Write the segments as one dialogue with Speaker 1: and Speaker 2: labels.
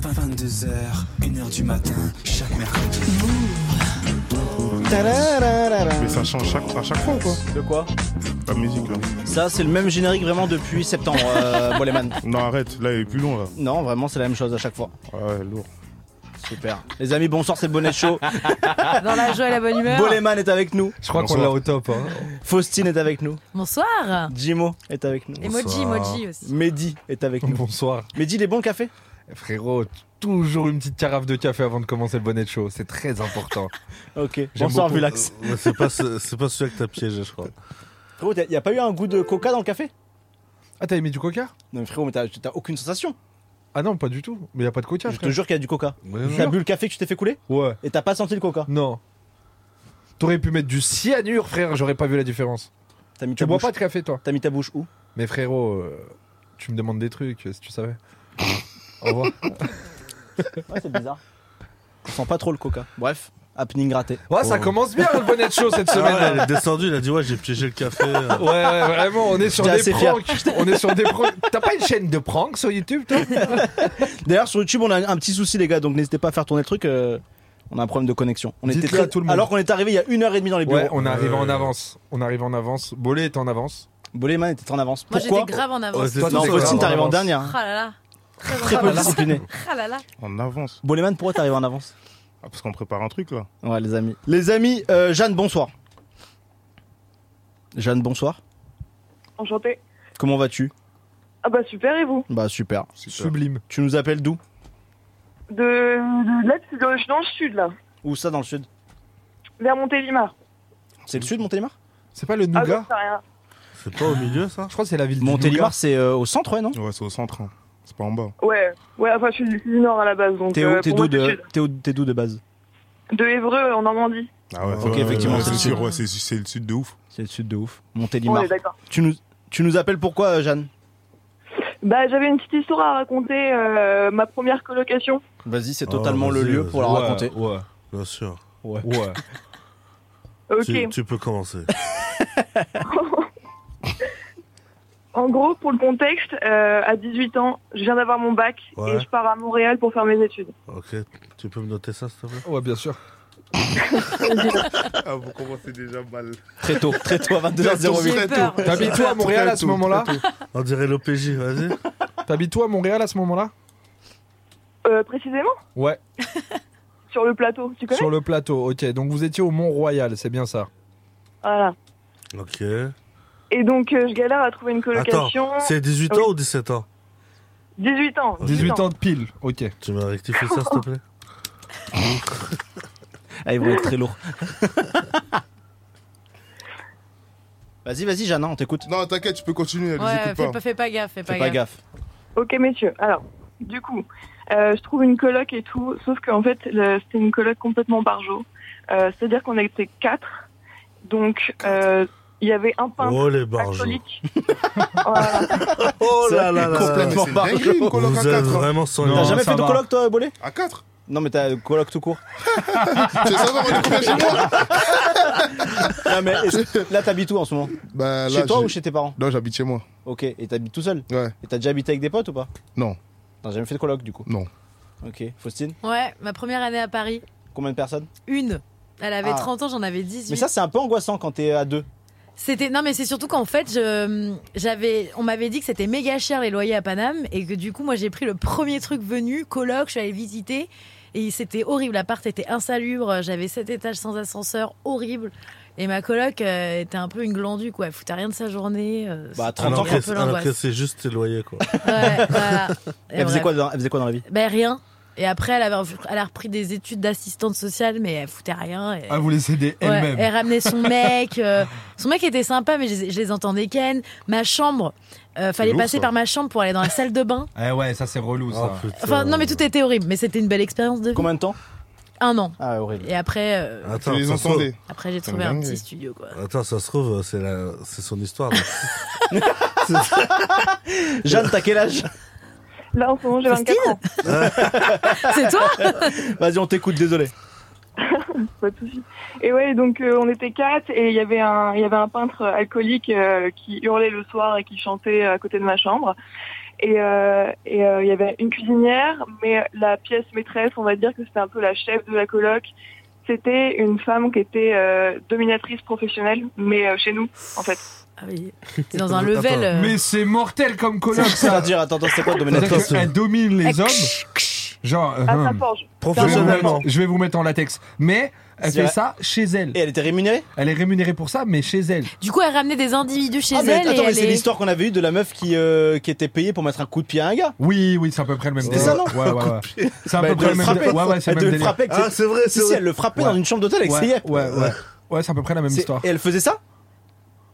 Speaker 1: 22h, 1h du matin, chaque mercredi.
Speaker 2: Mais ça change chaque- à chaque fois ou quoi
Speaker 3: De quoi
Speaker 2: La musique hein. là.
Speaker 3: Ça, c'est le même générique vraiment depuis septembre, euh, Boleman.
Speaker 2: Non, arrête, là il est plus long là.
Speaker 3: Non, vraiment, c'est la même chose à chaque fois.
Speaker 2: Ouais, lourd.
Speaker 3: Super. Les amis, bonsoir, c'est le bonnet show.
Speaker 4: Dans la joie et la bonne humeur.
Speaker 3: Boleman est avec nous.
Speaker 5: Je crois qu'on
Speaker 2: Bonsoir.
Speaker 5: l'a au top. Hein.
Speaker 3: Faustine est avec nous.
Speaker 4: Bonsoir.
Speaker 3: Jimo est avec nous.
Speaker 4: Emoji,
Speaker 5: Bonsoir.
Speaker 4: emoji aussi.
Speaker 3: Mehdi est avec nous.
Speaker 5: Bonsoir.
Speaker 3: Mehdi, il est bon le café
Speaker 5: Frérot, toujours une petite carafe de café avant de commencer le bonnet de show. C'est très important.
Speaker 3: Ok.
Speaker 5: J'aime
Speaker 3: Bonsoir,
Speaker 5: beaucoup.
Speaker 3: Vulax.
Speaker 6: Ouais, c'est pas, ce- c'est pas celui que t'as piégé, je crois.
Speaker 3: Frérot, il n'y a pas eu un goût de coca dans le café
Speaker 5: Ah, t'avais mis du coca
Speaker 3: Non, mais frérot, mais t'as- t'as aucune sensation.
Speaker 5: Ah non, pas du tout. Mais y a pas de coca,
Speaker 3: Je te
Speaker 5: frère.
Speaker 3: jure qu'il y a du coca.
Speaker 5: Jure
Speaker 3: T'as bu le café que tu t'es fait couler
Speaker 5: Ouais.
Speaker 3: et t'as pas senti le coca.
Speaker 5: Non. T'aurais pu mettre du cyanure, frère. J'aurais pas vu la différence.
Speaker 3: T'as mis,
Speaker 5: Tu
Speaker 3: ta
Speaker 5: bois
Speaker 3: bouche-
Speaker 5: pas de café, toi
Speaker 3: t'as mis ta bouche où
Speaker 5: Mais frérot, euh, tu me demandes des trucs, si tu savais. Au revoir.
Speaker 3: Ouais, c'est bizarre. Je sens pas trop le coca. Bref, happening raté.
Speaker 5: Ouais, Ah, ça commence bien le bonnet de show cette
Speaker 6: Oh. Ah
Speaker 5: semaine.
Speaker 6: ouais, il est descendu, il a dit ouais, j'ai piégé le café. euh.
Speaker 5: Ouais, ouais, vraiment, on est sur
Speaker 3: J'étais
Speaker 5: des
Speaker 3: assez fier.
Speaker 5: pranks. On est sur des pranks. T'as pas une chaîne de pranks sur YouTube, toi
Speaker 3: D'ailleurs, sur YouTube, on a un petit souci, les gars, donc n'hésitez pas à faire tourner le truc. euh, on a un problème de connexion. On
Speaker 5: Dites-le à tout le monde.
Speaker 3: Alors qu'on est arrivé il y a une heure et demie dans les bureaux.
Speaker 5: Ouais, on arrive en
Speaker 2: Euh,
Speaker 5: avance. On arrive en avance. Bolé est en avance. Oh,
Speaker 3: Boleman était en avance.
Speaker 4: Moi
Speaker 3: Pourquoi
Speaker 4: j'étais grave en
Speaker 6: Ouais,
Speaker 4: avance.
Speaker 6: c'est
Speaker 5: Toi,
Speaker 6: tout,
Speaker 3: Non,
Speaker 6: c'est
Speaker 5: grave
Speaker 3: Faustine,
Speaker 6: grave.
Speaker 3: t'arrives en
Speaker 5: avance.
Speaker 4: Ah
Speaker 3: dernière.
Speaker 4: là là. Très,
Speaker 3: Hein. Très
Speaker 4: en
Speaker 3: peu
Speaker 4: avance.
Speaker 3: discipliné.
Speaker 4: Ah là là.
Speaker 2: On avance.
Speaker 3: Boleman, pourquoi t'arrives en avance
Speaker 2: Ah, parce qu'on prépare un truc là.
Speaker 3: Ouais, les amis. Les amis, euh, Jeanne, bonsoir. Jeanne, bonsoir.
Speaker 7: Enchanté.
Speaker 3: Comment vas-tu
Speaker 7: Ah bah super, et vous
Speaker 3: Bah, super.
Speaker 5: Sublime.
Speaker 3: Tu nous appelles d'où
Speaker 7: de, de là, c'est dans- je suis dans le sud, là,
Speaker 3: Où ça, dans le sud
Speaker 7: vers Montélimar.
Speaker 3: C'est le sud, Montélimar
Speaker 5: C'est pas le
Speaker 7: Ah non,
Speaker 5: Nougat
Speaker 7: c'est rien.
Speaker 6: C'est pas au milieu, ça
Speaker 5: Je crois que c'est la ville du
Speaker 3: Montélimar, c'est euh, au centre, ouais, non
Speaker 2: Ouais, c'est au centre. hein. C'est pas en bas.
Speaker 7: Ouais, ouais, enfin, je suis du du nord à la base, donc
Speaker 3: T'es
Speaker 7: euh,
Speaker 3: où- t'es
Speaker 7: pour
Speaker 3: d'où
Speaker 7: moi, c'est
Speaker 3: de,
Speaker 7: sud.
Speaker 3: t'es où- t'es d'où de base
Speaker 7: De Évreux, en Normandie.
Speaker 2: Ah ouais,
Speaker 6: Ok,
Speaker 2: c'est vrai,
Speaker 3: effectivement,
Speaker 2: ouais,
Speaker 3: c'est
Speaker 2: c'est
Speaker 3: le
Speaker 2: sûr.
Speaker 7: sud.
Speaker 2: Ouais, c'est, c'est le sud de ouf.
Speaker 3: C'est le sud de ouf.
Speaker 7: On
Speaker 3: Montélimar.
Speaker 7: est d'accord.
Speaker 3: Tu nous, tu nous appelles pourquoi, euh, Jeanne
Speaker 7: Bah, j'avais une petite histoire à raconter, euh, ma première colocation.
Speaker 3: Vas-y, c'est
Speaker 6: Oh,
Speaker 3: totalement le
Speaker 6: vas-y,
Speaker 3: lieu
Speaker 6: vas-y.
Speaker 3: pour la
Speaker 5: Ouais,
Speaker 3: raconter.
Speaker 5: Ouais.
Speaker 6: Bien sûr.
Speaker 5: Ouais.
Speaker 7: Ok.
Speaker 6: Tu, tu peux commencer.
Speaker 7: En gros, pour le contexte, euh, à 18 ans, je viens d'avoir mon bac
Speaker 6: Ouais.
Speaker 7: et je pars à Montréal pour faire mes études.
Speaker 6: Ok, tu peux me noter ça, s'il te plaît
Speaker 5: Ouais, bien sûr.
Speaker 2: Ah, vous commencez déjà mal.
Speaker 3: Très tôt, très tôt, à 22h08.
Speaker 4: J'ai peur.
Speaker 5: T'habites toi à Montréal à ce moment-là
Speaker 6: On dirait l'OPJ, vas-y.
Speaker 5: T'habites toi à Montréal à ce moment-là
Speaker 7: Euh, précisément,
Speaker 5: Ouais,
Speaker 7: sur le plateau, tu connais
Speaker 5: sur le plateau. Ok, donc vous étiez au Mont-Royal, c'est bien ça.
Speaker 7: Voilà.
Speaker 6: Ok.
Speaker 7: Et donc, euh, je galère à trouver une
Speaker 6: Attends,
Speaker 7: colocation.
Speaker 6: c'est 18
Speaker 7: Ah oui.
Speaker 6: ans ou 17 ans
Speaker 7: 18 ans.
Speaker 5: 18 ans de pile, ok.
Speaker 6: Tu m'as rectifié ça, s'il te plaît
Speaker 3: Ah, ils vont être très lourds. vas-y, vas-y, Jeanne, hein, on t'écoute.
Speaker 2: Non, t'inquiète, tu peux continuer. Elle nous
Speaker 4: Ouais,
Speaker 2: écoute
Speaker 4: fais
Speaker 2: pas.
Speaker 4: pas, fais pas gaffe, fais
Speaker 3: Fais
Speaker 4: pas
Speaker 3: pas
Speaker 4: gaffe.
Speaker 3: gaffe.
Speaker 7: Ok messieurs, alors du coup, euh, je trouve une coloc et tout, sauf qu'en fait le- c'était une coloc complètement barjo. Euh, C'est-à-dire qu'on était quatre, donc euh, il y avait un peintre
Speaker 6: Oh les barjots.
Speaker 7: catholique. Voilà.
Speaker 6: Oh là là là là.
Speaker 3: Complètement
Speaker 2: Mais
Speaker 3: barjo.
Speaker 2: c'est dingue, une coloc
Speaker 6: Vous
Speaker 2: à
Speaker 6: êtes
Speaker 2: 4.
Speaker 6: vraiment sans
Speaker 3: T'as
Speaker 5: Non,
Speaker 3: jamais
Speaker 5: ça
Speaker 3: fait de
Speaker 5: va.
Speaker 3: colloque, toi, Bolé
Speaker 2: À 4
Speaker 3: Non, mais t'as colloque tout court.
Speaker 2: Tu veux savoir, on est combien chez moi
Speaker 3: Non, mais est-ce- là, t'habites où en ce moment
Speaker 2: Bah, là,
Speaker 3: Chez toi
Speaker 2: j'ai-
Speaker 3: ou chez tes parents
Speaker 2: Non, j'habite chez moi.
Speaker 3: Ok, et t'habites tout seul
Speaker 2: Ouais.
Speaker 3: Et t'as déjà habité avec des potes ou pas
Speaker 2: Non.
Speaker 3: T'as jamais fait de colloque, du coup
Speaker 2: Non.
Speaker 3: Ok, Faustine,
Speaker 4: Ouais, ma première année à Paris,
Speaker 3: combien de personnes
Speaker 4: une. Elle avait
Speaker 3: Ah.
Speaker 4: 30 ans, j'en avais 18.
Speaker 3: Mais ça, c'est un peu angoissant quand t'es à deux.
Speaker 4: C'était non mais c'est surtout qu'en fait je j'avais on m'avait dit que c'était méga cher les loyers à Paname et que du coup moi j'ai pris le premier truc venu coloc je suis allée visiter et c'était horrible l'appart était insalubre j'avais sept étages sans ascenseur horrible et ma coloc euh, était un peu une glandue quoi elle foutait rien de sa journée euh,
Speaker 3: Bah,
Speaker 4: c'était
Speaker 3: 30 ans,
Speaker 6: Alors
Speaker 4: un
Speaker 6: que,
Speaker 4: peu
Speaker 6: alors que
Speaker 4: l'angoisse
Speaker 6: c'est juste tes loyers, quoi.
Speaker 4: Ouais, voilà. Et
Speaker 3: Elle faisait,
Speaker 4: bref.
Speaker 3: quoi dans, elle faisait quoi dans la vie
Speaker 4: ben rien et après elle avait elle a repris des études d'assistante sociale mais elle foutait rien et-
Speaker 5: Ah, vous les aidez
Speaker 4: Ouais,
Speaker 5: elle-même.
Speaker 4: elle ramenait son mec. euh, son mec était sympa, mais je, les- je les entendais ken. Ma chambre, euh, fallait
Speaker 2: lourd,
Speaker 4: passer
Speaker 2: ça.
Speaker 4: par ma chambre pour aller dans la salle de bain.
Speaker 5: Eh ouais, ça c'est relou
Speaker 6: Oh,
Speaker 5: ça.
Speaker 6: putain.
Speaker 4: Enfin, non, mais tout était horrible, mais c'était une belle expérience de vie.
Speaker 3: Combien de temps
Speaker 4: Un an.
Speaker 3: Ah, horrible.
Speaker 4: Et après, euh,
Speaker 2: Tu
Speaker 6: Attends,
Speaker 2: les
Speaker 6: ça se trouve-
Speaker 2: entendais
Speaker 4: après j'ai
Speaker 2: C'est
Speaker 4: trouvé un
Speaker 2: dingue.
Speaker 4: petit studio, quoi.
Speaker 6: Attends, ça se trouve, c'est la... c'est son histoire. là.
Speaker 3: Jeanne, t'as quel âge
Speaker 7: Là en ce moment j'ai 24 ans.
Speaker 4: C'est toi
Speaker 3: Vas-y, on t'écoute, désolé.
Speaker 7: pas de souci. Et ouais, donc euh, on était quatre et il y avait un, il y avait un peintre alcoolique euh, qui hurlait le soir et qui chantait euh, à côté de ma chambre. Et euh, et, euh, il y avait une cuisinière, mais la pièce maîtresse, on va dire que c'était un peu la chef de la coloc. C'était une femme qui était euh, dominatrice professionnelle, mais euh, chez nous, en fait.
Speaker 4: Ah oui, t'es dans un
Speaker 6: Attends,
Speaker 4: level. euh,
Speaker 5: Mais c'est mortel comme colloque ça
Speaker 3: C'est-à-dire, attends, attends, c'est quoi dominatrice
Speaker 5: C'est-à-dire qu'elle domine
Speaker 4: Eh,
Speaker 5: les hommes, genre. euh,
Speaker 7: À sa
Speaker 5: hum,
Speaker 7: forge.
Speaker 5: je, vais vous mettre,
Speaker 6: Professionnellement.
Speaker 5: je vais vous mettre en latex. Mais elle
Speaker 3: C'est
Speaker 5: fait
Speaker 3: vrai.
Speaker 5: ça chez elle.
Speaker 3: Et elle était rémunérée
Speaker 5: Elle est rémunérée pour ça, mais chez elle.
Speaker 4: Du coup, elle ramenait des individus chez
Speaker 3: Ah, mais
Speaker 4: elle.
Speaker 3: Attends,
Speaker 4: et
Speaker 3: mais
Speaker 4: elle
Speaker 3: c'est
Speaker 4: est-
Speaker 3: l'histoire qu'on avait eue de la meuf qui, euh, qui était payée pour mettre un coup de pied à un gars.
Speaker 5: Oui, oui, c'est à peu près le même
Speaker 3: C'était
Speaker 5: délire.
Speaker 3: ça, non
Speaker 5: Ouais, ouais, ouais. C'est à
Speaker 3: Bah,
Speaker 5: peu
Speaker 3: elle devait
Speaker 5: près le
Speaker 3: le
Speaker 5: même
Speaker 3: frapper.
Speaker 5: délire. Ouais, ouais, c'est
Speaker 3: Elle
Speaker 5: le
Speaker 3: devait
Speaker 5: même
Speaker 3: le
Speaker 5: délire.
Speaker 3: frapper. avec
Speaker 6: Ah,
Speaker 3: ses-
Speaker 6: c'est vrai,
Speaker 3: Si,
Speaker 6: c'est
Speaker 3: si,
Speaker 6: vrai.
Speaker 3: elle le frappait
Speaker 5: Ouais.
Speaker 3: dans une chambre d'hôtel avec ses
Speaker 5: Ouais,
Speaker 3: yeux.
Speaker 5: ouais, ouais. Ouais, c'est à peu près la même
Speaker 3: C'est-
Speaker 5: histoire.
Speaker 3: Et elle faisait ça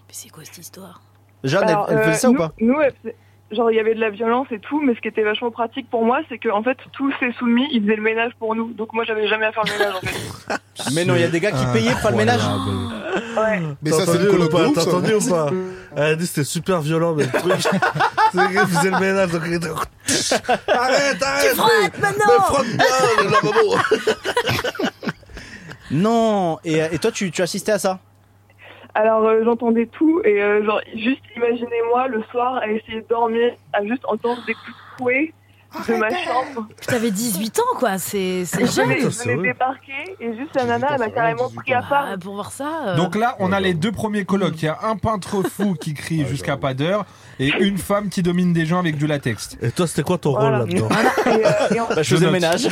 Speaker 4: Mais c'est quoi cette histoire
Speaker 3: Jeanne, elle,
Speaker 7: Alors,
Speaker 3: elle
Speaker 7: euh,
Speaker 3: faisait ça
Speaker 7: nous,
Speaker 3: ou pas
Speaker 7: Nous, elle faisait- genre, il y avait de la violence et tout, mais ce qui était vachement pratique pour moi, c'est que en fait, tous ces soumis, ils faisaient le ménage pour nous. Donc moi, j'avais jamais à faire le ménage, en fait.
Speaker 3: Ah, Mais non, il y a des gars qui payaient pour faire le ménage.
Speaker 6: Incroyable.
Speaker 7: Ouais.
Speaker 2: Mais
Speaker 6: T'as
Speaker 2: ça, c'est
Speaker 6: entendu
Speaker 2: une
Speaker 6: ou
Speaker 2: coloc
Speaker 6: pas
Speaker 2: de ouf,
Speaker 6: T'as
Speaker 2: ça.
Speaker 6: entendu ou pas Elle a dit c'était super violent, mais le truc. C'est qu'elle faisait le ménage, donc elle était. Arrête, arrête
Speaker 4: Frappe
Speaker 6: Mais
Speaker 4: maintenant
Speaker 6: frotte pas le lavabo
Speaker 3: Non, et, euh, et toi, tu, tu assistais à ça
Speaker 7: Alors, euh, j'entendais tout et euh, genre, juste imaginez-moi le soir à essayer de dormir, à juste entendre des coups de fouet de ma chambre.
Speaker 4: T'avais 18 ans, quoi. C'est c'est jeune.
Speaker 7: Je
Speaker 6: c'est
Speaker 7: venais
Speaker 6: vrai.
Speaker 7: débarquer et juste la
Speaker 2: 18
Speaker 7: nana,
Speaker 2: ans,
Speaker 7: elle m'a
Speaker 2: c'est
Speaker 7: carrément
Speaker 2: vraiment
Speaker 7: pris à
Speaker 2: 18
Speaker 7: part.
Speaker 4: Bah, pour voir ça. euh,
Speaker 5: Donc là, on a
Speaker 6: Ouais,
Speaker 5: les
Speaker 6: j'avoue.
Speaker 5: deux premiers colloques. Il y a un peintre fou qui
Speaker 3: Ah,
Speaker 5: crie jusqu'à pas d'heure et une femme qui domine des gens avec du latex.
Speaker 6: Et toi, c'était quoi ton
Speaker 7: Voilà.
Speaker 6: rôle là-dedans
Speaker 7: Et, euh, et en-
Speaker 3: bah, Je faisais le
Speaker 5: note.
Speaker 3: ménage.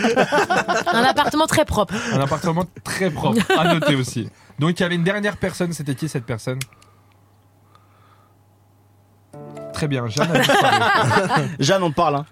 Speaker 4: un appartement très propre.
Speaker 5: Un appartement très propre, à noter aussi. Donc il y avait une dernière personne, c'était qui cette personne Très bien, Jeanne a disparu.
Speaker 3: Jeanne, on te parle. hein.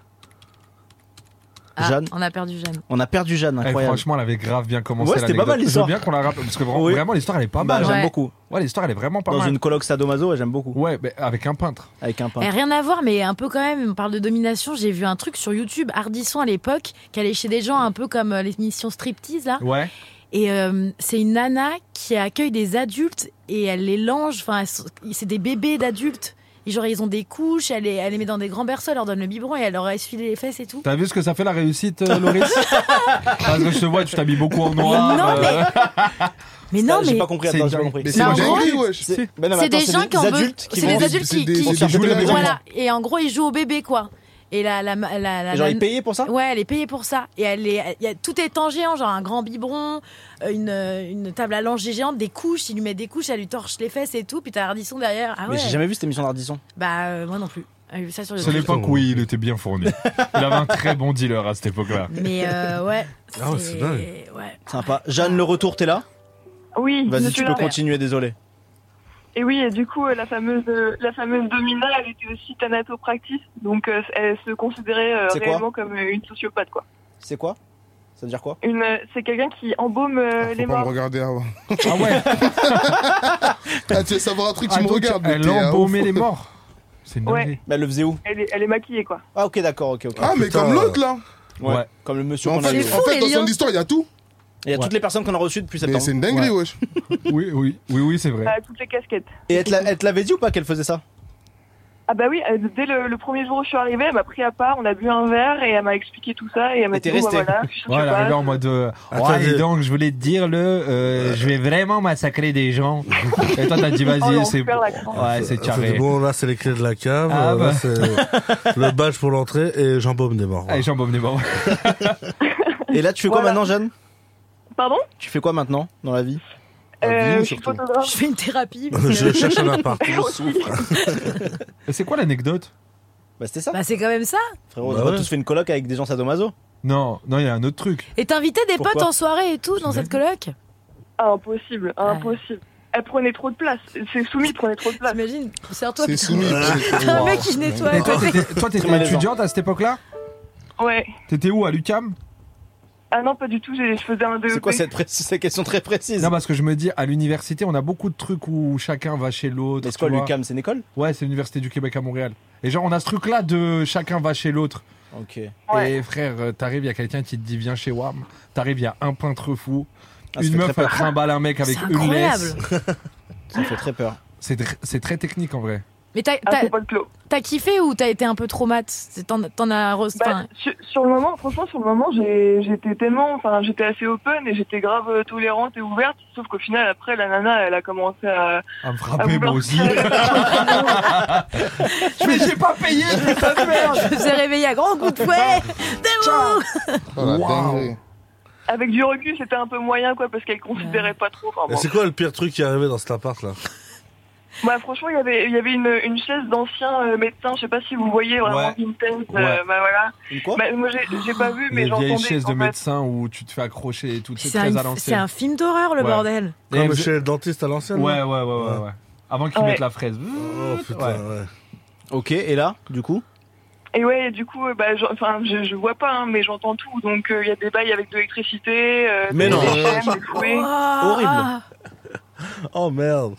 Speaker 4: Ah,
Speaker 3: Jeanne
Speaker 4: on a perdu Jeanne.
Speaker 3: On a perdu Jeanne,
Speaker 5: Eh,
Speaker 3: incroyable.
Speaker 5: franchement, elle avait grave bien commencé.
Speaker 3: Ouais, c'était
Speaker 5: l'anecdote.
Speaker 3: pas mal, l'histoire.
Speaker 5: Je veux bien qu'on la rappelle parce que vraiment,
Speaker 3: Oui.
Speaker 5: vraiment, l'histoire elle est pas
Speaker 3: bah,
Speaker 5: mal. hein.
Speaker 3: j'aime
Speaker 4: Ouais.
Speaker 3: beaucoup.
Speaker 5: Ouais, l'histoire elle est vraiment pas
Speaker 3: Dans
Speaker 5: mal.
Speaker 3: une coloc sadomaso, ouais, j'aime beaucoup.
Speaker 5: Ouais, mais avec un peintre.
Speaker 3: Avec un pain.
Speaker 4: Eh, rien à voir, mais un peu quand même. On parle de domination. J'ai vu un truc sur YouTube, Ardisson à l'époque, qui allait chez des gens un peu comme euh, les missions striptease, là.
Speaker 5: Ouais.
Speaker 4: Et euh, c'est une nana qui accueille des adultes et elle les lange. Enfin, elles sont- c'est des bébés d'adultes. Et Genre, ils ont des couches, elle les, elle les met dans des grands berceaux, elle leur donne le biberon et elle leur essuie les fesses et tout.
Speaker 5: T'as vu ce que ça fait la réussite, euh, Loris Parce que je te vois, tu t'habilles beaucoup en noir.
Speaker 4: non, mais-
Speaker 5: euh,
Speaker 4: Mais non,
Speaker 3: j'ai
Speaker 4: mais.
Speaker 3: pas compris.
Speaker 5: c'est
Speaker 3: Attends, j'ai pas
Speaker 5: dingue.
Speaker 3: compris.
Speaker 2: Mais
Speaker 4: Non,
Speaker 2: c'est
Speaker 4: en gros,
Speaker 2: dingue, wesh.
Speaker 3: C'est bah non, mais
Speaker 4: C'est
Speaker 3: attends,
Speaker 4: des gens qui en veulent.
Speaker 3: adultes qui
Speaker 4: C'est
Speaker 3: vont-
Speaker 4: des adultes qui.
Speaker 2: C'est des-
Speaker 4: qui-
Speaker 2: c'est
Speaker 4: qui-
Speaker 2: des jouets
Speaker 3: d'adultes.
Speaker 4: Voilà. Et en gros, ils jouent au bébé, quoi. Et la. la, la, la, la-
Speaker 3: Genre, ils payaient pour ça
Speaker 4: Ouais, elle est payée pour ça. Et elle est, il y a, tout est en géant, genre un grand biberon, euh, une, euh, une table à langer géante, des couches. Il lui met des couches, elle lui torche les fesses et tout. Puis t'as Ardisson derrière. Ah ouais.
Speaker 3: Mais j'ai jamais vu cette émission d'Ardisson.
Speaker 4: Bah euh, moi non plus. J'ai vu ça sur
Speaker 5: C'est
Speaker 4: YouTube.
Speaker 5: l'époque où il était bien fourni. Il avait un très bon dealer à cette époque-là.
Speaker 4: Mais euh, ouais.
Speaker 6: Ah ouais, c'est dingue.
Speaker 4: ouais.
Speaker 3: Sympa. Jeanne, le retour, t'es là
Speaker 7: Oui, je
Speaker 3: Vas-y,
Speaker 7: suis
Speaker 3: tu
Speaker 7: là.
Speaker 3: peux continuer, désolé.
Speaker 7: Et oui, et du coup, euh, la fameuse, euh, la fameuse domina, elle était aussi thanatopractice, donc euh, elle se considérait euh,
Speaker 3: C'est quoi
Speaker 7: réellement comme euh, une sociopathe, quoi.
Speaker 3: C'est quoi Ça veut dire quoi
Speaker 7: Une, euh, c'est quelqu'un qui embaume euh,
Speaker 2: Ah,
Speaker 7: les
Speaker 2: Faut pas me
Speaker 7: morts.
Speaker 2: regarder avant.
Speaker 5: Ah ouais
Speaker 2: Ah, tu veux savoir un truc, tu
Speaker 5: Ah,
Speaker 2: me
Speaker 5: donc,
Speaker 2: regardes. mais
Speaker 5: Elle
Speaker 2: t'es un
Speaker 5: embaumait
Speaker 2: ouf.
Speaker 5: les morts. C'est une
Speaker 7: Ouais.
Speaker 5: dinguerie.
Speaker 3: Bah, elle le faisait où
Speaker 7: Elle est, elle est maquillée, quoi.
Speaker 3: Ah, ok, d'accord, ok, ok.
Speaker 2: Ah, mais
Speaker 6: Putain.
Speaker 2: comme l'autre, là.
Speaker 5: Ouais.
Speaker 3: Comme le monsieur
Speaker 2: En
Speaker 3: qu'on a
Speaker 2: fait,
Speaker 3: eu.
Speaker 4: C'est fou,
Speaker 2: en fait,
Speaker 4: les
Speaker 2: dans son
Speaker 4: liens.
Speaker 2: histoire, il y a tout.
Speaker 3: Il y a
Speaker 5: Ouais.
Speaker 3: toutes les personnes qu'on a reçues depuis
Speaker 2: Mais
Speaker 3: septembre.
Speaker 2: c'est une dinguerie,
Speaker 3: Ouais.
Speaker 2: wesh.
Speaker 5: Oui, oui, oui, oui, c'est vrai.
Speaker 7: Elle a toutes les casquettes.
Speaker 3: Et elle te l'a- elle te l'avait dit ou pas qu'elle faisait ça
Speaker 7: Ah bah oui, euh, dès le, le premier jour où je suis arrivée, elle m'a pris à part, on a bu un verre et elle m'a expliqué tout ça et elle m'a
Speaker 3: Et
Speaker 7: dit
Speaker 3: t'es
Speaker 7: bon, bah,
Speaker 3: restée.
Speaker 7: voilà, je suis
Speaker 5: Ouais, elle
Speaker 7: sociopathe.
Speaker 5: arrivait en mode. euh,
Speaker 6: Attends,
Speaker 5: ouais, dis
Speaker 6: je-
Speaker 5: donc, je voulais te dire le. euh, je vais vraiment massacrer des gens. Et toi, t'as dit,
Speaker 7: Oh,
Speaker 5: vas-y,
Speaker 7: l'enfer,
Speaker 5: c'est.
Speaker 7: la grande.
Speaker 5: Ouais, c'est
Speaker 6: Ah, C'est
Speaker 5: carré.
Speaker 6: bon, là, c'est les clés de la cave.
Speaker 5: Ah,
Speaker 6: euh,
Speaker 5: bah.
Speaker 6: Là, c'est le badge pour l'entrée et j'embaume des morts.
Speaker 5: Allez, j'embaume des morts.
Speaker 3: Et là, tu fais quoi
Speaker 7: Voilà.
Speaker 3: maintenant, Jeanne
Speaker 7: Pardon
Speaker 3: Tu fais quoi maintenant dans la vie
Speaker 2: Ah,
Speaker 7: Euh,
Speaker 2: vous,
Speaker 7: Je suis
Speaker 2: surtout.
Speaker 7: photographe. Ah
Speaker 4: Je fais une thérapie. parce que-
Speaker 6: Je cherche un appart.
Speaker 5: Et c'est quoi l'anecdote
Speaker 3: Bah, c'était ça.
Speaker 4: Bah c'est quand même ça.
Speaker 3: Frérot,
Speaker 6: Bah
Speaker 3: on a
Speaker 6: ouais.
Speaker 3: tous fait une coloc avec des gens sadomaso.
Speaker 5: Non, non, il y a un autre truc.
Speaker 4: Et t'invitais des
Speaker 3: Pourquoi
Speaker 4: potes en soirée et tout dans cette coloc.
Speaker 7: Ah, impossible, impossible. Elle prenait trop de place. C'est soumis, prenait trop de place.
Speaker 4: T'imagines Serre-toi.
Speaker 2: C'est soumis.
Speaker 4: T'as un mec qui nettoie à
Speaker 5: Et toi,
Speaker 4: côté.
Speaker 5: t'étais- toi,
Speaker 3: Très
Speaker 5: t'étais
Speaker 3: malaisant.
Speaker 5: étudiante à cette époque-là
Speaker 7: Ouais.
Speaker 5: T'étais où à l'UCAM
Speaker 7: Ah non, pas du tout, j'ai- je faisais un E DEP.
Speaker 3: C'est quoi cette, pré- cette question très précise
Speaker 5: Non, parce que je me dis, à l'université, on a beaucoup de trucs où chacun va chez l'autre.
Speaker 3: Mais c'est
Speaker 5: tu
Speaker 3: quoi,
Speaker 5: vois.
Speaker 3: Lucam C'est une école
Speaker 5: Ouais, c'est l'université du Québec à Montréal. Et genre, on a ce truc-là de chacun va chez l'autre.
Speaker 3: Ok.
Speaker 7: Ouais.
Speaker 5: Et frère, euh, t'arrives, il y a quelqu'un qui te dit viens chez WAM. T'arrives, il y a un peintre fou.
Speaker 3: Ah, ça
Speaker 5: une
Speaker 3: fait
Speaker 5: meuf,
Speaker 3: très
Speaker 5: elle
Speaker 3: peur.
Speaker 5: trimballe un mec avec
Speaker 4: C'est
Speaker 5: une laisse.
Speaker 4: incroyable.
Speaker 3: Ça fait très peur.
Speaker 5: C'est tr- c'est très technique en vrai.
Speaker 4: Mais t'as
Speaker 7: à
Speaker 4: t'as-
Speaker 7: Pau-Paul Clos.
Speaker 4: t'as kiffé ou t'as été un peu traumate C'est- T'en t'en as re-
Speaker 7: Bah,
Speaker 4: enfin,
Speaker 7: sur, sur le moment, franchement, sur le moment, j'ai- j'étais tellement, enfin, j'étais assez open et j'étais grave euh, tolérante et ouverte. Sauf qu'au final, après, la nana, elle a commencé à.
Speaker 5: À
Speaker 8: Ah,
Speaker 5: me
Speaker 7: à
Speaker 5: frapper, moi
Speaker 7: vouloir-
Speaker 5: aussi. Mais j'ai pas payé, putain de merde
Speaker 4: Je me suis réveillée à grands coups de fouet Debout
Speaker 2: Oh, la
Speaker 5: Wow.
Speaker 2: dinguerie.
Speaker 7: Avec du recul, c'était un peu moyen, quoi, parce qu'elle considérait pas trop. Enfin,
Speaker 6: Et
Speaker 7: Ah, bon.
Speaker 6: c'est quoi le pire truc qui est arrivé dans cet appart là
Speaker 7: Bah, franchement, il y avait, il y avait une, une chaise d'ancien euh, médecin. Je sais pas si vous voyez vraiment
Speaker 5: Ouais.
Speaker 7: Vinted, euh,
Speaker 5: Ouais.
Speaker 7: bah, voilà.
Speaker 3: Une quoi
Speaker 7: Bah, moi, j'ai- j'ai pas vu, mais
Speaker 5: Les
Speaker 7: j'entendais.
Speaker 5: vieilles chaises de
Speaker 7: en fait.
Speaker 5: médecin où tu te fais accrocher et tout, c'est
Speaker 4: C'est
Speaker 5: très à
Speaker 4: un, c'est
Speaker 5: l'ancienne.
Speaker 4: un film d'horreur le
Speaker 5: Ouais.
Speaker 4: bordel
Speaker 5: Et
Speaker 6: Comme
Speaker 5: vous-
Speaker 6: chez le dentiste à l'ancienne
Speaker 5: Ouais, ouais,
Speaker 6: là
Speaker 5: ouais, ouais, ouais. Avant qu'ils
Speaker 7: Ouais.
Speaker 5: mettent la fraise.
Speaker 6: Oh
Speaker 5: Ouais.
Speaker 6: putain, ouais.
Speaker 3: Ok, et là, du coup
Speaker 7: Et ouais, du coup, euh, bah, j'en- enfin, je, je vois pas, hein, mais j'entends tout. Donc, euh, il y a des bails avec de l'électricité, euh,
Speaker 3: Mais
Speaker 7: des
Speaker 3: non.
Speaker 7: échelles, des fouets.
Speaker 4: Oh,
Speaker 3: Horrible.
Speaker 4: ah.
Speaker 6: Oh merde.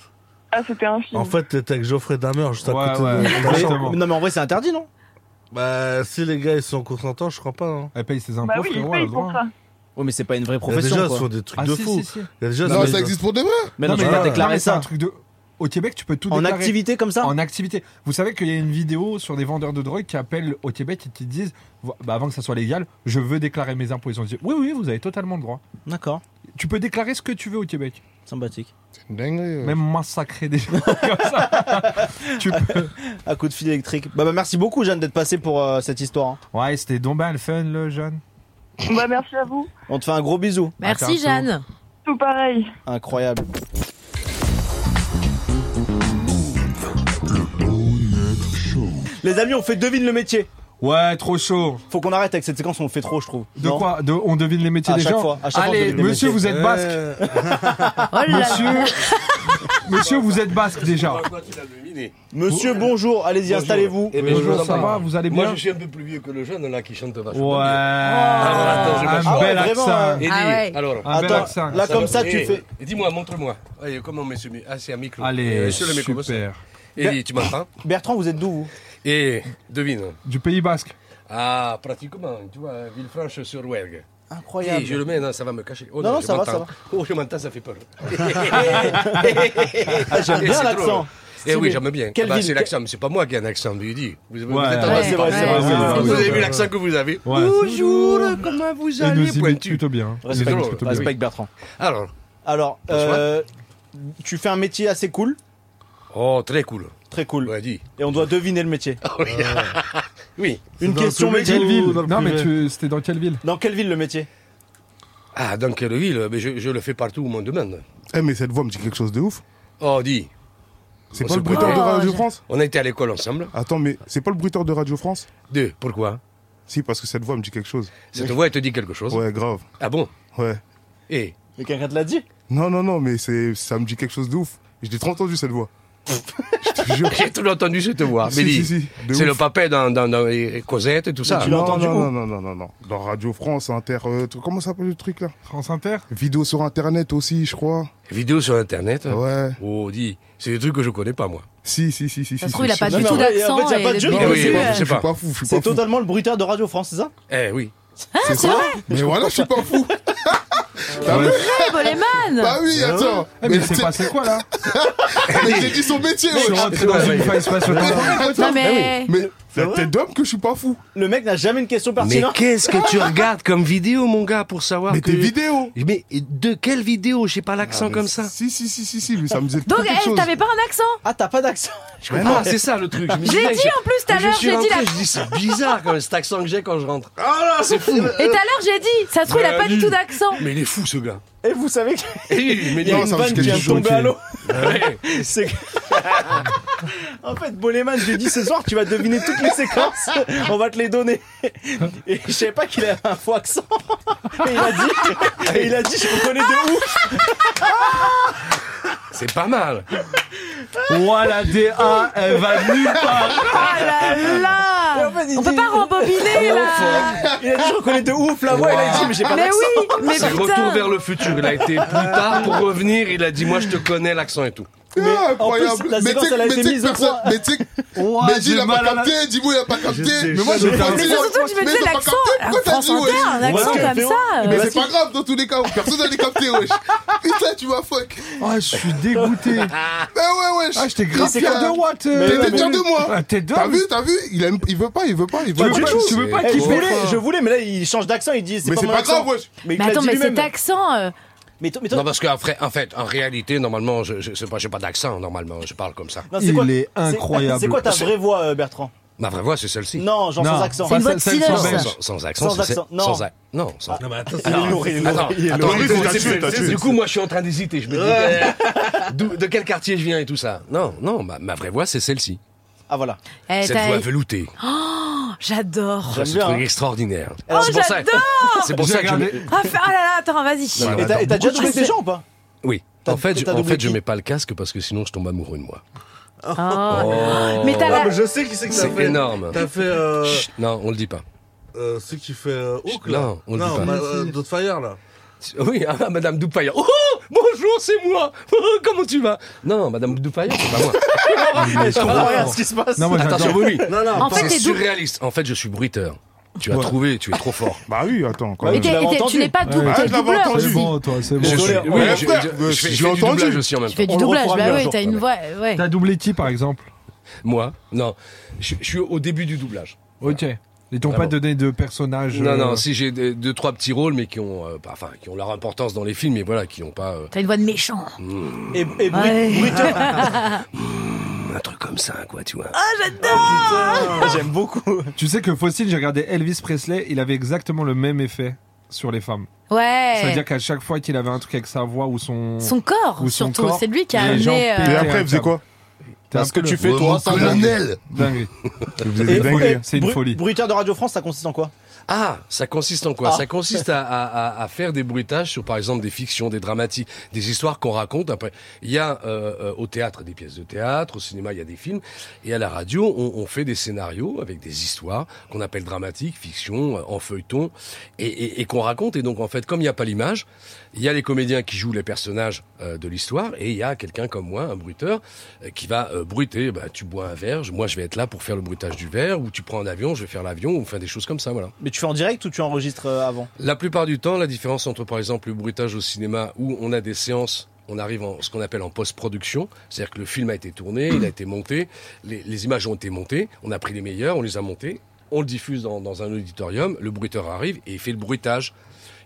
Speaker 7: Ah, c'était un film.
Speaker 6: En fait, t'étais avec Geoffrey Damer juste à
Speaker 5: Ouais,
Speaker 6: côté
Speaker 5: ouais.
Speaker 6: de.
Speaker 3: Mais-
Speaker 5: Exactement.
Speaker 3: Non, mais en vrai, c'est interdit, non
Speaker 6: Bah, si les gars ils sont consentants, je crois pas. Hein.
Speaker 5: Elle paye ses impôts,
Speaker 7: bah oui, ils
Speaker 5: frérot, elle a
Speaker 7: payent
Speaker 5: le droit.
Speaker 7: pour ça.
Speaker 3: Ouais, mais c'est pas une vraie
Speaker 6: Il y a
Speaker 3: profession.
Speaker 6: déjà,
Speaker 3: quoi.
Speaker 6: ils font des trucs
Speaker 5: Ah,
Speaker 6: de
Speaker 5: si,
Speaker 6: fou.
Speaker 5: si, si.
Speaker 6: Il y a déjà,
Speaker 2: Non,
Speaker 6: c'est-
Speaker 2: ça existe pour de vrai
Speaker 3: Mais non,
Speaker 5: Non,
Speaker 3: tu
Speaker 5: mais
Speaker 3: peux
Speaker 5: non,
Speaker 3: déclarer
Speaker 5: mais c'est
Speaker 3: ça.
Speaker 5: un truc de... Au Québec, tu peux tout
Speaker 3: En
Speaker 5: déclarer.
Speaker 3: activité comme ça
Speaker 5: En activité. Vous savez qu'il y a une vidéo sur des vendeurs de drogue qui appellent au Québec et qui disent, vo- bah, avant que ça soit légal, je veux déclarer mes impôts. Ils ont dit, oui, oui, vous avez totalement le droit.
Speaker 3: D'accord,
Speaker 5: Tu peux déclarer ce que tu veux au Québec.
Speaker 3: sympathique.
Speaker 2: C'est une dinguerie. euh. ouais.
Speaker 5: Même massacrer des gens comme ça. tu peux...
Speaker 3: À coup de fil électrique. Bah, bah merci beaucoup, Jeanne, d'être passée pour euh, cette histoire. hein.
Speaker 5: Ouais, c'était dommage le fun, le jeune.
Speaker 7: Bah, merci à vous.
Speaker 3: On te fait un gros bisou.
Speaker 5: Attends,
Speaker 4: Merci
Speaker 5: c'est
Speaker 4: Jeanne
Speaker 7: Tout pareil.
Speaker 3: Incroyable. Les amis, on fait devine le métier.
Speaker 5: Ouais, trop chaud.
Speaker 3: Faut qu'on arrête avec cette séquence, on le fait trop, je trouve.
Speaker 5: De
Speaker 3: Non
Speaker 5: quoi De- On devine les métiers
Speaker 3: À
Speaker 5: des
Speaker 3: chaque
Speaker 5: gens.
Speaker 3: fois, à chaque fois, on
Speaker 5: Allez,
Speaker 3: devine les
Speaker 5: monsieur,
Speaker 3: métiers.
Speaker 5: vous êtes basque.
Speaker 6: Euh,
Speaker 4: Oh là là
Speaker 3: Euh,
Speaker 5: Monsieur, monsieur, vous êtes basque déjà.
Speaker 3: Monsieur, bonjour, allez-y, installez-vous.
Speaker 9: Eh bien, je vous
Speaker 5: Bonjour,
Speaker 9: en
Speaker 5: ça
Speaker 9: prie.
Speaker 5: va Vous allez
Speaker 9: Moi,
Speaker 5: bien
Speaker 9: je suis un peu plus vieux que le jeune là qui chante
Speaker 5: Ouais.
Speaker 9: vachement bien. attends, je vais
Speaker 5: Un
Speaker 9: pas
Speaker 5: bel
Speaker 3: parler. Ah, Vraiment,
Speaker 5: accent.
Speaker 9: Et dis,
Speaker 4: Ah ouais.
Speaker 9: alors,
Speaker 5: Un bel
Speaker 3: Attends,
Speaker 5: accent.
Speaker 3: là, comme ça, tu
Speaker 9: Eh,
Speaker 3: fais.
Speaker 9: eh, Dis-moi, montre-moi. Allez, comment on met ce micro Ah, c'est un micro.
Speaker 5: Allez,
Speaker 9: Euh, sur le micro. comme ça.
Speaker 5: super.
Speaker 9: Eh, dis, tu m'entends
Speaker 3: Bertrand, vous êtes d'où vous
Speaker 9: Et devine.
Speaker 5: Du Pays Basque.
Speaker 9: Ah, pratiquement, tu vois, Villefranche-sur-Wergue.
Speaker 3: Incroyable.
Speaker 9: Eh, je le mets, non, ça va me cacher. Oh,
Speaker 3: Non, non,
Speaker 9: je
Speaker 3: ça va,
Speaker 9: m'entends.
Speaker 3: ça
Speaker 9: Oh, je m'entends, ça fait peur. Ah,
Speaker 3: j'aime
Speaker 9: Eh,
Speaker 3: bien
Speaker 9: c'est
Speaker 3: l'accent.
Speaker 9: drôle. Eh oui, j'aime bien.
Speaker 3: Quelle
Speaker 9: Ah bah,
Speaker 3: ville
Speaker 9: c'est l'accent, mais c'est pas moi qui ai un accent, mais il dit. Vous, vous êtes
Speaker 5: Ouais,
Speaker 9: en
Speaker 5: ouais,
Speaker 9: train de
Speaker 4: c'est vrai,
Speaker 9: parler.
Speaker 4: c'est vrai,
Speaker 5: c'est vrai,
Speaker 9: Vous
Speaker 5: c'est
Speaker 9: avez
Speaker 5: vrai.
Speaker 9: vu l'accent que vous avez
Speaker 5: Ouais.
Speaker 9: Bonjour, comment vous
Speaker 5: Et
Speaker 9: allez,
Speaker 5: nous imite
Speaker 9: pointu
Speaker 5: plutôt
Speaker 2: hein.
Speaker 5: bien.
Speaker 9: C'est
Speaker 3: Respect-
Speaker 9: drôle.
Speaker 5: plutôt
Speaker 9: Ah oui.
Speaker 3: Respect Bertrand.
Speaker 9: Alors,
Speaker 3: Alors, euh, tu fais un métier assez cool,
Speaker 9: oh, très cool.
Speaker 3: très cool,
Speaker 9: Ouais, dis. Ah
Speaker 3: et on doit deviner le métier. Euh,
Speaker 9: Oui.
Speaker 3: Une
Speaker 6: dans le
Speaker 3: question
Speaker 6: public
Speaker 3: métier.
Speaker 5: Quelle
Speaker 6: Ou
Speaker 5: ville
Speaker 6: dans le
Speaker 5: Non, mais
Speaker 6: privé.
Speaker 5: tu- c'était dans quelle ville
Speaker 3: Dans quelle ville le métier
Speaker 9: Ah, dans quelle ville Mais je, je le fais partout où on me demande.
Speaker 2: Eh, mais cette voix me dit quelque chose de ouf.
Speaker 9: Oh, dis,
Speaker 2: C'est
Speaker 9: Oh,
Speaker 2: pas
Speaker 9: c'est
Speaker 2: le bruiteur de
Speaker 4: pas-
Speaker 2: Radio
Speaker 4: Oh,
Speaker 2: France
Speaker 9: on a été à l'école ensemble.
Speaker 2: Attends, mais c'est pas le bruiteur de Radio France
Speaker 9: Deux, pourquoi
Speaker 2: Si, parce que cette voix me dit quelque chose.
Speaker 9: Cette voix, elle te dit quelque chose
Speaker 2: Ouais, grave.
Speaker 9: Ah bon
Speaker 2: Ouais.
Speaker 9: Eh,
Speaker 3: Mais quelqu'un te l'a dit
Speaker 2: Non, non, non, mais c'est, ça me dit quelque chose de ouf. Je l'ai trop entendu cette voix. Je te jure.
Speaker 9: j'ai tout entendu cette voix.
Speaker 2: Si,
Speaker 9: mais dis,
Speaker 2: si, si, de
Speaker 9: c'est
Speaker 2: ouf.
Speaker 9: le papa dans, dans, dans les Cosette et tout ça.
Speaker 3: tu l'as
Speaker 2: Non,
Speaker 3: entendu
Speaker 2: non,
Speaker 3: où
Speaker 2: non, non, non, non, non. Dans Radio France, Inter. euh, truc- comment ça s'appelle le truc là
Speaker 5: France Inter
Speaker 2: Vidéo sur internet aussi, je crois.
Speaker 9: Vidéo sur Internet.
Speaker 2: Ouais.
Speaker 9: Oh, dis, c'est des trucs que je connais pas, moi. Eh
Speaker 2: Si, si, si, si.
Speaker 4: Ça se
Speaker 2: si,
Speaker 4: trouve
Speaker 2: si,
Speaker 4: il a
Speaker 2: si.
Speaker 4: pas
Speaker 3: Non,
Speaker 4: du
Speaker 3: mais en
Speaker 4: tout
Speaker 3: vrai, il y a
Speaker 4: d'accent
Speaker 3: pas de
Speaker 4: et
Speaker 3: jeu,
Speaker 4: les
Speaker 3: mais
Speaker 4: gens
Speaker 9: oui,
Speaker 4: dessus,
Speaker 9: bon,
Speaker 4: euh,
Speaker 2: Je hein. suis
Speaker 9: C'est pas-
Speaker 2: pas fou, je suis
Speaker 3: C'est
Speaker 2: pas fou.
Speaker 3: totalement le bruiteur de Radio France, c'est ça
Speaker 9: Eh oui.
Speaker 4: Ah,
Speaker 2: C'est ça Mais voilà, je suis pas fou. T'as vu
Speaker 4: Hey, Boleman
Speaker 2: Bah
Speaker 3: Ah
Speaker 2: oui, attends.
Speaker 5: Eh, mais c'est passé quoi là
Speaker 2: mais j'ai dit son métier,
Speaker 5: Je suis
Speaker 2: ouais.
Speaker 5: rentré dans une faille spatio-temporelle.
Speaker 4: Non mais
Speaker 2: Mais
Speaker 3: C'est
Speaker 2: la
Speaker 3: vrai
Speaker 2: tête d'homme que je suis pas fou.
Speaker 3: Le mec n'a jamais une question
Speaker 9: Mais
Speaker 3: pertinente.
Speaker 9: qu'est-ce que tu regardes comme vidéo, mon gars, pour savoir
Speaker 2: Mais
Speaker 9: que...
Speaker 2: tes vidéos.
Speaker 9: Mais de quelle vidéo J'ai pas l'accent
Speaker 2: Ah, mais
Speaker 9: comme ça.
Speaker 2: Si, si, si, si, si, mais ça me disait
Speaker 4: Donc
Speaker 2: quelque
Speaker 4: hey,
Speaker 2: chose.
Speaker 4: t'avais pas un accent
Speaker 3: Ah, t'as pas d'accent
Speaker 9: Je comprends. Ah, c'est ça le truc. Je me
Speaker 4: J'ai
Speaker 9: disais,
Speaker 4: dit en plus tout à
Speaker 9: je
Speaker 4: l'heure,
Speaker 9: suis
Speaker 4: j'ai dit la...
Speaker 9: rentré, je dis c'est bizarre quand même, cet accent que j'ai quand je rentre. Ah là, c'est fou.
Speaker 4: Et tout à l'heure j'ai dit, ça se trouve il a pas du tout d'accent
Speaker 9: Mais il est fou ce gars.
Speaker 3: Et vous savez qu'il
Speaker 9: Eh oui, mais
Speaker 3: y a
Speaker 2: non,
Speaker 3: une
Speaker 2: ça me
Speaker 3: vanne qui
Speaker 2: dit
Speaker 3: vient de
Speaker 2: quelque chose,
Speaker 3: tomber à l'eau
Speaker 9: ouais.
Speaker 3: C'est que- En fait, Boleman, j'ai dit ce soir, tu vas deviner toutes les séquences, on va te les donner. Et je savais pas qu'il avait un faux accent. Et il a dit, et il a dit je reconnais de ouf.
Speaker 9: c'est pas mal.
Speaker 5: Ouah, la DA, elle va nulle part.
Speaker 4: Ah là
Speaker 3: Et
Speaker 4: là
Speaker 3: en fait, il
Speaker 4: On peut
Speaker 3: dit-
Speaker 4: pas
Speaker 9: Ah,
Speaker 4: rembobiner là
Speaker 3: Il a dit je reconnais de ouf la voix, il a dit Ah, mais j'ai pas
Speaker 4: Ah, Mais
Speaker 3: d'accent.
Speaker 4: oui Mais
Speaker 9: Oh, C'est retour vers
Speaker 4: putain
Speaker 9: le futur. Il a été plus tard pour revenir. Il a dit moi je te connais l'accent et tout.
Speaker 2: incroyable.
Speaker 3: la
Speaker 2: mais
Speaker 3: séquence,
Speaker 2: tu sais-
Speaker 3: elle a
Speaker 2: mais
Speaker 3: été
Speaker 2: tu sais que
Speaker 3: mise en
Speaker 2: personne-
Speaker 3: croix.
Speaker 2: Mais tu sais que-
Speaker 5: Ouah,
Speaker 2: mais Gilles
Speaker 5: j'ai
Speaker 2: il a pas
Speaker 5: mal à la-
Speaker 2: capté, Dibo il a pas capté.
Speaker 6: J'ai-
Speaker 2: Mais moi
Speaker 6: j'ai-
Speaker 2: je
Speaker 6: j'ai-
Speaker 4: Mais
Speaker 2: pensais
Speaker 4: c'est surtout que je me disais l'accent,
Speaker 2: Pourquoi t'as dit
Speaker 4: France Inter,
Speaker 2: wesh
Speaker 4: un accent
Speaker 3: Voilà.
Speaker 4: comme ça.
Speaker 2: Mais
Speaker 4: euh,
Speaker 2: c'est pas grave dans tous les cas, personne n'allait capter wesh. Putain tu m'as fuck.
Speaker 5: Oh, je suis dégoûté.
Speaker 2: Ah ouais wesh.
Speaker 5: Ah, j'étais grave
Speaker 2: C'est
Speaker 5: fier
Speaker 2: quoi
Speaker 5: de Watt.
Speaker 2: T'étais fier de moi.
Speaker 5: T'es
Speaker 2: T'as
Speaker 5: dingue.
Speaker 2: vu, t'as vu, il aime, il veut pas, il veut pas, il
Speaker 5: Tu
Speaker 2: veut
Speaker 5: veux
Speaker 2: pas.
Speaker 5: pas- tu veux pas
Speaker 3: Eh,
Speaker 5: qu'il
Speaker 3: je voulais,
Speaker 5: pète
Speaker 3: je voulais, mais là il change d'accent, il dit c'est
Speaker 2: Mais
Speaker 3: pas
Speaker 2: c'est
Speaker 3: mon
Speaker 2: pas
Speaker 3: accent.
Speaker 2: grave wesh.
Speaker 3: Mais il
Speaker 4: Mais
Speaker 3: l'a
Speaker 4: attends,
Speaker 3: dit
Speaker 4: mais
Speaker 3: lui-même.
Speaker 4: cet accent. euh,
Speaker 3: Mais toi, mais toi-
Speaker 9: Non, parce qu'en fait, en fait, en réalité, normalement, je, je sais pas, j'ai pas d'accent, normalement, je parle comme ça.
Speaker 3: non,
Speaker 5: Il
Speaker 3: c'est quoi-
Speaker 5: est
Speaker 3: c'est-
Speaker 5: incroyable.
Speaker 3: C'est quoi ta vraie voix, euh, Bertrand
Speaker 9: Ma vraie voix, c'est celle-ci.
Speaker 3: Non, genre sans
Speaker 5: Non,
Speaker 3: accent.
Speaker 4: C'est une
Speaker 5: pas
Speaker 4: voix de
Speaker 5: celle- celle-
Speaker 4: silence.
Speaker 9: sans,
Speaker 5: celle-
Speaker 4: ça.
Speaker 9: sans- sans accent.
Speaker 3: Sans
Speaker 9: c'est-
Speaker 3: accent, non.
Speaker 9: Sans, a- non, sans-
Speaker 6: Non, mais attends, c'est
Speaker 9: Alors,
Speaker 3: Il est lourd, il est lourd,
Speaker 9: attends,
Speaker 3: il est
Speaker 9: attends,
Speaker 3: lourd.
Speaker 9: du
Speaker 2: Loris,
Speaker 9: coup,
Speaker 2: t'as
Speaker 9: c'est-
Speaker 2: tué,
Speaker 9: c'est-
Speaker 2: t'as
Speaker 9: c'est-
Speaker 2: tué.
Speaker 9: Du coup, moi, je suis en train d'hésiter. Je me dis, d'où- de quel quartier je viens et tout ça. Non, non, ma, ma vraie voix, c'est celle-ci.
Speaker 3: Ah voilà.
Speaker 4: eh,
Speaker 9: Cette
Speaker 4: t'as-
Speaker 9: voix veloutée.
Speaker 4: Oh, J'adore.
Speaker 9: C'est
Speaker 3: J'aime
Speaker 9: un
Speaker 3: bien,
Speaker 9: truc
Speaker 3: hein.
Speaker 9: extraordinaire.
Speaker 4: Oh,
Speaker 9: c'est pour ça. C'est pour
Speaker 5: J'ai
Speaker 9: ça que je
Speaker 5: regardé.
Speaker 9: mets-
Speaker 4: Ah, fa- ah là là, attends, vas-y.
Speaker 9: Non,
Speaker 3: Et t'as- et t'as déjà doublé ces gens ou pas
Speaker 9: Oui.
Speaker 3: T'as-
Speaker 9: En fait, je,
Speaker 3: t'as
Speaker 9: en
Speaker 3: doublé
Speaker 9: fait, je
Speaker 3: qui
Speaker 9: mets pas le casque parce que sinon, je tombe amoureux de moi.
Speaker 4: Oh. Mais t'as
Speaker 6: Ah,
Speaker 4: la.
Speaker 6: mais je sais qui c'est que t'as
Speaker 9: C'est
Speaker 6: fait.
Speaker 9: énorme.
Speaker 6: T'as fait euh,
Speaker 9: Chut, non, on le dit pas.
Speaker 6: euh, celui qui fait euh, Hook
Speaker 9: Chut,
Speaker 6: là.
Speaker 9: non, on le dit pas.
Speaker 6: ma- euh, d'autres fire là.
Speaker 9: Oui, ah, Madame Dupaillon. Oh, bonjour, c'est moi. Oh, Comment tu vas Non, Madame Dupaillon, c'est pas moi.
Speaker 3: Je comprends rien à ce qui se passe.
Speaker 5: Non, moi,
Speaker 9: Attention,
Speaker 5: j'adore.
Speaker 9: oui, oui.
Speaker 6: Non, non.
Speaker 4: En fait,
Speaker 9: C'est
Speaker 4: t'es double.
Speaker 9: surréaliste. En fait, je suis bruiteur. Tu as trouvé, tu es trop fort.
Speaker 2: Bah oui, attends, quand
Speaker 3: Bah oui,
Speaker 4: Mais
Speaker 2: même. Ah,
Speaker 3: tu l'avais
Speaker 4: t'es- t'es-
Speaker 3: entendu.
Speaker 4: tu n'es pas double,
Speaker 5: Ouais,
Speaker 4: t'es
Speaker 2: je l'avais
Speaker 4: doubleur.
Speaker 2: entendu.
Speaker 5: C'est bon, toi, c'est
Speaker 9: Je
Speaker 5: bon.
Speaker 9: suis,
Speaker 3: Désolé,
Speaker 9: oui,
Speaker 2: ouais,
Speaker 9: je,
Speaker 2: frère,
Speaker 9: je- je fais, je
Speaker 2: je l'ai
Speaker 9: fais du
Speaker 2: entendu.
Speaker 9: doublage aussi en même
Speaker 4: Tu
Speaker 9: temps.
Speaker 4: fais du
Speaker 3: On le
Speaker 4: doublage,
Speaker 3: refera
Speaker 4: bah
Speaker 3: mieux un
Speaker 4: oui,
Speaker 3: jour,
Speaker 4: t'as une voix. Ouais.
Speaker 5: T'as doublé qui, par exemple
Speaker 9: Moi, non, je, je suis au début du doublage.
Speaker 5: Ok. Ils t'ont
Speaker 9: Ah
Speaker 5: pas
Speaker 9: bon.
Speaker 5: donné de personnage.
Speaker 9: Non,
Speaker 5: euh,
Speaker 9: non, si j'ai des- deux, trois petits rôles, mais qui ont, euh, pas- enfin, qui ont leur importance dans les films, mais voilà, qui n'ont pas euh, hmm.
Speaker 4: T'as une voix de méchant. Bah,
Speaker 3: Et, et Bru-
Speaker 4: Ouais.
Speaker 3: Bruiteur.
Speaker 9: un truc comme ça, quoi, tu vois.
Speaker 4: Ah,
Speaker 3: J'aime beaucoup.
Speaker 5: Tu sais que Fossile, j'ai regardé Elvis Presley, il avait exactement le même effet sur les femmes. C'est-à-dire
Speaker 4: Ouais.
Speaker 5: qu'à chaque fois qu'il avait un truc avec sa voix ou son.
Speaker 4: Son corps,
Speaker 5: Ou son
Speaker 4: surtout.
Speaker 5: corps.
Speaker 4: C'est lui qui a
Speaker 5: Les gens
Speaker 4: amené. euh,
Speaker 5: payent.
Speaker 2: Et après, il faisait quoi
Speaker 5: T'es un
Speaker 2: Parce que
Speaker 5: peu
Speaker 2: tu
Speaker 5: le-
Speaker 2: fais toi,
Speaker 5: Mon
Speaker 2: colonel.
Speaker 5: Dingue.
Speaker 2: Il faisait
Speaker 3: Et-
Speaker 2: des
Speaker 3: et-
Speaker 2: dingueries.
Speaker 5: C'est une
Speaker 3: Bru-
Speaker 5: folie.
Speaker 3: Bruiteur de Radio France, ça consiste en quoi
Speaker 9: Ah, ça consiste en quoi
Speaker 3: Ah.
Speaker 9: Ça consiste à, à- à- à faire des bruitages sur, par exemple, des fictions, des dramatiques, des histoires qu'on raconte. Après, il y a euh, euh, au théâtre des pièces de théâtre, au cinéma il y a des films, et à la radio, on, on fait des scénarios avec des histoires qu'on appelle dramatiques, fiction, euh, en feuilleton, et, et- et qu'on raconte. Et donc, en fait, comme il n'y a pas l'image, il y a les comédiens qui jouent les personnages euh, de l'histoire, et il y a quelqu'un comme moi, un bruiteur, euh, qui va euh, bruiter. Bah, tu bois un verre, je- moi je vais être là pour faire le bruitage du verre, ou tu prends un avion, je vais faire l'avion, ou faire des choses comme ça, voilà.
Speaker 3: Mais tu fais en direct ou tu enregistres euh, avant
Speaker 9: La plupart du temps, la différence entre, par exemple, le bruitage au cinéma où on a des séances, on arrive en ce qu'on appelle en post-production, c'est-à-dire que le film a été tourné, il a été monté, les, les images ont été montées, on a pris les meilleures, on les a montées, on le diffuse dans, dans un auditorium, le bruiteur arrive et il fait le bruitage.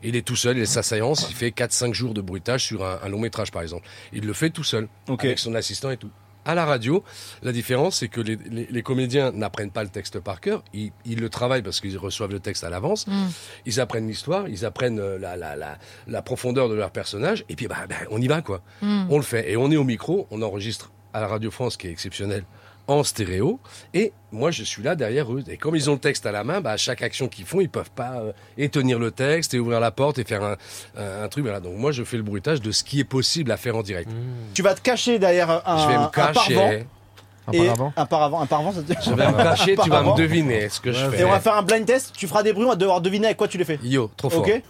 Speaker 9: Il est tout seul, il est sa séance, il fait 4-5 jours de bruitage sur un, un long métrage, par exemple. Il le fait tout seul,
Speaker 3: Ok.
Speaker 9: avec son assistant et tout. À la radio, la différence, c'est que les, les- les comédiens n'apprennent pas le texte par cœur, ils, ils le travaillent parce qu'ils reçoivent le texte à l'avance, ils apprennent l'histoire, ils apprennent euh, la, la, la, la profondeur de leur personnage, et puis bah, bah, on y va, quoi. On le fait. Et on est au micro, on enregistre à la Radio France, qui est exceptionnelle, en stéréo, et moi je suis là derrière eux. Et comme ils ont le texte à la main, bah, à chaque action qu'ils font, ils peuvent pas euh, et tenir le texte, et ouvrir la porte, et faire un, un- un truc. Voilà. Donc moi je fais le bruitage de ce qui est possible à faire en direct.
Speaker 2: Mmh.
Speaker 3: Tu vas te cacher derrière un,
Speaker 9: je vais
Speaker 2: Ah,
Speaker 3: un
Speaker 9: me
Speaker 3: paravent.
Speaker 9: cacher.
Speaker 5: Un
Speaker 3: Et-
Speaker 5: paravent.
Speaker 3: Un paravent, un paravent, ça te-
Speaker 9: Je vais me cacher, tu vas
Speaker 3: Apparemment.
Speaker 9: me deviner ce que je fais.
Speaker 3: Et on va faire un blind test, tu feras des bruits, on va devoir deviner avec quoi tu les fais.
Speaker 9: Yo, trop fort.
Speaker 3: Ok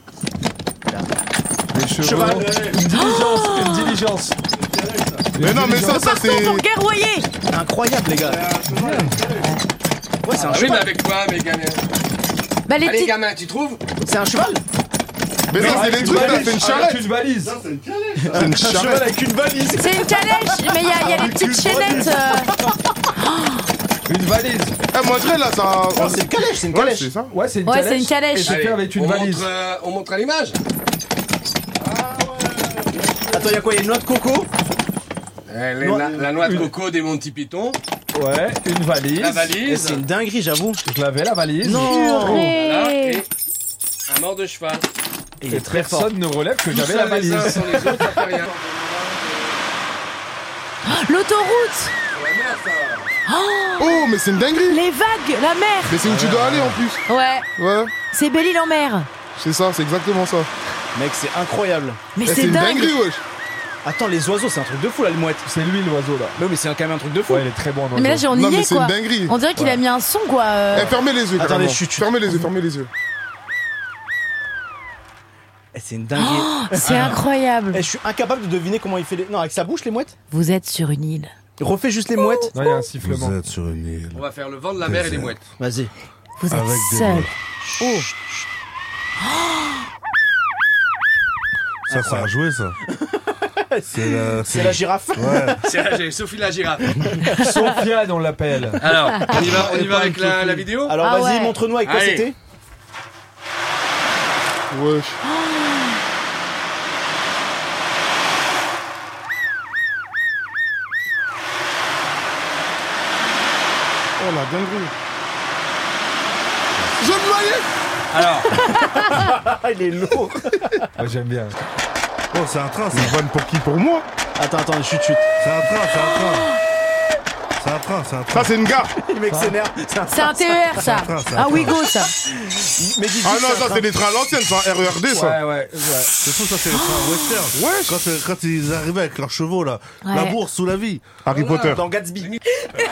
Speaker 5: Les cheveux.
Speaker 3: Cheval.
Speaker 5: Une diligence. Une diligence.
Speaker 2: Mais non, mais ça, ça, c'est.
Speaker 4: Pour guerroyer.
Speaker 3: Incroyable les gars Ouais c'est un
Speaker 9: Je vais
Speaker 3: cheval
Speaker 9: avec toi, mes gamins.
Speaker 4: Bah, les
Speaker 9: Allez,
Speaker 4: petites.
Speaker 9: gamins, tu trouves
Speaker 3: C'est un cheval
Speaker 2: Mais ça, c'est des trucs, là, c'est une charrette.
Speaker 5: une valise. Ah,
Speaker 2: C'est une
Speaker 3: Un cheval
Speaker 2: charrette.
Speaker 3: avec une valise
Speaker 4: C'est une calèche, mais il y a, il y a les petites chaînettes. euh,
Speaker 9: Ah,
Speaker 5: Une valise.
Speaker 10: Ah,
Speaker 2: Eh, moi, je dirais, là, ça.
Speaker 3: Non, C'est une calèche, c'est une
Speaker 2: Ouais,
Speaker 3: calèche
Speaker 2: c'est ça.
Speaker 5: Ouais, c'est une
Speaker 4: Ouais,
Speaker 5: calèche.
Speaker 4: c'est une calèche.
Speaker 5: Et c'est fait
Speaker 9: Allez,
Speaker 5: avec une
Speaker 9: on
Speaker 5: valise.
Speaker 9: montre, euh, on montre à l'image. Ah
Speaker 3: Attends, y'a quoi Y'a une noix de coco
Speaker 9: Eh, les-
Speaker 3: Noix-
Speaker 9: la, la noix de coco des Monty Python,
Speaker 5: Ouais, une valise.
Speaker 9: la
Speaker 3: Et
Speaker 9: valise.
Speaker 3: C'est une dinguerie, j'avoue
Speaker 5: Je l'avais, la valise.
Speaker 3: Non
Speaker 9: Voilà,
Speaker 4: Purée.
Speaker 9: et un mort de cheval.
Speaker 3: Il
Speaker 5: Et
Speaker 3: est très fort
Speaker 5: personne ne relève que j'avais
Speaker 9: Tous
Speaker 5: la
Speaker 9: seuls les uns
Speaker 5: valise.
Speaker 9: sans les autres, ça fait rien.
Speaker 4: Oh, L'autoroute,
Speaker 2: Oh, mais c'est une dinguerie.
Speaker 4: les vagues, la mer.
Speaker 2: Mais c'est où tu dois aller en plus.
Speaker 4: Ouais,
Speaker 2: Ouais,
Speaker 4: c'est Belle-Île en mer.
Speaker 2: c'est ça, c'est exactement ça.
Speaker 3: Mec, c'est incroyable
Speaker 4: Mais
Speaker 2: Eh,
Speaker 4: c'est
Speaker 2: une
Speaker 4: dingue.
Speaker 2: dinguerie, wesh.
Speaker 3: Attends, les oiseaux, c'est un truc de fou là, le mouette
Speaker 5: C'est lui l'oiseau là.
Speaker 3: Mais oui, mais c'est quand même un truc de fou
Speaker 5: Ouais, il est très bon.
Speaker 4: Mais
Speaker 5: en
Speaker 4: là,
Speaker 5: oiseau.
Speaker 4: j'ai on
Speaker 2: Non,
Speaker 4: y
Speaker 2: mais
Speaker 4: est
Speaker 2: c'est une
Speaker 4: quoi.
Speaker 2: dinguerie.
Speaker 4: On dirait qu'il a mis un son quoi. euh.
Speaker 2: Eh, fermez les yeux,
Speaker 3: Attendez,
Speaker 2: carrément.
Speaker 3: chut, chut.
Speaker 2: Fermez les yeux, fermez les yeux.
Speaker 3: Eh, c'est une dinguerie.
Speaker 4: C'est incroyable.
Speaker 3: Eh, je suis incapable de deviner comment il fait les. Non, avec sa bouche, les mouettes
Speaker 4: Vous êtes sur une île.
Speaker 3: Refais juste les mouettes.
Speaker 5: Non, il y a un
Speaker 6: Vous
Speaker 5: sifflement.
Speaker 6: êtes sur une île.
Speaker 9: On va faire le vent de la mer et les mouettes.
Speaker 3: Vas-y.
Speaker 4: Vous êtes
Speaker 6: Avec des
Speaker 4: seul.
Speaker 6: mouettes.
Speaker 4: Oh,
Speaker 6: Ça, ça a joué, ça. C'est la...
Speaker 3: C'est la girafe.
Speaker 6: Ouais.
Speaker 9: C'est la- j'ai Sophie la girafe.
Speaker 5: Sofiane, on l'appelle.
Speaker 9: Alors, on y va, on y va avec la, la vidéo
Speaker 3: Alors
Speaker 4: Ah
Speaker 3: vas-y,
Speaker 4: ouais.
Speaker 3: montre-nous avec quoi
Speaker 9: Allez.
Speaker 3: c'était.
Speaker 2: Wesh. Oh la dinguerie.
Speaker 9: Alors,
Speaker 3: Ah, il est lourd.
Speaker 5: Moi, j'aime bien.
Speaker 6: Oh, c'est un train, ça.
Speaker 2: Une vanne pour qui Pour moi
Speaker 3: attends, attends, chut, chut.
Speaker 6: C'est un train, c'est un train. C'est un train, c'est un train.
Speaker 2: Ça, c'est une gare
Speaker 3: Le mec s'énerve. C'est un-
Speaker 4: c'est un TER ça.
Speaker 6: train, c'est un
Speaker 4: Un Wigo ça.
Speaker 3: Mais dis
Speaker 2: Ah non, ça, c'est des trains à l'ancienne, ça, RERD, ça.
Speaker 5: Ouais, ouais, ouais.
Speaker 6: C'est fou, ça, c'est les trains western. Ouais. Quand, euh, quand ils arrivaient avec leurs chevaux, là.
Speaker 4: Ouais.
Speaker 6: La bourse sous la vie.
Speaker 2: Harry Potter.
Speaker 11: Eh,
Speaker 3: dans Gatsby.
Speaker 2: Ouais.
Speaker 3: Eh,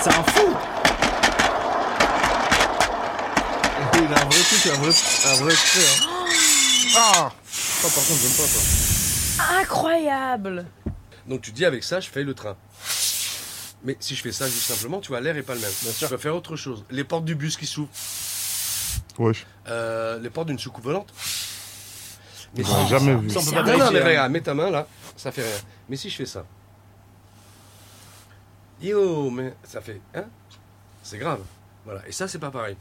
Speaker 3: C'est un fou.
Speaker 6: Il a un vrai truc, un vrai, un vrai truc.
Speaker 8: Oh,
Speaker 6: hein.
Speaker 2: Ah
Speaker 9: Oh,
Speaker 2: Ah, par contre, j'aime pas ça.
Speaker 4: Incroyable.
Speaker 9: donc tu dis avec ça, je fais le train. Mais si je fais ça juste simplement, tu vois, l'air est pas le même. je peux faire autre chose. Les portes du bus qui s'ouvrent,
Speaker 2: Wesh.
Speaker 9: euh, les portes d'une soucoupe volante. Mais
Speaker 2: J'aurais jamais vu.
Speaker 4: C'est
Speaker 9: Non, non,
Speaker 4: incroyable.
Speaker 2: hein.
Speaker 9: mais regarde, mets ta main là, ça fait rien. Mais si je fais ça. Yo, mais ça fait. Hein C'est grave. Voilà, et ça, c'est pas pareil.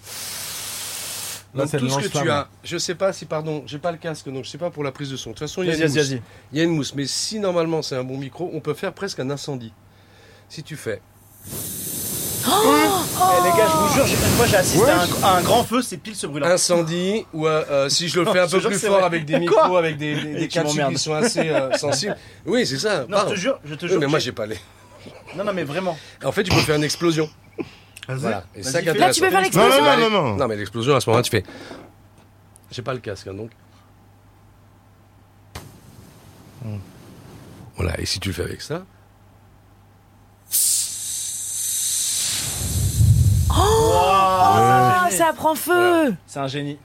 Speaker 5: Là,
Speaker 9: Donc,
Speaker 5: c'est
Speaker 9: tout
Speaker 5: le
Speaker 9: ce que tu
Speaker 5: lance-flamme.
Speaker 9: as, je sais pas si, pardon, j'ai pas le casque, donc je sais pas pour la prise de son. De toute façon, il y a
Speaker 3: Vas-y,
Speaker 9: une
Speaker 3: vas-y,
Speaker 9: mousse.
Speaker 3: vas-y.
Speaker 9: Il y a une mousse, mais si normalement c'est un bon micro, on peut faire presque un incendie. Si tu fais. oh,
Speaker 3: Eh, les gars, je vous jure, j'ai- une fois j'ai assisté à, un, à un grand feu, c'est pile ce brûlant.
Speaker 9: Incendie, ou euh, euh, si je le
Speaker 3: Non,
Speaker 9: fais un
Speaker 3: je
Speaker 9: peu
Speaker 3: te jure
Speaker 9: plus
Speaker 3: que c'est
Speaker 9: fort
Speaker 3: vrai.
Speaker 9: avec des
Speaker 3: Quoi
Speaker 9: micros, avec des, des,
Speaker 3: Et
Speaker 9: des
Speaker 3: tu
Speaker 9: capsules
Speaker 3: m'emmerdes.
Speaker 9: qui sont assez euh, sensibles. Oui, c'est ça.
Speaker 3: Non, je
Speaker 9: pardon.
Speaker 3: te jure, je te
Speaker 9: Oui,
Speaker 3: jure.
Speaker 9: mais moi
Speaker 3: j'ai-
Speaker 9: j'ai pas les.
Speaker 3: Non, non, mais vraiment.
Speaker 9: En fait, tu peux faire une explosion.
Speaker 6: Vas-y.
Speaker 9: Voilà. Et
Speaker 3: Vas-y,
Speaker 9: ça qui est
Speaker 3: fais-le.
Speaker 4: Là tu
Speaker 9: intéressant.
Speaker 4: peux faire
Speaker 2: Non,
Speaker 4: l'explosion.
Speaker 2: non, non, non, non.
Speaker 9: Non, mais l'explosion, à ce moment-là, tu fais. J'ai pas le casque, hein, donc.
Speaker 4: Hum.
Speaker 9: Voilà, et si tu le fais avec ça.
Speaker 4: Ah, ça prend feu.
Speaker 3: C'est un génie.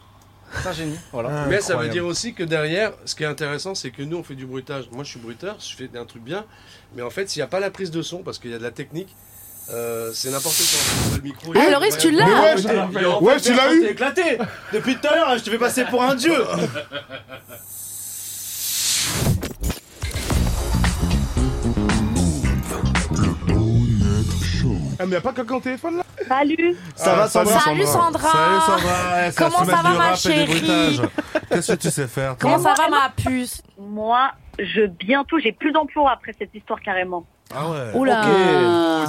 Speaker 3: C'est un génie. Voilà.
Speaker 9: Mais ça veut
Speaker 5: Incroyable.
Speaker 9: dire aussi que derrière, ce qui est intéressant, c'est que nous, on fait du bruitage. Moi, je suis bruiteur, je fais un truc bien. Mais en fait, s'il n'y a pas la prise de son, parce qu'il y a de la technique, euh, c'est n'importe quoi. Le micro, il-
Speaker 4: Ah, Loris, tu l'as
Speaker 2: Mais
Speaker 4: Ah,
Speaker 2: wesh
Speaker 9: Il est en-
Speaker 2: Ouais, tu l'as
Speaker 3: T'es
Speaker 2: eu
Speaker 3: éclaté Depuis tout à l'heure, je te fais passer pour un dieu
Speaker 2: Ah, mais y'a pas quelqu'un au téléphone, là
Speaker 7: Salut
Speaker 3: Ça va, Sandra
Speaker 4: Salut
Speaker 6: Salut,
Speaker 4: Sandra.
Speaker 6: Sandra. Eh, c'est la
Speaker 4: Comment
Speaker 6: semaine
Speaker 4: ça va,
Speaker 6: du
Speaker 4: ma
Speaker 6: rap et des
Speaker 4: chérie
Speaker 6: bruitages. Qu'est-ce que tu sais faire, toi
Speaker 4: Comment ça va ma puce
Speaker 11: Moi, je bientôt, j'ai plus d'emploi après cette histoire carrément.
Speaker 6: Ah ouais.
Speaker 4: Oula.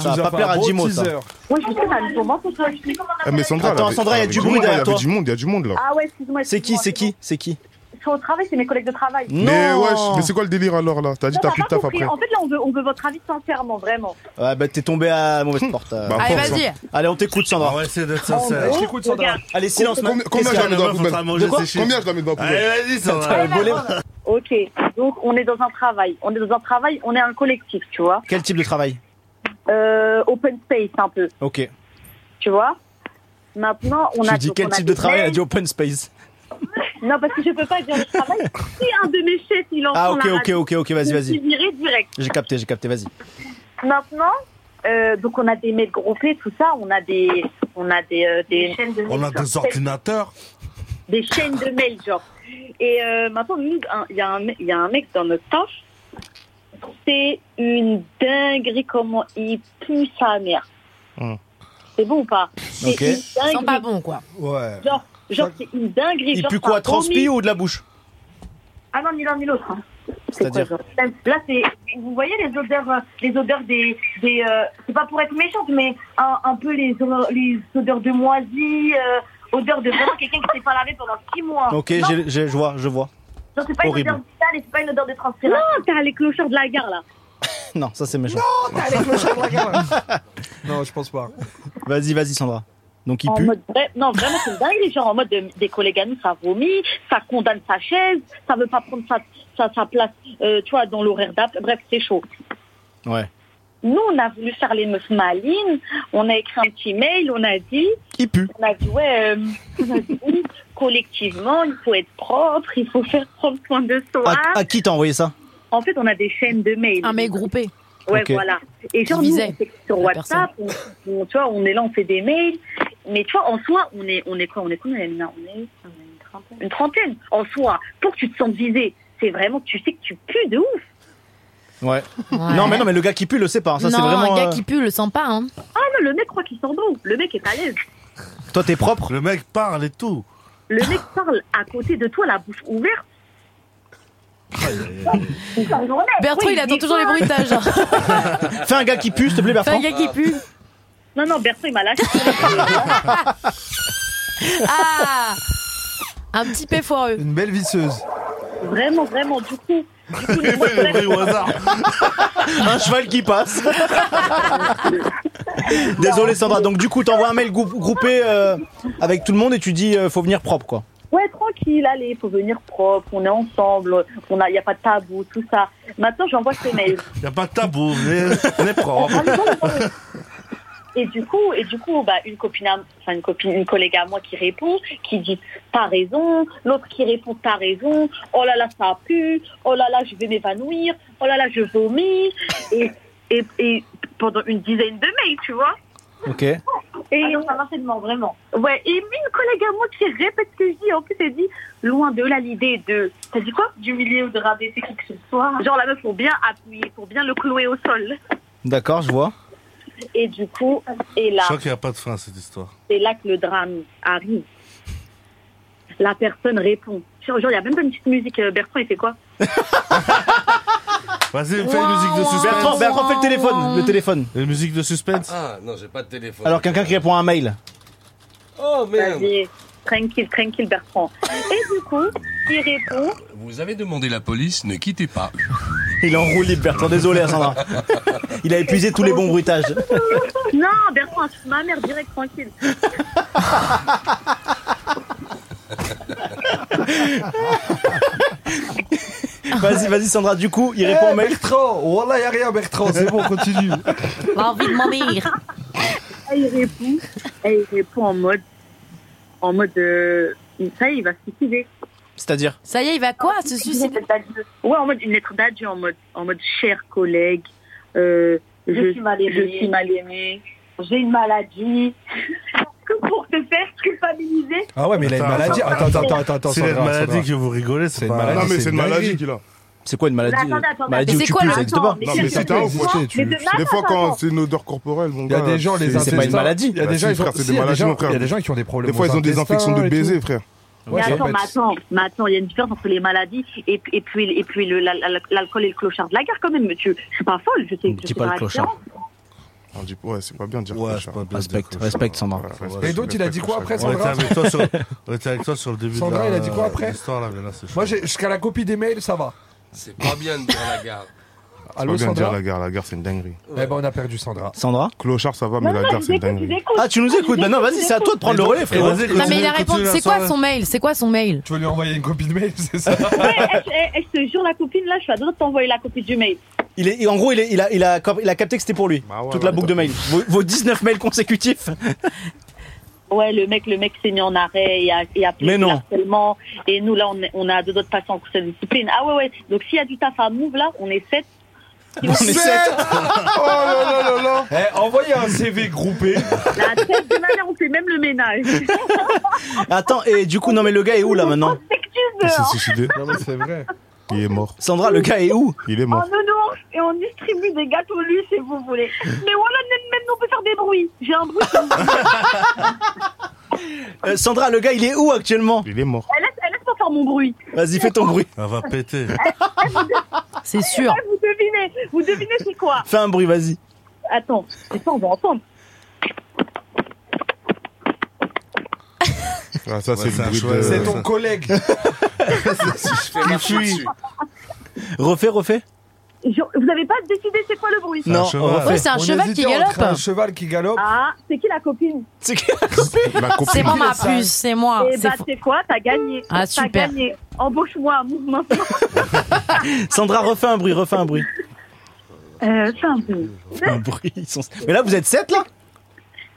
Speaker 3: Ça
Speaker 5: Tu nous
Speaker 3: va
Speaker 5: as
Speaker 3: pas
Speaker 5: fait
Speaker 3: plaire
Speaker 5: un
Speaker 3: à
Speaker 5: beau
Speaker 3: Jimo, ça.
Speaker 5: teaser.
Speaker 11: Moi, je suis très mal. Pour moi, c'est toi.
Speaker 2: Ah, mais Sandra,
Speaker 3: Attends,
Speaker 2: elle avait-
Speaker 3: Sandra, y a
Speaker 2: elle
Speaker 3: du
Speaker 2: avait
Speaker 3: bruit
Speaker 2: monde,
Speaker 3: derrière
Speaker 2: elle avait
Speaker 3: toi.
Speaker 2: du monde, y a du monde, là.
Speaker 11: Ah ouais, excuse-moi.
Speaker 3: C'est qui,
Speaker 11: excuse-moi,
Speaker 3: c'est qui,
Speaker 11: excuse-moi.
Speaker 3: c'est qui
Speaker 11: Ils sont au travail, c'est mes collègues de travail.
Speaker 3: Non
Speaker 2: Mais wesh, mais c'est quoi le délire, alors, là T'as dit
Speaker 11: Non,
Speaker 2: t'as
Speaker 11: t'as
Speaker 2: plus de
Speaker 11: Oh. pas
Speaker 2: taf
Speaker 11: compris.
Speaker 2: après.
Speaker 11: En fait, là, on veut, on veut votre avis sincèrement, vraiment.
Speaker 3: Ouais, bah t'es tombé à mauvaise porte. euh.
Speaker 2: Bah,
Speaker 4: Allez
Speaker 2: force,
Speaker 4: vas-y.
Speaker 3: Allez, on t'écoute,
Speaker 6: On
Speaker 3: Sandra.
Speaker 6: va essayer d'être
Speaker 11: En
Speaker 6: sincère.
Speaker 11: gros,
Speaker 5: t'écoute, Sandra.
Speaker 11: regarde.
Speaker 3: Allez, silence,
Speaker 2: Combien-
Speaker 3: maintenant.
Speaker 2: combien
Speaker 3: Qu'est-ce qu'il y a
Speaker 2: j'en ai dans la
Speaker 6: Meuf, on
Speaker 2: poubelle
Speaker 6: sera manger
Speaker 3: De quoi
Speaker 6: ses chiffres.
Speaker 2: Combien je la mets dans la
Speaker 6: Allez,
Speaker 2: poubelle
Speaker 6: vas-y, Sandra.
Speaker 3: Putain, le bolet.
Speaker 11: Ok, donc on est dans un travail. On est dans un travail, on est un collectif, tu vois.
Speaker 3: Quel type de travail
Speaker 11: Euh, open space, un peu,
Speaker 3: Ok.
Speaker 11: tu vois. Maintenant, on
Speaker 3: Je
Speaker 11: a.
Speaker 3: lui dis
Speaker 11: donc,
Speaker 3: quel
Speaker 11: on a
Speaker 3: type de
Speaker 11: des
Speaker 3: travail Elle a
Speaker 11: chefs.
Speaker 3: dit open space.
Speaker 11: Non, parce que je peux pas dire le travail. si un de mes chefs, il entend
Speaker 3: Ah, ok,
Speaker 11: la
Speaker 3: ok,
Speaker 11: radio,
Speaker 3: ok, ok, vas-y,
Speaker 11: je suis
Speaker 3: vas-y.
Speaker 11: virée direct.
Speaker 3: J'ai capté, j'ai capté, vas-y.
Speaker 11: Maintenant, euh, donc on a des mails groupés, tout ça, on a des, on a des, euh, des chaînes de mails,
Speaker 6: On a
Speaker 11: genre,
Speaker 6: des ordinateurs.
Speaker 11: des chaînes de mails, genre. Et euh, maintenant, nous, un- il y, a un me- il y a un mec dans notre taf, c'est une dinguerie comment il pue sa mère.
Speaker 2: Hum.
Speaker 11: C'est bon ou pas C'est
Speaker 3: Ok. Euh,
Speaker 11: une
Speaker 4: Sent
Speaker 11: dinguerie,
Speaker 4: pas bon quoi.
Speaker 5: Ouais.
Speaker 11: genre, genre c'est une dinguerie.
Speaker 3: Il
Speaker 11: genre,
Speaker 3: pue
Speaker 11: ça
Speaker 3: quoi Transpi
Speaker 11: vomit.
Speaker 3: ou de la bouche
Speaker 11: Ah non, ni l'un ni l'autre. hein. C'est
Speaker 3: C'est-à-dire
Speaker 11: quoi, genre Là, c'est. Vous voyez les odeurs, euh, les odeurs des. des euh, c'est pas pour être méchante, mais un, un peu les, o- les odeurs de moisi, euh, odeur de vraiment quelqu'un qui s'est pas lavé pendant six mois.
Speaker 3: Ok,
Speaker 11: Ah, non,
Speaker 3: j'ai- j'ai- je vois, je vois.
Speaker 11: non, c'est pas
Speaker 3: horrible.
Speaker 11: une odeur vitale et c'est pas une odeur de transpiration. Non, t'as les clochards de la gare là.
Speaker 3: Non, ça c'est méchant.
Speaker 5: Non, je pense pas.
Speaker 3: Vas-y, vas-y, Sandra. Donc il
Speaker 11: en
Speaker 3: pue.
Speaker 11: mode vrai- non vraiment c'est une dinguerie genre en mode de- des collègues à nous ça vomit ça condamne sa chaise ça veut pas prendre sa sa, sa place euh, tu vois dans l'horaire d'app bref c'est chaud
Speaker 3: Ouais.
Speaker 11: Nous, on a voulu faire les meufs malines, on a écrit un petit mail, on a dit,
Speaker 3: Qui pue
Speaker 11: on a dit, ouais, euh, on a dit, oui, collectivement, il faut être propre, il faut faire prendre soin de soi.
Speaker 3: à, à Ah, qui t'as envoyé ça
Speaker 11: En fait, on a des chaînes de mails.
Speaker 4: Un mec groupé.
Speaker 11: Ouais,
Speaker 3: Ok.
Speaker 11: voilà. Et genre,
Speaker 4: Qui
Speaker 11: nous,
Speaker 4: visait
Speaker 11: on fait sur
Speaker 4: la
Speaker 11: WhatsApp, on, on- tu vois, on est là, on fait des mails. Mais tu vois, en soi, on est, on est quoi On est combien, Amina On est on est une trentaine. Une trentaine, en soi. Pour que tu te sentes visé, c'est vraiment que tu sais que tu pues de ouf.
Speaker 3: Ouais. Non, mais non, mais le gars qui pue le sait pas. Ça, c'est
Speaker 4: Non,
Speaker 3: vraiment.
Speaker 4: un gars
Speaker 3: euh,
Speaker 4: qui pue le sent pas. Hein.
Speaker 11: Ah non, le mec croit qu'il s'en beau. Le mec est à l'aise.
Speaker 3: Toi, t'es propre.
Speaker 6: Le mec parle et tout.
Speaker 11: Le mec parle à côté de toi, la bouche ouverte. Toute la journée.
Speaker 4: Bertrand,
Speaker 11: Oui,
Speaker 4: il attend
Speaker 11: dit
Speaker 4: toujours
Speaker 11: quoi
Speaker 4: les bruitages. hein.
Speaker 3: Fais un gars qui pue, s'il te plaît,
Speaker 4: Fais un
Speaker 3: Bertrand.
Speaker 4: gars qui pue.
Speaker 11: Euh, Non, non, Bertrand, il m'a lâché.
Speaker 4: Ah Un petit paix foireux.
Speaker 5: Une belle visseuse.
Speaker 11: vraiment, vraiment, du coup. Du coup, les- moi, je
Speaker 6: Le bruit au hasard.
Speaker 3: Un cheval qui passe. Désolé, Sandra. Donc, du coup, t'envoies un mail grou- groupé euh, avec tout le monde et tu dis euh, faut venir propre, quoi.
Speaker 11: Ouais, tranquille, allez, faut venir propre, on est ensemble, on a, y a pas de tabou, tout ça. Maintenant, j'envoie ce mail.
Speaker 6: Y a pas de tabou, on est- on est propre.
Speaker 11: Ah, mais non, non, non. Et du coup, et du coup, bah, une copine, à- enfin une copine, une collègue à moi qui répond, qui dit t'as raison, l'autre qui répond t'as raison, oh là là ça pue, oh là là je vais m'évanouir, oh là là je vomis, et, et, et pendant une dizaine de mails, tu vois.
Speaker 3: Ok.
Speaker 11: Et un enchaînement, vraiment. Ouais, et une collègue à moi qui répète ce que je dis, en plus, elle dit, loin de là l'idée de. T'as dit quoi D'humilier ou de rabaisser qui que ce soit. Genre, la meuf, pour bien appuyer, pour bien le clouer au sol.
Speaker 3: D'accord, je vois.
Speaker 11: Et du coup, et
Speaker 6: Je
Speaker 11: là,
Speaker 6: crois qu'il n'y a pas de fin à cette histoire.
Speaker 11: c'est là que le drame arrive. La personne répond. Genre, genre, il y a même pas une petite musique. euh, Bertrand, il fait quoi
Speaker 6: Vas-y, fais une musique de suspense.
Speaker 3: Bertrand, Bertrand, fais le téléphone. Le téléphone.
Speaker 6: Une musique de suspense.
Speaker 9: Ah non, j'ai pas de téléphone.
Speaker 3: Alors, quelqu'un qui répond à un mail.
Speaker 9: Oh merde
Speaker 11: Vas-y, tranquille, tranquille, Bertrand. Et du coup, il répond.
Speaker 9: Vous avez demandé la police, ne quittez pas.
Speaker 3: Il enroule libre, Bertrand. Désolé, Sandra. Il a épuisé tous les bons bruitages.
Speaker 11: Non, Bertrand, insulte ma mère direct, tranquille.
Speaker 3: Vas-y, vas-y, Sandra. Du coup, il répond au mail.
Speaker 5: Eh, Bertrand Voilà, y a rien, Bertrand, c'est bon, continue.
Speaker 4: J'ai envie de m'embellir.
Speaker 11: Et il répond, et il répond en mode, en mode, euh, ça y est, il va se suicider.
Speaker 3: C'est-à-dire.
Speaker 4: Ça y est, il va quoi se suicider
Speaker 11: Ouais, en mode une lettre d'adieu, en mode, en mode, cher collègue, euh, je, je suis mal aimé, j'ai une maladie. Que pour te faire culpabiliser.
Speaker 5: Ah ouais, mais il a une maladie. Attends, attends, attends, attends, attends.
Speaker 6: C'est la
Speaker 5: Sandra,
Speaker 6: maladie
Speaker 5: Sandra.
Speaker 6: que vous rigolez, c'est
Speaker 5: C'est
Speaker 6: pas...
Speaker 5: une maladie.
Speaker 2: non, mais
Speaker 5: c'est
Speaker 2: c'est une
Speaker 5: une
Speaker 2: maladie
Speaker 5: dinguerie.
Speaker 2: qu'il a.
Speaker 3: C'est quoi une maladie
Speaker 11: Mais attendez,
Speaker 3: euh,
Speaker 11: attendez,
Speaker 3: Maladie
Speaker 4: mais
Speaker 3: où
Speaker 4: c'est
Speaker 3: tu
Speaker 4: quoi
Speaker 3: pues,
Speaker 4: le
Speaker 3: ça n'existe pas.
Speaker 11: Mais
Speaker 2: Non, mais
Speaker 11: c'est-
Speaker 2: c'est un ouf,
Speaker 11: c'est-
Speaker 5: ouais, tu-
Speaker 11: mais de-
Speaker 2: Des
Speaker 11: attends,
Speaker 2: fois, quand
Speaker 11: attends.
Speaker 2: c'est une odeur corporelle, mon
Speaker 5: Il y a
Speaker 2: gars,
Speaker 5: des gens, les
Speaker 2: c'est-
Speaker 5: intestins.
Speaker 3: pas une maladie.
Speaker 5: Il y a
Speaker 2: Bah
Speaker 5: des
Speaker 2: si,
Speaker 5: gens, ils ont-
Speaker 2: frère, c'est
Speaker 5: si,
Speaker 2: des
Speaker 5: il y a des
Speaker 2: maladies,
Speaker 5: gens-
Speaker 2: mon frère.
Speaker 5: il y a des gens qui ont des problèmes.
Speaker 2: Des fois,
Speaker 5: aux
Speaker 2: ils ont des
Speaker 5: intestins
Speaker 2: infections de
Speaker 5: et
Speaker 2: baiser,
Speaker 5: tout.
Speaker 2: frère.
Speaker 5: Ouais,
Speaker 11: mais
Speaker 5: ça
Speaker 11: attends,
Speaker 5: peut
Speaker 11: mais
Speaker 5: être-
Speaker 11: attends, mais attends, il y a une différence entre les maladies et, puis- et puis, et puis le- la- la- l'alcool et le clochard de la gare quand même. mais tu- Je suis pas folle, je sais.
Speaker 3: Ne
Speaker 11: je
Speaker 3: dis
Speaker 11: sais
Speaker 3: pas le
Speaker 11: la
Speaker 3: clochard.
Speaker 11: différence.
Speaker 2: On dit, ouais, c'est pas bien de dire
Speaker 6: Ouais,
Speaker 2: comme
Speaker 6: c'est
Speaker 2: ça.
Speaker 6: pas bien de dire
Speaker 3: Respecte,
Speaker 6: comme ça.
Speaker 3: respecte, Sandra.
Speaker 2: Voilà,
Speaker 6: Ouais,
Speaker 2: respecte,
Speaker 5: Et donc, il a dit quoi après,
Speaker 2: respecte,
Speaker 6: On était,
Speaker 5: Sandra
Speaker 6: avec toi sur... on était avec toi sur le début
Speaker 5: Sandra,
Speaker 6: de
Speaker 5: il
Speaker 6: la-
Speaker 5: a dit quoi après
Speaker 6: l'histoire, là, mais là, c'est chaud.
Speaker 5: Moi, j'ai- jusqu'à la copie des mails, ça va.
Speaker 9: C'est pas bien de dire la gare.
Speaker 2: C'est
Speaker 5: Allô,
Speaker 2: pas bien de dire
Speaker 5: Sandra
Speaker 2: la gare, la gare, c'est une dinguerie.
Speaker 5: Eh ben, on a perdu Sandra.
Speaker 3: Sandra
Speaker 2: Clochard, ça va, mais
Speaker 11: Non, non,
Speaker 2: la
Speaker 11: je
Speaker 2: gare,
Speaker 11: vous
Speaker 2: c'est une
Speaker 11: écoute, je vous
Speaker 2: dinguerie.
Speaker 11: écoute.
Speaker 3: Ah, tu nous
Speaker 11: Je vous
Speaker 3: écoutes Bah non, vas-y, c'est à toi de prendre le relais,
Speaker 6: Et
Speaker 3: frérot.
Speaker 6: vas-y,
Speaker 4: Non, mais
Speaker 6: continue,
Speaker 4: il a
Speaker 6: continue,
Speaker 4: répondu.
Speaker 6: la
Speaker 4: C'est quoi
Speaker 6: soirée.
Speaker 4: son mail C'est quoi son mail
Speaker 5: Tu veux lui envoyer une copie de mail, c'est ça
Speaker 11: Ouais, eh, eh, eh, je te jure, la copine, là, je suis à deux doigts de t'envoyer la copie du mail.
Speaker 3: Il est, en gros, il, est- il a, il, a, il a capté que c'était pour lui.
Speaker 2: Bah ouais,
Speaker 3: Toute
Speaker 2: ouais,
Speaker 3: la boucle de
Speaker 2: t'as-
Speaker 3: mails. Vos, vos 19 mails consécutifs.
Speaker 11: Ouais, le mec, le mec s'est mis en arrêt, il y a, il y a plus
Speaker 3: Mais
Speaker 11: de
Speaker 3: non.
Speaker 11: harcèlement. Et nous, là, on, est- on a à deux doigts de passer en course de discipline. Ah ouais, ouais. Donc, s'il y a du taf à move, là, on est sept.
Speaker 3: On est sept.
Speaker 5: Oh là là là là Eh, envoyez un CV groupé.
Speaker 11: La tête de ma mère, on fait même le ménage.
Speaker 3: Attends, et du coup, non, mais le gars est où là maintenant
Speaker 2: Il s'est suicidé.
Speaker 5: Non, mais c'est vrai.
Speaker 2: Il est mort.
Speaker 3: Sandra, le gars est où
Speaker 2: Il est mort.
Speaker 11: Oh non, et on distribue des gâteaux lus si vous voulez. Mais voilà, même on peut faire des bruits. J'ai un bruit.
Speaker 3: Euh, Sandra, le gars, il est où actuellement
Speaker 2: Il est mort.
Speaker 11: Elle laisse, elle laisse pas faire mon bruit.
Speaker 3: Vas-y, fais ton bruit.
Speaker 6: Elle va péter.
Speaker 4: C'est sûr.
Speaker 11: Vous devinez, vous devinez c'est quoi
Speaker 3: Fais un bruit, vas-y.
Speaker 11: Attends, c'est ça, on va entendre.
Speaker 2: Ah, ça,
Speaker 6: Ouais,
Speaker 2: c'est
Speaker 6: c'est un
Speaker 2: le bruit
Speaker 6: choix,
Speaker 2: de...
Speaker 5: C'est
Speaker 6: c'est
Speaker 5: ton collègue.
Speaker 9: Je fais marche dessus.
Speaker 3: Refais, refais.
Speaker 11: Genre, vous n'avez pas décidé c'est quoi le bruit
Speaker 3: Non,
Speaker 6: cheval.
Speaker 3: refais.
Speaker 4: Ouais, c'est un
Speaker 5: On
Speaker 4: cheval qui
Speaker 5: hésitait entre
Speaker 4: galope.
Speaker 5: Un cheval qui galope.
Speaker 11: Ah, c'est qui la copine
Speaker 3: C'est qui
Speaker 2: La copine.
Speaker 4: C'est moi ma
Speaker 5: ça.
Speaker 4: puce, c'est moi.
Speaker 11: Eh
Speaker 4: C'est
Speaker 8: ben,
Speaker 11: bah,
Speaker 4: fou.
Speaker 11: c'est quoi T'as gagné.
Speaker 4: Ah,
Speaker 11: T'as
Speaker 4: super.
Speaker 11: gagné. Embauche-moi, mouvement.
Speaker 3: Sandra, refais un bruit, refais un bruit.
Speaker 8: Euh, c'est un peu.
Speaker 3: Un bruit, ils sont- Mais là, vous êtes sept, là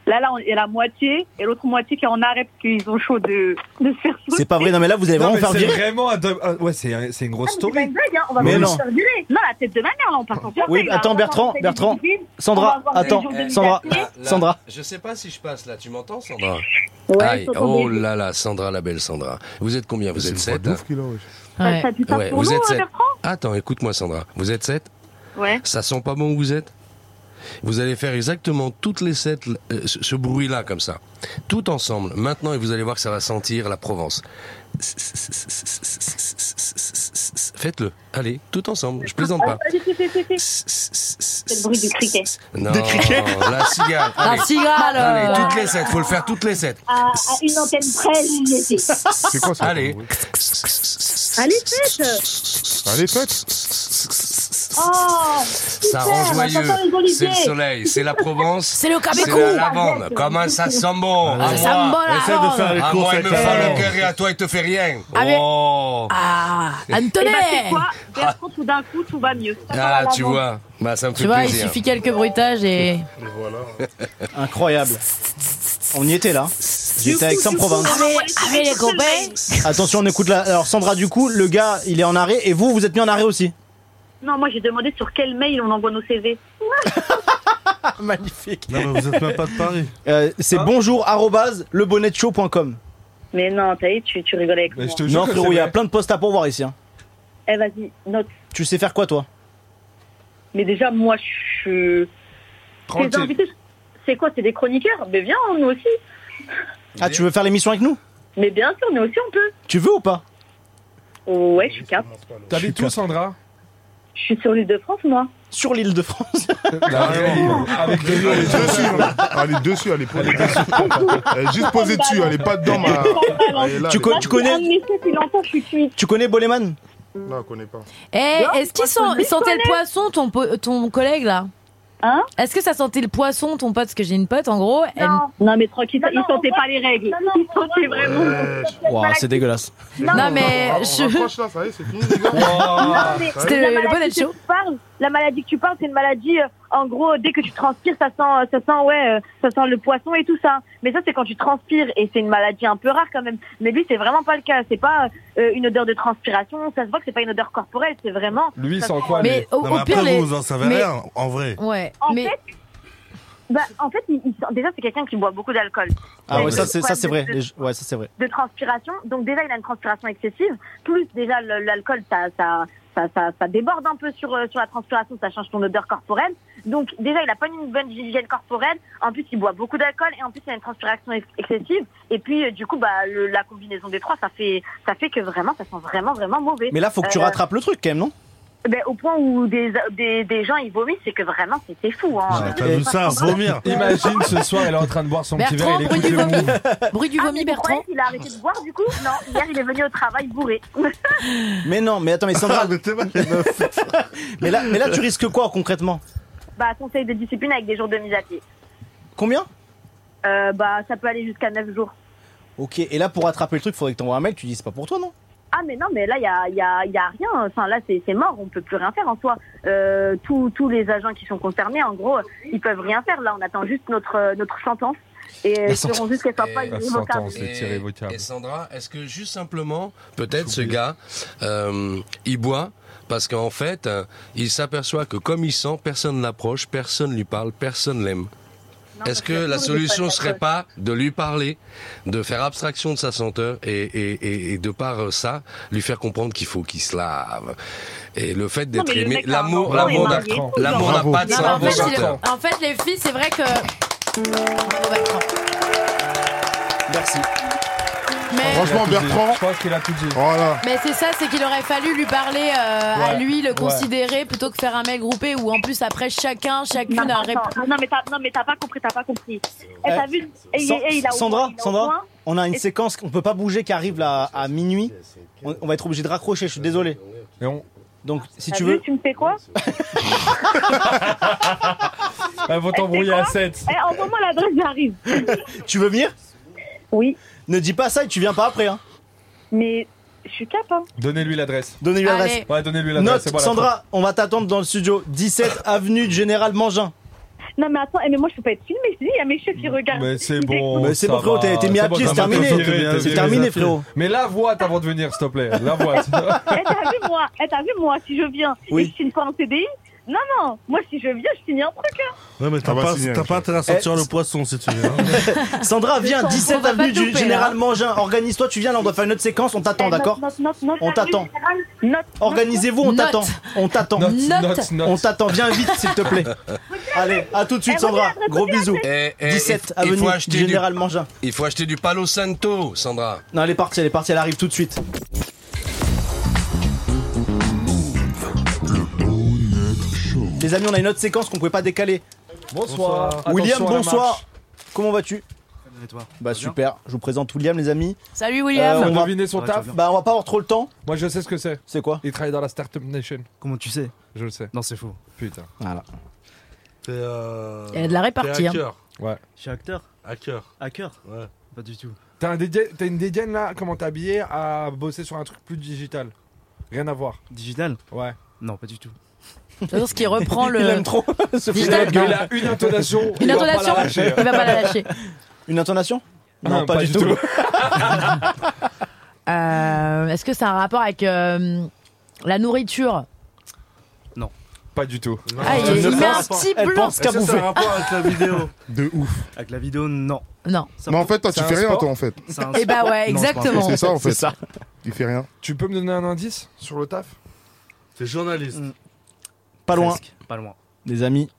Speaker 8: Là, là, on- il y a la moitié et l'autre moitié qui est en arrêt parce qu'ils ont chaud de, de se faire foutre.
Speaker 3: C'est pas vrai, non, mais là, vous allez
Speaker 5: Non,
Speaker 3: vraiment
Speaker 5: mais
Speaker 3: faire
Speaker 5: c'est
Speaker 3: virer.
Speaker 5: vraiment. un dom- un- Ouais, c'est un- c'est une grosse
Speaker 8: Ah, mais c'est pas
Speaker 5: story.
Speaker 8: une blague, hein, on va
Speaker 3: Mais
Speaker 8: vraiment
Speaker 3: non.
Speaker 8: se faire virer. Non, la tête de ma mère, là, on part en surprise,
Speaker 3: Oui,
Speaker 8: là,
Speaker 3: attends,
Speaker 8: on va
Speaker 3: Bertrand,
Speaker 8: voir les
Speaker 3: Bertrand,
Speaker 8: difficultés.
Speaker 3: Sandra,
Speaker 8: On va avoir des
Speaker 3: attends, eh,
Speaker 8: jours de
Speaker 3: Sandra, Ah,
Speaker 8: liberté.
Speaker 3: Sandra.
Speaker 9: Je sais pas si je passe là, tu m'entends Sandra
Speaker 8: Ouais,
Speaker 9: Aïe,
Speaker 8: faut tomber.
Speaker 9: Oh là là, Sandra, la belle Sandra. Vous êtes combien Vous
Speaker 2: C'est
Speaker 9: êtes
Speaker 2: une voix
Speaker 9: 7
Speaker 2: de ouf qu'il a, wesh.
Speaker 8: Ça, ça pue pas
Speaker 9: Ouais,
Speaker 8: pour
Speaker 9: vous
Speaker 8: nous,
Speaker 9: êtes
Speaker 8: hein,
Speaker 9: sept.
Speaker 8: Bertrand
Speaker 9: Attends, écoute-moi Sandra. Vous êtes 7
Speaker 8: Ouais.
Speaker 9: Ça sent pas bon où vous êtes Vous allez faire exactement toutes les 7 ce, ce bruit-là comme ça. Tout ensemble, maintenant, et vous allez voir que ça va sentir la Provence. Faites-le. Allez, tout ensemble. Je plaisante
Speaker 8: Ah,
Speaker 9: pas.
Speaker 8: vas-y, fais, fais, fais, fais.
Speaker 9: C'est
Speaker 8: le bruit du criquet.
Speaker 9: Non, la cigale.
Speaker 4: La
Speaker 9: Allez,
Speaker 4: cigale
Speaker 9: Allez,
Speaker 4: euh,
Speaker 9: toutes les 7, faut le faire toutes les 7.
Speaker 8: À, à une antenne près, j'y étais.
Speaker 2: C'est quoi ça
Speaker 9: Allez.
Speaker 8: Allez, faites
Speaker 2: Allez, faites
Speaker 8: Oh
Speaker 9: Ça rend
Speaker 8: super,
Speaker 9: joyeux.
Speaker 8: j'entends les oliviers.
Speaker 9: C'est le soleil, c'est la Provence,
Speaker 4: C'est le
Speaker 9: c'est
Speaker 4: Québécois
Speaker 9: la lavande. Comment ça sent bon À
Speaker 4: Ah, Ça me
Speaker 9: moi,
Speaker 4: bat la
Speaker 6: Essaie de
Speaker 4: langue.
Speaker 6: faire les
Speaker 9: à
Speaker 6: courses
Speaker 9: moi il
Speaker 6: avec
Speaker 9: me
Speaker 6: la
Speaker 9: fait le
Speaker 6: main.
Speaker 9: cœur et à toi il te fait rien.
Speaker 4: Ah, mais-
Speaker 9: Oh
Speaker 4: Ah,
Speaker 8: Eh ben, c'est
Speaker 4: Anthony
Speaker 8: quoi Bertrand, tout d'un coup, tout va mieux.
Speaker 9: Ah, tu vois, bah ça me fait
Speaker 4: Tu vois, il
Speaker 9: plaisir.
Speaker 4: suffit quelques bruitages et.
Speaker 3: Incroyable. On y était là. J'étais avec Sam Province.
Speaker 4: Avec les copains
Speaker 3: Attention, on écoute la. Alors, Sandra, du coup, le gars, il est en arrêt et vous, vous êtes mis en arrêt aussi.
Speaker 8: Non, moi j'ai demandé sur quel mail on envoie nos CV.
Speaker 3: Magnifique.
Speaker 6: Non, mais vous êtes même pas de Paris.
Speaker 3: Euh,
Speaker 2: Ah.
Speaker 3: c'est bonjour arrobase lebonnetshow.com.
Speaker 8: Mais non, t'as vu, tu, tu rigoles avec
Speaker 5: Mais
Speaker 8: moi.
Speaker 5: je te jure
Speaker 3: Non,
Speaker 5: que
Speaker 3: frérot,
Speaker 5: c'est
Speaker 3: il y a
Speaker 5: vrai.
Speaker 3: plein de postes à pourvoir ici. hein.
Speaker 8: Eh, vas-y, note.
Speaker 3: Tu sais faire quoi, toi
Speaker 8: Mais déjà, moi, je suis. Tes
Speaker 5: Tranquille.
Speaker 8: invités, c'est quoi C'est des chroniqueurs Mais viens, nous aussi.
Speaker 3: Ah, tu veux faire l'émission avec nous
Speaker 8: Mais bien sûr, nous aussi, on peut.
Speaker 3: Tu veux ou pas
Speaker 8: Oh, ouais, je suis cap.
Speaker 5: T'habites où, Sandra
Speaker 8: Je suis sur l'île de France, moi.
Speaker 3: Sur l'île de France.
Speaker 5: Bah, Avec les hein.
Speaker 2: Ah, Allez, dessus hein. Allez, dessus, allez, posez dessus. Allez, Juste posez dessus, allez, pas dedans, ma... Allez, là,
Speaker 3: Tu
Speaker 2: allez,
Speaker 3: co-
Speaker 2: pas
Speaker 3: tu
Speaker 2: dedans.
Speaker 3: connais-
Speaker 8: Un de mes chefs, il entend, je suis cuite.
Speaker 3: Tu connais Boleman
Speaker 2: Non, on connaît pas.
Speaker 4: Eh, est-ce qu'il sent-
Speaker 8: déconner.
Speaker 4: sentait le poisson, ton, po- euh, ton collègue là
Speaker 8: Hein
Speaker 4: Est-ce que ça sentait le poisson, ton pote Parce que j'ai une pote, en gros. elle-
Speaker 8: Non, non mais tranquille,
Speaker 11: Non,
Speaker 8: il
Speaker 11: non,
Speaker 8: sentait
Speaker 11: on
Speaker 8: pas les règles.
Speaker 11: Non, non,
Speaker 8: Il sentait vraiment.
Speaker 2: Ouais.
Speaker 3: Waouh, c'est dégueulasse.
Speaker 4: Non, mais
Speaker 2: On
Speaker 4: je-
Speaker 2: raccroche, là, ça y est, c'est fini, les gars.
Speaker 4: C'était
Speaker 11: La
Speaker 4: le, le
Speaker 11: maladie
Speaker 4: bonnet
Speaker 11: que
Speaker 4: show.
Speaker 11: tu parles, La maladie que tu parles, c'est une maladie, euh, en gros, dès que tu transpires, ça sent, ça sent, ouais, euh, ça sent le poisson et tout ça. Mais ça, c'est quand tu transpires et c'est une maladie un peu rare quand même. Mais lui, c'est vraiment pas le cas. C'est pas euh, une odeur de transpiration. Ça se voit que c'est pas une odeur corporelle. C'est vraiment.
Speaker 5: Lui, il sent quoi lui
Speaker 4: Mais au,
Speaker 6: Non,
Speaker 4: au
Speaker 6: mais
Speaker 4: pire,
Speaker 6: après,
Speaker 4: les.
Speaker 6: vous, vous en savez
Speaker 4: mais-
Speaker 6: rien, en vrai.
Speaker 4: Ouais,
Speaker 11: En
Speaker 4: mais
Speaker 11: fait, bah, en fait, il- il sent- déjà, c'est quelqu'un qui boit beaucoup d'alcool.
Speaker 3: Ah ouais,
Speaker 11: Ouais.
Speaker 3: ça c'est ça c'est vrai. Les gens- Ouais, ça c'est vrai.
Speaker 11: de transpiration. Donc déjà, il a une transpiration excessive. Plus déjà, le- l'alcool, ça, ça, ça, ça, ça déborde un peu sur, euh, sur la transpiration, ça change ton odeur corporelle. Donc déjà, il n'a pas une bonne hygiène corporelle. En plus, il boit beaucoup d'alcool et en plus, il a une transpiration ex- excessive. Et puis, euh, du coup, bah, le- la combinaison des trois, ça fait, ça fait que vraiment, ça sent vraiment, vraiment mauvais.
Speaker 3: Mais là, faut que tu
Speaker 11: Euh,
Speaker 3: rattrapes le truc quand même, non
Speaker 11: Ben, au point où des, des, des gens, ils vomissent, c'est que vraiment, c'était fou. Hein.
Speaker 6: J'ai pas vu ça, vomir.
Speaker 5: Imagine ce soir, elle est en train de boire son petit
Speaker 4: Bertrand,
Speaker 5: verre, il écoute
Speaker 4: bruit du
Speaker 5: le
Speaker 4: vomi.
Speaker 5: move.
Speaker 4: bruit du
Speaker 11: Ah,
Speaker 4: vomi,
Speaker 11: mais vous
Speaker 4: Bertrand.
Speaker 11: croyez qu'il a arrêté de boire du coup Non, hier il est venu au travail bourré.
Speaker 3: Mais non, mais attends, mais Sandra,
Speaker 6: Ah, mais t'es mal.
Speaker 3: mais là, mais là, tu risques quoi concrètement
Speaker 11: bah, conseil de discipline avec des jours de mise à pied.
Speaker 3: Combien
Speaker 11: Euh, bah, ça peut aller jusqu'à 9 jours.
Speaker 3: Ok, et là pour rattraper le truc, faudrait que t'envoies un mail. Tu dis c'est pas pour toi, non
Speaker 11: Ah, mais non, mais là, il n'y a, y a, y a rien. Enfin, là, c'est c'est mort. On peut plus rien faire en soi. Euh, tous tous les agents qui sont concernés, en gros, ils peuvent rien faire. Là, on attend juste notre, euh, notre sentence. Et euh, ils
Speaker 3: sentence.
Speaker 11: feront juste qu'elle soit pas
Speaker 9: Et
Speaker 5: la
Speaker 11: irrévocable.
Speaker 5: sentence. C'est tiré vocable.
Speaker 9: et Sandra, est-ce que juste simplement, peut-être ce gars, euh, il boit parce qu'en fait, euh, il s'aperçoit que comme il sent, personne l'approche, personne lui parle, personne l'aime.
Speaker 11: Non, parce
Speaker 9: Est-ce que la
Speaker 11: tout,
Speaker 9: solution
Speaker 11: il faut-
Speaker 9: serait pas de lui parler, de faire abstraction de sa senteur et, et, et, et de par euh, ça, lui faire comprendre qu'il faut qu'il se lave Et le fait
Speaker 11: Non,
Speaker 9: d'être
Speaker 11: mais le
Speaker 9: aimé,
Speaker 11: mec a un
Speaker 9: l'amour,
Speaker 11: enfant, il est
Speaker 9: l'amour n'a
Speaker 11: marié.
Speaker 5: Bertrand.
Speaker 9: l'amour n'a
Speaker 2: Bravo.
Speaker 9: pas de
Speaker 4: Non, mais en,
Speaker 9: cerveau
Speaker 4: fait, il-
Speaker 9: senteur.
Speaker 4: en fait, les filles, c'est vrai que. Bravo, Bertrand.
Speaker 3: Merci.
Speaker 4: Mais,
Speaker 2: Franchement, Bertrand,
Speaker 5: Je pense qu'il a tout dit.
Speaker 2: voilà.
Speaker 4: mais c'est ça, c'est qu'il aurait fallu lui parler euh, à
Speaker 5: Ouais,
Speaker 4: lui, le
Speaker 5: ouais.
Speaker 4: considérer, plutôt que faire un mail groupé où en plus après chacun,
Speaker 11: Non,
Speaker 4: chacune a
Speaker 11: mais
Speaker 4: répondu.
Speaker 11: attends. non, mais t'as non, mais t'as pas compris, t'as pas compris. Eh, t'as vu eh, il est- eh, il a au
Speaker 3: Sandra,
Speaker 11: point, il a au
Speaker 3: Sandra,
Speaker 11: point.
Speaker 3: On a une séquence qu'on peut pas bouger qui arrive là à minuit. On, on va être obligé de raccrocher. Je suis désolé.
Speaker 5: Et on-
Speaker 3: Donc si
Speaker 11: T'as
Speaker 3: tu
Speaker 11: vu,
Speaker 3: veux,
Speaker 11: tu me fais quoi
Speaker 5: Elles vont Ah, t'embrouiller à 7.
Speaker 11: Eh, envoie-moi l'adresse, j'arrive.
Speaker 3: tu veux venir
Speaker 11: Oui,
Speaker 3: Ne dis pas ça et tu viens pas après. Hein.
Speaker 11: mais
Speaker 7: je suis cap, hein.
Speaker 5: Donnez-lui l'adresse.
Speaker 3: Donnez-lui l'adresse.
Speaker 4: Allez.
Speaker 5: Ouais, donnez-lui l'adresse.
Speaker 3: Note,
Speaker 5: c'est bon, la
Speaker 3: Sandra, on va t'attendre dans le studio 17 avenue du Général Mangin.
Speaker 11: Non, mais attends, eh, mais moi, je peux pas être filmée. Je dis, il y a mes chefs qui regardent.
Speaker 5: Mais c'est
Speaker 11: Ils
Speaker 5: bon.
Speaker 3: Mais c'est
Speaker 5: ça
Speaker 3: bon, frérot,
Speaker 5: va.
Speaker 3: t'as été mis à
Speaker 5: bon,
Speaker 3: pied,
Speaker 5: t'as
Speaker 3: c'est
Speaker 5: bien
Speaker 3: terminé.
Speaker 5: tiré, t'as
Speaker 3: C'est
Speaker 5: bien
Speaker 3: terminé,
Speaker 5: tiré.
Speaker 3: frérot.
Speaker 5: Mais la voix avant de venir, s'il te plaît. La voix.
Speaker 11: Eh, t'as vu, moi, eh, t'as vu, moi, si je viens
Speaker 3: Oui.
Speaker 11: et que je signe pas en CDI Non, non, moi, si je viens, je signe un truc. hein.
Speaker 6: Ouais, mais
Speaker 2: Ah
Speaker 3: Eh,
Speaker 6: t'as
Speaker 2: bah,
Speaker 6: pas,
Speaker 2: c'est bien,
Speaker 6: t'as
Speaker 2: ça.
Speaker 6: pas intérêt à
Speaker 5: Eh,
Speaker 6: sortir le poisson si tu veux. hein.
Speaker 3: Sandra, viens,
Speaker 4: On
Speaker 3: 17
Speaker 4: va pas hein.
Speaker 3: avenue du
Speaker 4: louper,
Speaker 3: Général
Speaker 4: là.
Speaker 3: Mangin. Organise-toi, tu viens, là, on doit faire une autre séquence, on
Speaker 4: Eh,
Speaker 3: t'attend, d'accord On t'attend. Organisez-vous, on
Speaker 4: Note.
Speaker 3: t'attend. On t'attend.
Speaker 5: Note,
Speaker 4: Note.
Speaker 5: note,
Speaker 3: On
Speaker 5: note.
Speaker 3: t'attend, viens vite, s'il te plaît. Allez, à tout de
Speaker 4: Eh,
Speaker 3: suite, Sandra. Gros bisous.
Speaker 9: Eh, eh,
Speaker 3: 17
Speaker 9: il, il
Speaker 3: avenue
Speaker 9: faut
Speaker 3: du
Speaker 9: acheter du,
Speaker 3: Général Mangin.
Speaker 9: il faut acheter du Palo Santo, Sandra.
Speaker 3: Non, elle est partie, elle est partie, elle arrive tout de suite. Les amis, on a une autre séquence qu'on pouvait pas décaler.
Speaker 5: Bonsoir.
Speaker 3: William,
Speaker 5: Attention à la
Speaker 3: bonsoir.
Speaker 5: marche.
Speaker 3: Comment vas-tu Bah super, je vous présente William les amis.
Speaker 4: Salut
Speaker 3: Euh,
Speaker 4: William.
Speaker 5: T'as
Speaker 3: on va-
Speaker 5: deviné son taf
Speaker 3: Bah on va pas avoir trop le temps.
Speaker 5: Moi, je sais ce que c'est.
Speaker 3: C'est quoi
Speaker 5: Il travaille dans la Startup Nation.
Speaker 12: Comment tu sais
Speaker 5: Je le sais.
Speaker 12: Non, c'est faux.
Speaker 5: Putain.
Speaker 6: T'es euh.
Speaker 4: Il y a de la
Speaker 6: T'es
Speaker 4: répartie. hein.
Speaker 6: hacker.
Speaker 12: Je suis acteur
Speaker 6: Hacker.
Speaker 12: Hacker
Speaker 6: Ouais.
Speaker 12: Pas du tout.
Speaker 5: T'as un dégaine- t'as une dégaine là, comment t'es habillé, à bosser sur un truc plus digital. Rien à voir.
Speaker 12: Digital
Speaker 5: Ouais.
Speaker 12: Non, pas du tout.
Speaker 4: J'adore ce qui reprend
Speaker 3: Il
Speaker 4: le.
Speaker 3: aime trop ce
Speaker 5: Il
Speaker 4: Digital.
Speaker 3: William.
Speaker 5: a une intonation.
Speaker 4: Une
Speaker 5: il va pas la
Speaker 4: intonation
Speaker 5: lâcher.
Speaker 4: Il va pas la lâcher.
Speaker 3: Une intonation Non,
Speaker 5: Ah,
Speaker 3: pas, du tout.
Speaker 4: Euh, Est-ce que c'est un rapport avec euh, la nourriture
Speaker 5: Pas du tout.
Speaker 4: Ah, il,
Speaker 3: Je
Speaker 4: il met un
Speaker 3: pense-
Speaker 4: petit
Speaker 3: Elle
Speaker 4: blanc.
Speaker 3: pense qu'à
Speaker 6: Ça, c'est un
Speaker 3: bouffer.
Speaker 6: rapport avec la vidéo.
Speaker 2: De ouf.
Speaker 12: Avec la vidéo, non.
Speaker 4: Non.
Speaker 12: Ça
Speaker 2: Mais en
Speaker 12: peut-
Speaker 2: fait, toi, tu
Speaker 5: C'est un
Speaker 2: fais rien,
Speaker 5: sport
Speaker 2: toi, en fait.
Speaker 12: c'est un
Speaker 4: Eh bah
Speaker 12: sport.
Speaker 4: ouais,
Speaker 12: Non, c'est pas un sport.
Speaker 4: exactement.
Speaker 2: C'est ça, en fait.
Speaker 3: C'est ça.
Speaker 2: Tu fais rien.
Speaker 5: Tu peux me donner un indice sur le taf
Speaker 6: T'es journaliste.
Speaker 3: Pas loin,
Speaker 12: Mm. Presque, Pas loin.
Speaker 3: les amis.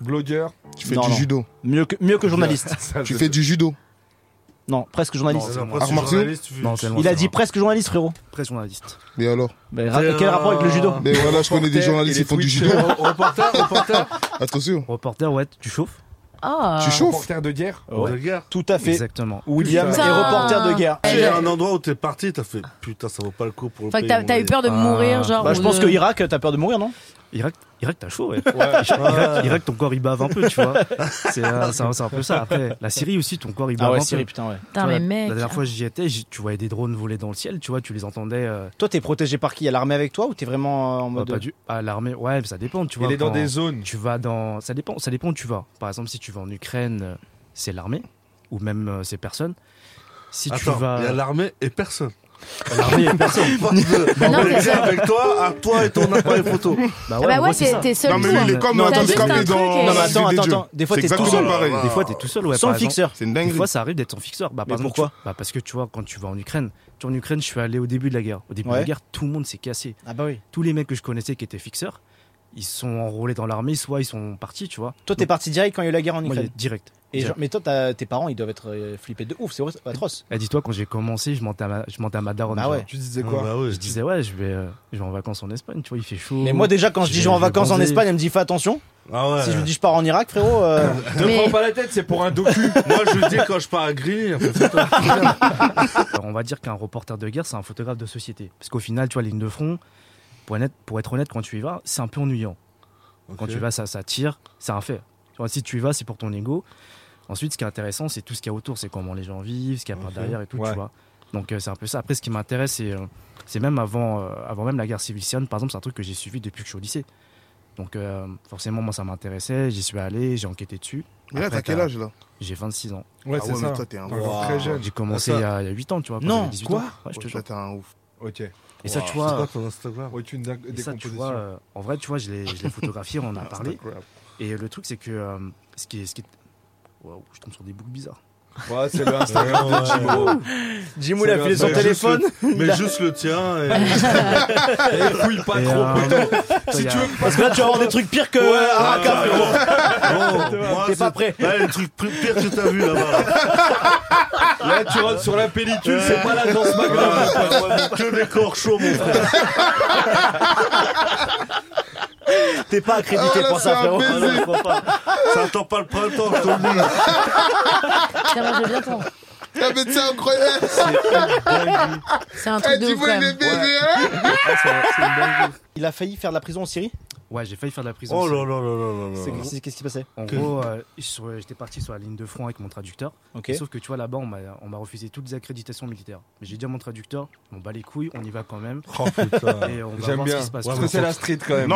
Speaker 5: Blogueur.
Speaker 2: Tu fais
Speaker 3: Non,
Speaker 2: du
Speaker 3: non.
Speaker 2: judo.
Speaker 3: Mieux que, mieux que journaliste.
Speaker 5: Ça,
Speaker 2: Tu
Speaker 5: je
Speaker 2: fais
Speaker 5: sais.
Speaker 2: du judo.
Speaker 3: Non, presque
Speaker 12: Non,
Speaker 6: Ah,
Speaker 3: journaliste.
Speaker 12: c'est
Speaker 6: non,
Speaker 12: loin.
Speaker 6: pas si
Speaker 2: Arts
Speaker 6: journaliste, tu-
Speaker 12: Non, c'est loin,
Speaker 3: Il a
Speaker 12: c'est
Speaker 3: dit
Speaker 12: loin.
Speaker 3: presque journaliste, frérot.
Speaker 12: Près journaliste.
Speaker 2: Et alors
Speaker 3: Mais
Speaker 6: ra-
Speaker 3: quel rapport avec le judo
Speaker 2: Mais voilà, je connais des
Speaker 5: Reporter,
Speaker 2: journalistes
Speaker 5: il
Speaker 2: qui
Speaker 5: est
Speaker 2: font du
Speaker 5: Twitcher.
Speaker 2: judo.
Speaker 9: euh,
Speaker 6: Reporter, reporter.
Speaker 2: Attention.
Speaker 12: Reporter, ouais, tu chauffes
Speaker 4: Ah.
Speaker 2: Tu chauffes
Speaker 5: Reporter de guerre.
Speaker 3: Ouais.
Speaker 6: De guerre.
Speaker 3: Tout à fait.
Speaker 12: Exactement.
Speaker 3: William
Speaker 5: Putain.
Speaker 3: est reporter de guerre.
Speaker 4: Eh,
Speaker 6: Il y a un endroit où t'es parti, t'as fait putain, ça vaut pas le coup pour le
Speaker 4: Enfin, que
Speaker 6: pays
Speaker 4: t'as
Speaker 6: où
Speaker 4: t'as
Speaker 6: on
Speaker 4: eu
Speaker 6: est.
Speaker 4: peur de mourir, genre.
Speaker 3: Bah, je
Speaker 4: ou
Speaker 3: pense
Speaker 4: de-
Speaker 3: que Irak, t'as peur de mourir, non
Speaker 12: Ah. Irak, Irak t'as chaud, ouais. Irak, Irak, ton corps il bave un peu, tu vois. C'est euh, c'est un, c'est un peu ça. Après, la Syrie aussi, ton corps il bave un peu.
Speaker 3: putain, Ah ouais.
Speaker 4: Putain,
Speaker 12: Tu vois,
Speaker 4: mais mec.
Speaker 12: La dernière fois j'y étais, j'y- tu voyais des drones voler dans le ciel, tu vois, tu les entendais. euh,
Speaker 3: Toi, t'es protégé par qui À l'armée avec toi ou t'es vraiment euh, en
Speaker 12: bah,
Speaker 3: mode.
Speaker 12: pas du- à l'armée, ouais, mais ça dépend, tu vois.
Speaker 5: Il est dans
Speaker 12: quand
Speaker 5: des zones.
Speaker 12: Tu vas dans, ça dépend, ça dépend où tu vas. Par exemple, si tu vas en Ukraine, euh, c'est l'armée ou même euh, c'est personne. Si
Speaker 6: Attends,
Speaker 12: tu
Speaker 6: il y a
Speaker 12: vas,
Speaker 6: l'armée et personne.
Speaker 12: l'armée, il y a personne.
Speaker 6: Pas de-
Speaker 4: Non,
Speaker 6: On
Speaker 4: mais-
Speaker 6: est bien avec toi, à toi et ton appareil photo.
Speaker 12: Bah
Speaker 4: Ah bah
Speaker 12: en
Speaker 4: ouais,
Speaker 12: gros, c'est
Speaker 4: t'es-
Speaker 12: ça.
Speaker 4: t'es seul.
Speaker 2: Non, mais lui,
Speaker 4: toi.
Speaker 2: il est comme
Speaker 3: Non,
Speaker 4: t'as juste
Speaker 2: handicapé
Speaker 4: un truc et-
Speaker 2: dans
Speaker 4: Non, mais
Speaker 2: la
Speaker 3: attends,
Speaker 2: cité des
Speaker 3: attends,
Speaker 2: dieux.
Speaker 3: attends. Des fois,
Speaker 2: C'est
Speaker 3: t'es tout
Speaker 2: exactement
Speaker 3: seul.
Speaker 2: pareil.
Speaker 12: Des fois, t'es tout seul, ouais.
Speaker 3: Sans
Speaker 12: par exemple.
Speaker 3: fixeur.
Speaker 2: C'est une
Speaker 12: Des
Speaker 2: dinguerie.
Speaker 12: fois, ça arrive d'être en fixeur. Bah,
Speaker 3: Mais
Speaker 12: par exemple,
Speaker 3: pourquoi
Speaker 12: tu- bah, Parce que tu vois, quand tu vas en Ukraine, tu vois, en Ukraine, je suis allé au début de la guerre. Au début de
Speaker 3: Ouais.
Speaker 12: la guerre, tout le monde s'est cassé.
Speaker 3: Ah bah oui.
Speaker 12: Tous les mecs que je connaissais qui étaient fixeurs, ils se sont enrôlés dans l'armée, soit ils sont partis, tu vois.
Speaker 3: Toi, t'es parti direct quand il y a eu la guerre en
Speaker 12: Moi,
Speaker 3: Ukraine.
Speaker 12: direct.
Speaker 3: Et
Speaker 12: direct.
Speaker 3: genre- mais toi, t'as- tes parents, ils doivent être euh, flippés de ouf, c'est vrai, c'est atroce.
Speaker 12: Et Bah, dis-toi, quand j'ai commencé, je mentais à ma, je mentais à ma daronne.
Speaker 3: Bah
Speaker 12: tu vois.
Speaker 3: ouais.
Speaker 5: Tu disais
Speaker 6: Ah,
Speaker 5: quoi
Speaker 6: bah ouais,
Speaker 12: Je disais, ouais, je vais, euh, je vais en vacances en Espagne, tu vois, il fait chaud.
Speaker 3: Mais moi, déjà, quand je
Speaker 12: Mm. je
Speaker 3: dis
Speaker 12: vais-
Speaker 3: je vais en
Speaker 12: je vais
Speaker 3: vacances en
Speaker 12: bronzer.
Speaker 3: Espagne, elle me dit fais attention.
Speaker 6: Ah ouais.
Speaker 3: Si je lui dis je pars en Irak, frérot, euh,
Speaker 5: Ne
Speaker 4: Mais-
Speaker 5: prends pas la tête, c'est pour un docu.
Speaker 6: Moi, je dis quand je pars à Grigny, en fait, c'est toi.
Speaker 12: Alors, on va dire qu'un reporter de guerre, c'est un photographe de société. Parce qu'au final, tu vois, ligne de front, pour être, pour être honnête, quand tu y vas, c'est un peu ennuyant. Quand
Speaker 6: Ok.
Speaker 12: tu vas, ça, ça tire, c'est un fait. Tu vois, si tu y vas, c'est pour ton ego. Ensuite, ce qui est intéressant, c'est tout ce qu'il y a autour, c'est comment les gens vivent, ce qu'il y a par
Speaker 6: Ok.
Speaker 12: derrière et tout,
Speaker 5: Ouais.
Speaker 12: tu vois. Donc, euh, c'est un peu ça. Après, ce qui m'intéresse, c'est euh, c'est même avant, euh, avant même la guerre civile syrienne, par exemple, c'est un truc que j'ai suivi depuis que je suis au lycée. Donc, euh, forcément, moi, ça m'intéressait, j'y suis allé, j'ai enquêté dessus.
Speaker 2: Mais là,
Speaker 12: Après,
Speaker 2: t'as quel
Speaker 12: t'as-
Speaker 2: âge là
Speaker 12: J'ai 26 ans.
Speaker 5: Ouais,
Speaker 2: Ah
Speaker 5: c'est
Speaker 2: ouais,
Speaker 5: ça.
Speaker 2: mais toi, t'es un
Speaker 5: Encore
Speaker 2: ouf.
Speaker 5: très jeune.
Speaker 12: J'ai commencé il y, a, il y a 8 ans, tu vois. quand
Speaker 3: Non,
Speaker 12: j'avais 18
Speaker 3: quoi
Speaker 12: ans. Ouais, je te jure.
Speaker 2: Toi, t'es un ouf.
Speaker 5: Ok.
Speaker 12: Et ça, tu
Speaker 6: C'est
Speaker 12: vois, euh,
Speaker 6: quoi ton Instagram
Speaker 5: Ouais, tu une dingue-
Speaker 12: Et ça, tu
Speaker 5: décomposition.
Speaker 12: vois, euh, en vrai, tu vois, je l'ai je l'ai photographié, on en a parlé.
Speaker 2: Instagram.
Speaker 12: Et le truc, c'est que euh, ce qui est. Ce qui est... Waouh, je tombe sur des boucles bizarres.
Speaker 5: Ouais, c'est le Instagram de Jimbo.
Speaker 3: Jimou, il a
Speaker 5: C'est
Speaker 3: filé son
Speaker 5: vrai, je
Speaker 3: téléphone.
Speaker 6: Mais juste le tien. et-
Speaker 5: Eh, fouille pas
Speaker 12: Et,
Speaker 5: trop.
Speaker 12: euh,
Speaker 5: Si
Speaker 12: y a-
Speaker 5: tu veux
Speaker 3: Parce que là, tu vas avoir des trucs pires que euh, Araka, frérot.
Speaker 6: Bon, moi,
Speaker 3: T'es
Speaker 6: c'est-
Speaker 3: pas prêt.
Speaker 6: Ouais, le truc pire que t'as vu là-bas.
Speaker 13: Ah
Speaker 5: Là, tu rentres sur la pellicule, c'est pas la danse
Speaker 6: Ouais,
Speaker 5: macabre.
Speaker 6: que des corps chauds, mon frère.
Speaker 3: T'es pas
Speaker 2: Ah,
Speaker 3: accrédité
Speaker 2: là,
Speaker 3: pour
Speaker 2: c'est
Speaker 3: ça, frérot.
Speaker 2: un baiser.
Speaker 6: Ça attend pas le printemps, je te le dis.
Speaker 4: Tiens, moi, je viens, attends.
Speaker 2: Ah, mais c'est incroyable.
Speaker 4: C'est un
Speaker 2: Eh,
Speaker 4: truc de
Speaker 2: tu
Speaker 4: ouf, quand
Speaker 2: vois, il est
Speaker 4: même.
Speaker 2: baisé. hein
Speaker 12: Ah,
Speaker 3: Il a failli faire de la prison en Syrie
Speaker 12: Ouais, j'ai failli faire de la prison.
Speaker 3: Oh
Speaker 12: aussi.
Speaker 3: là là là là là là C'est- là. c'est- qu'est-ce qui s'est passé
Speaker 12: En
Speaker 3: Que-
Speaker 12: gros, euh, sur- j'étais parti sur la ligne de front avec mon traducteur.
Speaker 3: Ok.
Speaker 12: Sauf que tu vois, là-bas, on m'a on m'a refusé toutes les accréditations militaires. Mais j'ai dit à mon traducteur, on bat les couilles, on y va quand même. Et on va voir ce qui se passe.
Speaker 2: Non, en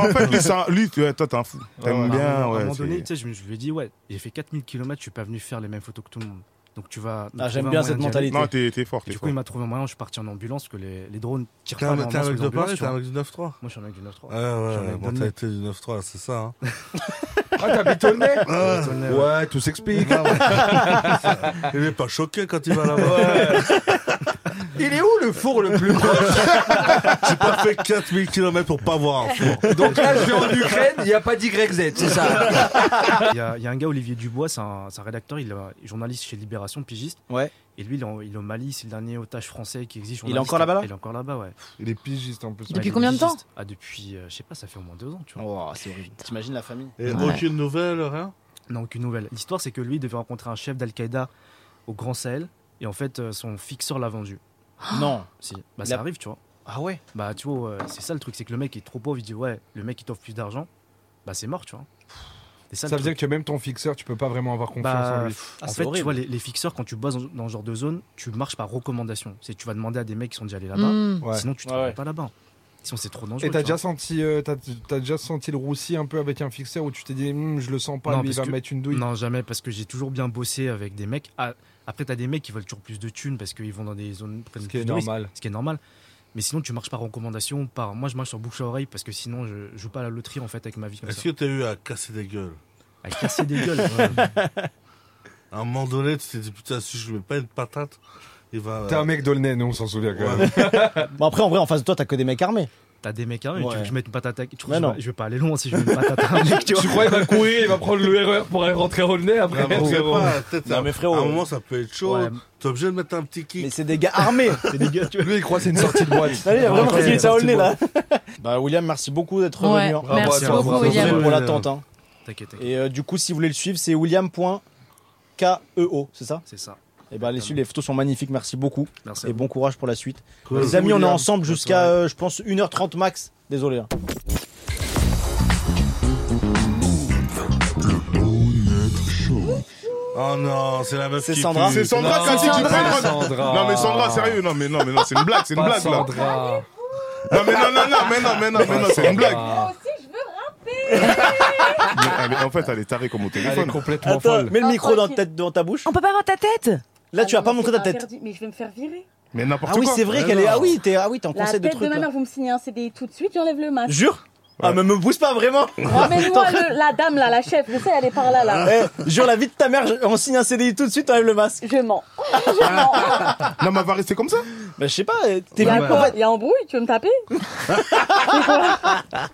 Speaker 2: fait, lui, c'est un- lui, tu- ouais, toi, t'es un fou. T'aimes
Speaker 12: Ouais,
Speaker 2: bien,
Speaker 12: à un moment-
Speaker 2: Ah
Speaker 12: À
Speaker 2: ouais.
Speaker 12: un moment
Speaker 2: c'est-
Speaker 12: donné, tu sais, je me je lui ai dit, ouais, j'ai fait 4000 km, je suis pas venu faire les mêmes photos que tout le monde. Donc tu vas. donc
Speaker 2: Ah,
Speaker 12: tu
Speaker 2: j'aime
Speaker 12: vas
Speaker 2: bien
Speaker 12: un moyen
Speaker 2: cette
Speaker 12: d'y aller.
Speaker 2: mentalité. Non, t'es- t'es fort,
Speaker 12: Et
Speaker 2: t'es
Speaker 12: Du coup,
Speaker 2: fort.
Speaker 12: il m'a trouvé un moyen, je suis parti en ambulance, parce que les, les drones tirent
Speaker 6: T'es
Speaker 12: pas
Speaker 6: un
Speaker 12: normalement
Speaker 6: t'es un
Speaker 12: sur
Speaker 6: mec
Speaker 12: les
Speaker 6: de
Speaker 12: ambulances,
Speaker 6: Paris,
Speaker 12: tu
Speaker 6: t'es un
Speaker 12: vois.
Speaker 6: mec du 9-3
Speaker 12: hein. Moi, je suis un mec du 9-3.
Speaker 6: Ouais, Ah ouais, la
Speaker 12: J'en ai donné.
Speaker 6: mentalité du 9-3, c'est ça. hein.
Speaker 5: Ah, t'habites au nez
Speaker 6: Ah.
Speaker 5: Ouais, tout s'explique.
Speaker 6: Il est pas choqué quand il va là-bas.
Speaker 5: Il est où le four le plus proche
Speaker 6: J'ai pas fait 4000 km pour pas voir un four.
Speaker 5: Donc là, je vais en Ukraine, il n'y a pas d'YZ, c'est ça
Speaker 12: Il y, a, il y a un gars, Olivier Dubois, c'est un, c'est un rédacteur, il est journaliste chez Libération, pigiste.
Speaker 3: Ouais.
Speaker 12: Et lui, il est, en- il est au Mali, c'est le dernier otage français qui existe.
Speaker 3: Il est encore là-bas, là
Speaker 12: Il est encore là-bas, ouais.
Speaker 5: Il est pigiste en plus.
Speaker 12: Ouais, il est pigiste. Ah, depuis, euh, je sais pas, ça fait au moins deux ans, tu
Speaker 3: vois. Oh, c'est horrible. T'imagines la famille
Speaker 12: Et
Speaker 3: Ouais.
Speaker 12: aucune nouvelle, rien Non, aucune nouvelle. L'histoire, c'est que lui devait rencontrer un chef d'Al-Qaïda au Grand Sahel, et en fait, euh, son fixeur l'a vendu.
Speaker 3: Non.
Speaker 12: Si. Bah,
Speaker 3: Il
Speaker 12: ça
Speaker 3: a-
Speaker 12: arrive, tu vois. Ah ouais Bah, tu vois, euh, c'est ça le truc, c'est que le mec est trop pauvre, il dit, ouais, le mec, il t'offre plus d'argent, bah, c'est mort, tu vois. C'est
Speaker 5: Ça
Speaker 12: le
Speaker 5: veut
Speaker 12: truc.
Speaker 5: dire que même ton fixeur, tu peux pas vraiment avoir confiance
Speaker 12: Bah,
Speaker 5: en lui.
Speaker 12: en fait, tu vois, les, les fixeurs, quand tu bosses dans, dans ce genre de zone, tu marches par recommandation. C'est tu vas demander à des mecs qui sont déjà allés là-bas.
Speaker 5: Mm. Ouais.
Speaker 12: Sinon, tu te
Speaker 5: Ouais,
Speaker 12: rends
Speaker 5: ouais.
Speaker 12: pas là-bas. Sinon, c'est trop dangereux.
Speaker 5: Et t'as
Speaker 12: tu
Speaker 5: déjà
Speaker 12: vois.
Speaker 5: senti, euh, t'as, t'as déjà senti le roussi un peu avec un fixeur où tu t'es dit, Hum, je le sens pas, lui, il
Speaker 12: parce
Speaker 5: va
Speaker 12: que-
Speaker 5: me mettre une douille.
Speaker 12: Non, jamais, parce que j'ai toujours bien bossé avec des mecs. Ah, après, t'as des mecs qui veulent toujours plus de thunes parce qu'ils vont dans des zones. prennent
Speaker 5: Ce qui est
Speaker 12: plus de risques,
Speaker 5: normal.
Speaker 12: Ce qui est normal. Mais sinon, tu marches par recommandation. Par... Moi, je marche sur bouche à oreille parce que sinon, je je joue pas à la loterie en fait avec ma vie. comme
Speaker 6: Est-ce
Speaker 12: ça.
Speaker 6: que t'as eu à casser des gueules
Speaker 12: À casser des gueules, ouais.
Speaker 6: À un moment donné, tu t'es dit, putain, si je lui mets pas une patate, il va.
Speaker 5: T'es un mec d'Aulnay, nous on s'en souvient quand même.
Speaker 3: Bon, après, en vrai, en face de toi, t'as que des mecs armés.
Speaker 12: T'as des mecs armés, tu veux que je mette une patate à- tu trouves
Speaker 3: Mais
Speaker 12: que je
Speaker 3: non.
Speaker 12: vais- je vais pas aller loin si je mets une patate à un mec, tu vois.
Speaker 5: courir, il va prendre le RER pour aller rentrer au nez
Speaker 6: Non, mais frérot, peut-être,
Speaker 3: Non,
Speaker 6: à-
Speaker 3: mais frérot.
Speaker 6: à un moment, ça peut être chaud.
Speaker 3: Ouais.
Speaker 6: T'es obligé de mettre un petit kick. Mais
Speaker 3: c'est des gars armés. C'est des gars,
Speaker 5: Lui, il croit que c'est une sortie de boîte.
Speaker 3: Allez, il a vraiment
Speaker 6: Ouais,
Speaker 3: cru qu'il était à
Speaker 6: sorti
Speaker 3: Aulnay,
Speaker 6: de
Speaker 3: là. Bah, William, merci beaucoup d'être
Speaker 4: Ouais,
Speaker 3: venu. hein.
Speaker 4: Bravo à merci toi, beaucoup, bravo. William.
Speaker 3: Désolé pour
Speaker 4: Ouais,
Speaker 3: l'attente. hein.
Speaker 12: T'inquiète, t'inquiète.
Speaker 3: Et euh, du coup, si vous voulez le suivre, c'est william.keo, E c'est ça
Speaker 12: C'est ça.
Speaker 3: Et bah, les, su- les photos sont magnifiques, merci beaucoup.
Speaker 12: Merci à
Speaker 3: Et
Speaker 12: vous.
Speaker 3: bon courage pour la suite.
Speaker 12: Cool.
Speaker 3: Les amis, on est
Speaker 12: William.
Speaker 3: ensemble
Speaker 12: Bonne
Speaker 3: jusqu'à, euh, je pense, 1h30 max. Désolé. hein.
Speaker 6: Oh non, c'est la meuf
Speaker 3: C'est
Speaker 6: qui
Speaker 3: Sandra.
Speaker 6: pue.
Speaker 2: C'est Sandra
Speaker 6: Non.
Speaker 2: qui a dit qu'il
Speaker 6: Sandra.
Speaker 2: prenait- Non, mais Sandra, sérieux, non, mais non, mais non, c'est une blague, c'est une
Speaker 5: Pas
Speaker 2: blague, là.
Speaker 5: Sandra.
Speaker 2: Non, mais non, non, non, mais non, mais Eh non, mais non, c'est une blague. Mais elle est- en fait, elle est tarée comme au téléphone.
Speaker 5: Elle est complètement
Speaker 3: Attends,
Speaker 5: folle.
Speaker 3: mets le
Speaker 11: Ah,
Speaker 4: Oh,
Speaker 3: micro dans,
Speaker 4: tranquille.
Speaker 3: tête- dans ta bouche.
Speaker 4: On peut pas voir ta tête
Speaker 3: Là, tu vas pas
Speaker 11: Non,
Speaker 3: montrer
Speaker 11: c'est
Speaker 3: ta tête.
Speaker 11: interdit, Mais je vais me faire virer.
Speaker 2: Mais n'importe
Speaker 3: Ah oui,
Speaker 2: quoi.
Speaker 3: c'est vrai
Speaker 2: Mais
Speaker 3: qu'elle est.
Speaker 2: non.
Speaker 3: Ah oui, t'es ah oui, t'es en
Speaker 11: La
Speaker 3: conseil
Speaker 11: tête
Speaker 3: de
Speaker 11: de
Speaker 3: trucs.
Speaker 11: ma
Speaker 3: là.
Speaker 11: mère, vous me signez un CDI tout de suite, j'enlève le masque.
Speaker 3: Jure Ah, mais me pousse pas vraiment
Speaker 11: Ah, mais moi,
Speaker 3: T'es en-
Speaker 11: le- la dame là, la chef, je sais, elle est par là là.
Speaker 3: Eh, jure la vie de ta mère, je- on signe un CDI tout de suite, t'enlèves le masque.
Speaker 11: Je mens.
Speaker 2: Non, mais elle va rester comme ça
Speaker 3: Bah, je sais pas, eh,
Speaker 11: Il
Speaker 3: t'es
Speaker 11: y
Speaker 3: venu
Speaker 11: a
Speaker 3: en
Speaker 11: quoi
Speaker 3: fait-
Speaker 11: Il y a embrouille, tu veux me taper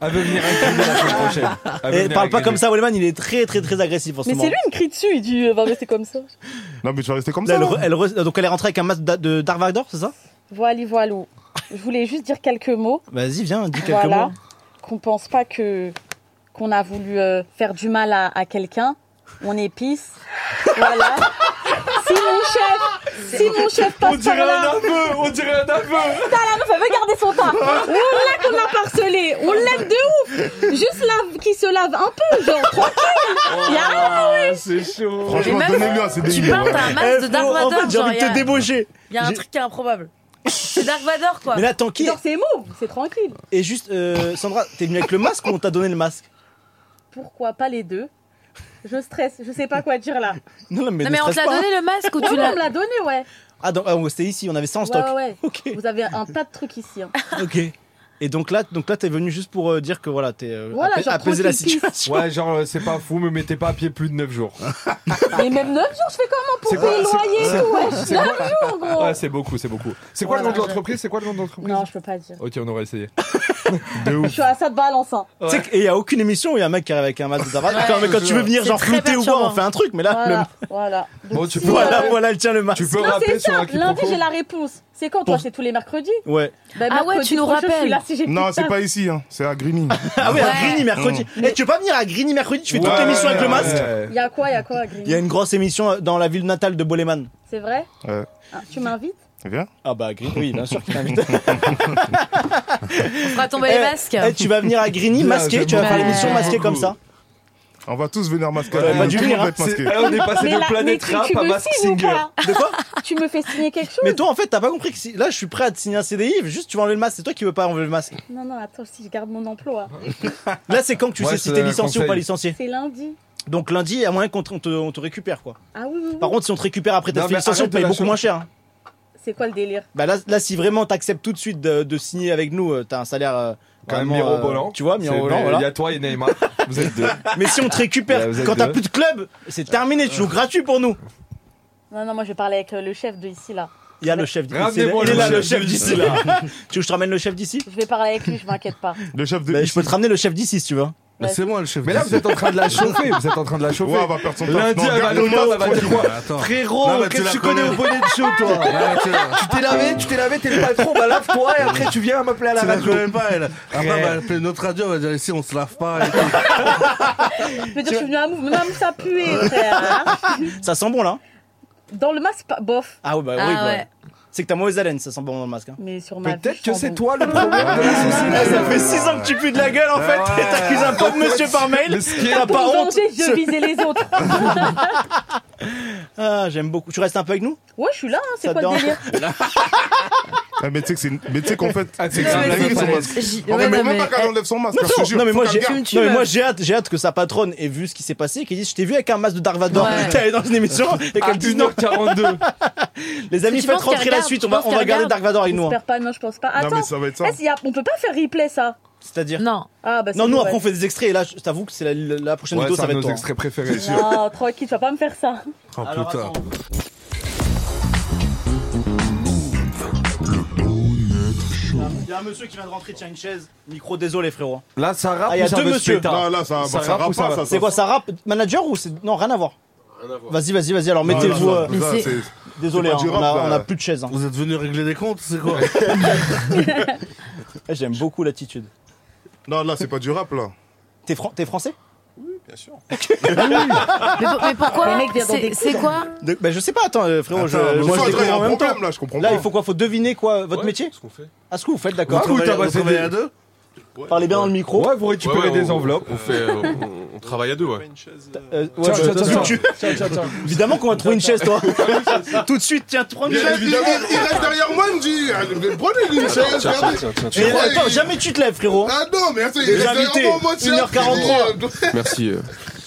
Speaker 5: Elle veut venir avec nous la semaine
Speaker 4: Ah,
Speaker 5: prochaine. Elle veut
Speaker 3: Eh,
Speaker 5: venir
Speaker 3: parle
Speaker 5: avec
Speaker 3: pas
Speaker 5: nous.
Speaker 3: comme ça, Wellman, il est très très très agressif en ce
Speaker 11: Mais
Speaker 3: moment.
Speaker 11: c'est lui, il me crie dessus, il dit, euh, va rester comme ça.
Speaker 2: Non, mais tu vas rester comme
Speaker 3: Là,
Speaker 2: ça.
Speaker 3: elle
Speaker 2: là.
Speaker 3: re- elle re- donc elle est rentrée avec un masque d'a- de Dark Vador, c'est ça
Speaker 11: Voilà, voilà. Je voulais juste dire quelques mots.
Speaker 3: Vas-y, viens, dis quelques
Speaker 11: Voilà.
Speaker 3: mots.
Speaker 11: Qu'on pense pas que qu'on a voulu euh, faire du mal à, à quelqu'un. On épice. voilà. Si mon chef, si mon chef passe par là.
Speaker 5: aveu, on dirait un aveu.
Speaker 11: Putain, la meuf, elle veut garder son temps. On l'aime, on l'a parcelé. On l'aime de ouf. Juste là, qui se lave un peu, genre,
Speaker 5: Oh
Speaker 11: tranquille. Y a rien à
Speaker 8: Ah,
Speaker 11: voir.
Speaker 5: C'est chaud.
Speaker 2: Franchement,
Speaker 4: Mais même-
Speaker 2: donnez-lui un CDI.
Speaker 4: Tu parles d'un masque de
Speaker 3: Eh,
Speaker 4: Dark
Speaker 3: frérot,
Speaker 4: Vador,
Speaker 3: En fait, j'ai
Speaker 4: genre,
Speaker 3: envie de
Speaker 4: y a-
Speaker 3: te débaucher.
Speaker 4: Il y a un
Speaker 3: J'ai-
Speaker 4: truc qui est improbable. C'est Dark Vador, quoi.
Speaker 3: Mais là, tant qui
Speaker 11: Genre, c'est mauve, c'est tranquille.
Speaker 3: Et juste, euh, Sandra, t'es venue avec le masque ou on t'a donné le masque
Speaker 11: Pourquoi pas les deux Je stresse, je sais pas quoi dire là.
Speaker 3: Non, non, mais,
Speaker 4: non,
Speaker 3: ne
Speaker 4: mais on
Speaker 3: stresse
Speaker 4: te l'a
Speaker 3: pas, hein.
Speaker 4: donné le masque ou
Speaker 11: Ouais,
Speaker 4: tu
Speaker 11: ouais,
Speaker 4: l'as.
Speaker 11: on me l'a donné, ouais.
Speaker 3: Ah, donc, ah, c'était ici, on avait ça en
Speaker 11: Ouais,
Speaker 3: stock.
Speaker 11: ouais, ouais. Vous avez un tas de trucs ici. hein.
Speaker 3: Ok. Et donc là, donc là, t'es venu juste pour euh, dire que voilà, t'es euh,
Speaker 11: Voilà,
Speaker 3: apais-
Speaker 11: genre,
Speaker 3: apaiser la
Speaker 11: tranquille, peace.
Speaker 3: situation.
Speaker 5: Ouais, genre, euh, c'est pas fou, me mettez pas à pied plus de 9 jours.
Speaker 11: Mais même 9 jours, je fais comment
Speaker 5: C'est
Speaker 11: pour
Speaker 5: quoi-
Speaker 11: payer le
Speaker 5: c'est- c'est-
Speaker 11: loyer et tout,
Speaker 5: c'est
Speaker 11: ouais.
Speaker 5: quoi-
Speaker 11: 9 jours, gros.
Speaker 5: Ouais, c'est beaucoup, c'est beaucoup. C'est quoi le nom de l'entreprise C'est quoi le nom de l'entreprise
Speaker 11: Non, je peux pas dire.
Speaker 5: Ok, on aurait essayé.
Speaker 11: Je suis à ça de balance. hein.
Speaker 3: Tu sais que- Et il y a aucune émission où il y a un mec qui arrive avec un masque de Dark Vador. Quand, mais quand tu veux venir
Speaker 4: C'est
Speaker 3: genre
Speaker 4: très
Speaker 3: flouter ou quoi, on
Speaker 4: perturbant.
Speaker 3: fait un truc. Mais là,
Speaker 11: Voilà, voilà.
Speaker 3: le...
Speaker 5: Bon, tu peux-
Speaker 3: voilà, voilà, elle tient le masque.
Speaker 5: Tu peux
Speaker 11: Non, c'est
Speaker 5: rappeler sur un
Speaker 11: simple. Lundi,
Speaker 5: quiproquo
Speaker 11: j'ai la réponse. C'est quand toi C'est tous les mercredis
Speaker 3: Ouais.
Speaker 11: Bah,
Speaker 4: Ah ouais,
Speaker 11: mercredi
Speaker 4: tu nous
Speaker 11: prochain, je suis
Speaker 4: rappelles.
Speaker 11: là si j'ai plus
Speaker 2: Non,
Speaker 11: de
Speaker 2: c'est
Speaker 11: taf.
Speaker 2: pas ici, hein. c'est à Grigny.
Speaker 3: Ah ouais, à
Speaker 4: Ouais.
Speaker 3: Grigny mercredi. Eh, tu veux pas venir à Grigny mercredi Tu fais toute
Speaker 5: Ouais,
Speaker 3: l'émission avec le masque
Speaker 5: ouais.
Speaker 11: Il y a quoi, il y a quoi, Green
Speaker 3: euh, Il y a une grosse émission dans la ville natale de Boleman.
Speaker 11: C'est vrai
Speaker 2: Ouais.
Speaker 11: Ah, Tu m'invites
Speaker 2: Viens.
Speaker 3: Ah bah Grigny, oui, bien sûr qu'il t'invite.
Speaker 4: On fera tomber les masques.
Speaker 3: Eh, tu vas venir à Grigny
Speaker 2: Là,
Speaker 3: masqué, tu vas
Speaker 2: j'aimerais
Speaker 3: faire l'émission
Speaker 2: beaucoup.
Speaker 3: masquée comme ça.
Speaker 2: On va tous venir masquer.
Speaker 3: Ouais,
Speaker 2: Tout
Speaker 3: pas
Speaker 2: le
Speaker 3: du
Speaker 2: monde
Speaker 3: rire,
Speaker 2: va
Speaker 3: hein.
Speaker 2: être masqué.
Speaker 3: C'est- on est passé
Speaker 11: Mais
Speaker 3: de
Speaker 11: là,
Speaker 3: Planet
Speaker 11: mais tu-
Speaker 3: Rap
Speaker 11: tu
Speaker 3: à
Speaker 11: me
Speaker 3: Mask
Speaker 11: signes ou
Speaker 3: Singer.
Speaker 11: pas
Speaker 3: De quoi
Speaker 11: Tu me fais signer quelque chose
Speaker 3: Mais toi en fait t'as pas compris que si- là je suis prêt à te signer un CDI, juste tu vas enlever le masque, c'est toi qui veux pas enlever le masque.
Speaker 11: Non, non, attends, si je garde mon emploi.
Speaker 3: Là c'est quand que tu
Speaker 5: Ouais,
Speaker 3: sais
Speaker 5: c'est
Speaker 3: si t'es
Speaker 5: un
Speaker 3: licencié ou
Speaker 5: conseil.
Speaker 3: pas licencié.
Speaker 11: C'est lundi.
Speaker 3: Donc lundi, à moyen qu'on te, on te- on te récupère quoi.
Speaker 11: Ah oui, oui, oui.
Speaker 3: Par contre si on te récupère après ta
Speaker 5: Non, mais
Speaker 3: licencié, on
Speaker 5: arrête
Speaker 3: te
Speaker 5: de
Speaker 3: paye
Speaker 5: la
Speaker 3: beaucoup
Speaker 5: chauffer.
Speaker 3: moins cher. hein.
Speaker 11: C'est quoi le délire
Speaker 3: Bah là, là, si vraiment t'acceptes tout de suite de, de signer avec nous, euh, t'as un salaire euh,
Speaker 5: Quand même
Speaker 3: vraiment, euh,
Speaker 5: mirobolant.
Speaker 3: tu vois,
Speaker 5: C'est-
Speaker 3: mirobolant.
Speaker 5: Il y
Speaker 3: Voilà.
Speaker 5: a toi et Neymar. Vous êtes deux.
Speaker 3: Mais si on te récupère
Speaker 5: Là, vous êtes
Speaker 3: quand t'as
Speaker 5: deux.
Speaker 3: plus de club, c'est terminé, tu joues gratuit pour nous.
Speaker 11: Non, non, moi je vais parler avec euh, le chef de ici là.
Speaker 3: Il y a le chef d'ici. Il
Speaker 5: Ramenez-moi
Speaker 3: est
Speaker 5: le
Speaker 3: là, le
Speaker 5: chef
Speaker 3: chef
Speaker 5: d'ici,
Speaker 3: d'ici là. Tu veux que je te ramène le chef d'ici
Speaker 11: Je vais parler avec lui, je m'inquiète pas.
Speaker 2: Le chef de.
Speaker 3: Bah, Je peux te ramener le chef d'ici si tu veux.
Speaker 6: Bah, c'est moi le chef.
Speaker 5: Mais là,
Speaker 6: d'ici.
Speaker 5: vous êtes en train de la chauffer. Vous êtes en train de la chauffer.
Speaker 2: Ouais, on va perdre son temps.
Speaker 5: Lundi,
Speaker 2: Non,
Speaker 5: elle va
Speaker 2: garde-le
Speaker 5: nous parler,
Speaker 2: pas,
Speaker 5: elle va dire
Speaker 2: tranquille.
Speaker 5: quoi
Speaker 6: Attends. Non,
Speaker 5: Frérot,
Speaker 6: mais tu
Speaker 5: qu'est-ce que
Speaker 6: la
Speaker 5: tu connais
Speaker 6: connais.
Speaker 5: au bonnet de chaud, toi
Speaker 6: Ouais, tu la-
Speaker 5: Tu t'es lavé, tu t'es lavé, t'es le patron, bah lave-toi et après tu viens m'appeler à la
Speaker 6: Tu la
Speaker 5: radio.
Speaker 6: connais pas, elle. Après,
Speaker 5: Frère.
Speaker 6: elle va appeler notre radio, elle va dire ici, on se lave pas. et tout.
Speaker 11: Je veux dire, je suis venue à Move, mais même ça puait, frère.
Speaker 3: Ça sent bon là
Speaker 11: Dans le masque, pas- bof.
Speaker 3: Ah ouais, bah
Speaker 4: Ah
Speaker 3: oui. bah.
Speaker 4: ouais.
Speaker 3: C'est que t'as mauvaise haleine, ça sent bon dans le masque. hein.
Speaker 11: Mais sur ma
Speaker 5: Peut-être
Speaker 11: vie,
Speaker 5: que
Speaker 11: je
Speaker 5: c'est
Speaker 11: sens
Speaker 5: toi le problème de la
Speaker 3: Ah,
Speaker 5: société.
Speaker 3: ça fait 6 ans que tu pues de la gueule en fait,
Speaker 5: Ah ouais.
Speaker 3: et t'accuses un pauvre monsieur par mail,
Speaker 5: Mais ce qui est-
Speaker 3: t'as
Speaker 11: bon.
Speaker 3: pas
Speaker 11: Pour
Speaker 3: honte
Speaker 11: venger, je visais les autres.
Speaker 3: Ah, j'aime beaucoup. Tu restes un peu avec nous
Speaker 11: Ouais, je suis là, hein, c'est
Speaker 3: Ça
Speaker 11: quoi
Speaker 3: te
Speaker 11: le
Speaker 3: dérange
Speaker 11: délire
Speaker 2: Ah, Mais tu sais que c'est une- mais tu sais qu'en fait.
Speaker 5: Ah, c'est
Speaker 2: c'est
Speaker 5: que ça
Speaker 2: une
Speaker 5: me
Speaker 2: dinguerie,
Speaker 5: l'a
Speaker 2: son
Speaker 5: dit.
Speaker 2: masque.
Speaker 4: J-
Speaker 2: En
Speaker 4: ouais,
Speaker 2: fait, mais
Speaker 4: non,
Speaker 2: même
Speaker 4: mais-
Speaker 2: pas qu'elle enlève son masque. je te jure,
Speaker 3: Non mais
Speaker 2: faut
Speaker 3: moi
Speaker 2: qu'elle
Speaker 3: j'ai
Speaker 2: garde.
Speaker 4: Tu
Speaker 3: non, mais
Speaker 4: me-
Speaker 3: moi, j'ai hâte, j'ai hâte que sa patronne ait vu ce qui s'est passé et qu'elle dise je t'ai vu avec un masque de Dark Vador.
Speaker 4: Ouais.
Speaker 3: T'es allé dans une émission et
Speaker 5: À
Speaker 3: qu'elle dise non.
Speaker 5: 1h42.
Speaker 3: Les amis
Speaker 4: Tu
Speaker 3: faites
Speaker 4: penses qu'elle
Speaker 3: rentrer la
Speaker 4: regarde
Speaker 3: suite,
Speaker 4: Tu
Speaker 3: on va,
Speaker 4: penses
Speaker 3: on va
Speaker 4: qu'elle
Speaker 3: garder
Speaker 4: regarde
Speaker 3: Dark Vador avec nous. hein.
Speaker 11: J'espère pas, non, je pense pas.
Speaker 2: Non,
Speaker 11: Attends,
Speaker 2: mais ça va être ça.
Speaker 11: est-ce qu'il y a- on peut pas faire replay ça
Speaker 3: C'est-à-dire
Speaker 4: Non.
Speaker 11: Ah, bah c'est
Speaker 3: Non, nous
Speaker 11: bon,
Speaker 3: après on
Speaker 11: ouais.
Speaker 3: fait des extraits et là je t'avoue que c'est la, la- la prochaine
Speaker 5: Ouais,
Speaker 3: vidéo
Speaker 5: c'est
Speaker 3: ça
Speaker 5: un
Speaker 3: va
Speaker 5: de
Speaker 3: être
Speaker 5: nos
Speaker 3: toi. hein.
Speaker 5: extraits préférés.
Speaker 11: Non, tranquille, tu vas pas me faire ça.
Speaker 6: Oh
Speaker 3: Alors,
Speaker 6: putain.
Speaker 3: attends. Il y a un monsieur qui vient de rentrer, tient une chaise. Micro, désolé frérot.
Speaker 5: Là, ça rappe.
Speaker 3: Ah, il y a
Speaker 5: ou ça
Speaker 3: deux
Speaker 5: veut se
Speaker 3: messieurs.
Speaker 5: pétard
Speaker 2: Non, là, ça
Speaker 5: Ça
Speaker 2: ça
Speaker 5: rappe ou
Speaker 2: rappe
Speaker 5: ça
Speaker 2: pas,
Speaker 5: va
Speaker 2: ça.
Speaker 3: C'est quoi, ça rap manager ou c'est. Non, rien à voir. Vas-y, vas-y, vas-y, alors mettez-vous. euh,
Speaker 4: Mais c'est-
Speaker 3: Désolé,
Speaker 2: C'est
Speaker 3: hein,
Speaker 2: pas du
Speaker 3: on,
Speaker 2: rap, euh,
Speaker 3: a, on
Speaker 2: là.
Speaker 3: a plus de chaise. hein.
Speaker 6: Vous êtes venu régler des comptes, c'est quoi
Speaker 3: Eh, J'aime beaucoup l'attitude.
Speaker 2: Non, là, c'est pas du rap, là.
Speaker 3: T'es fran- t'es français
Speaker 4: Mais, pour- mais pourquoi
Speaker 11: Les mecs viennent dans
Speaker 4: C'est-
Speaker 11: des coups,
Speaker 4: C'est
Speaker 11: hein.
Speaker 4: quoi
Speaker 3: De- Bah, je sais pas, attends, euh, frérot, je,
Speaker 2: Moi,
Speaker 3: moi je
Speaker 2: je
Speaker 3: découvre en
Speaker 2: un
Speaker 3: même temps.
Speaker 2: problème, là, je comprends
Speaker 3: Là,
Speaker 2: pas.
Speaker 3: il faut quoi Faut deviner quoi Votre métier
Speaker 14: qu'on fait
Speaker 3: Ah, ce que vous faites,
Speaker 6: Vous
Speaker 3: d'accord
Speaker 5: Écoute,
Speaker 6: travaillez-
Speaker 5: bah,
Speaker 6: vous
Speaker 5: c'est
Speaker 6: travaillez
Speaker 5: des-
Speaker 6: à deux
Speaker 3: Parlez bien dans le micro.
Speaker 5: Ouais, vous récupérez des enveloppes.
Speaker 15: On, fait, euh, on, on travaille à deux, ouais.
Speaker 3: Euh, ouais,
Speaker 5: Tiens,
Speaker 3: bah,
Speaker 5: tiens,
Speaker 3: t'as-
Speaker 5: tiens,
Speaker 3: tu- Évidemment qu'on va trouver une chaise, toi. Tout de suite, tiens, prends une
Speaker 2: Il
Speaker 3: chaise.
Speaker 2: reste- il reste il reste derrière moi, il me dit ah, je vais- Prenez une chaise, regardez.
Speaker 3: Mais
Speaker 2: crois,
Speaker 3: attends,
Speaker 2: il-
Speaker 3: jamais tu te lèves, frérot.
Speaker 2: Ah non, mais attends, il
Speaker 3: Les
Speaker 2: reste derrière
Speaker 3: invités,
Speaker 2: moi, moi, tiens.
Speaker 3: 1h43.
Speaker 15: Merci. euh.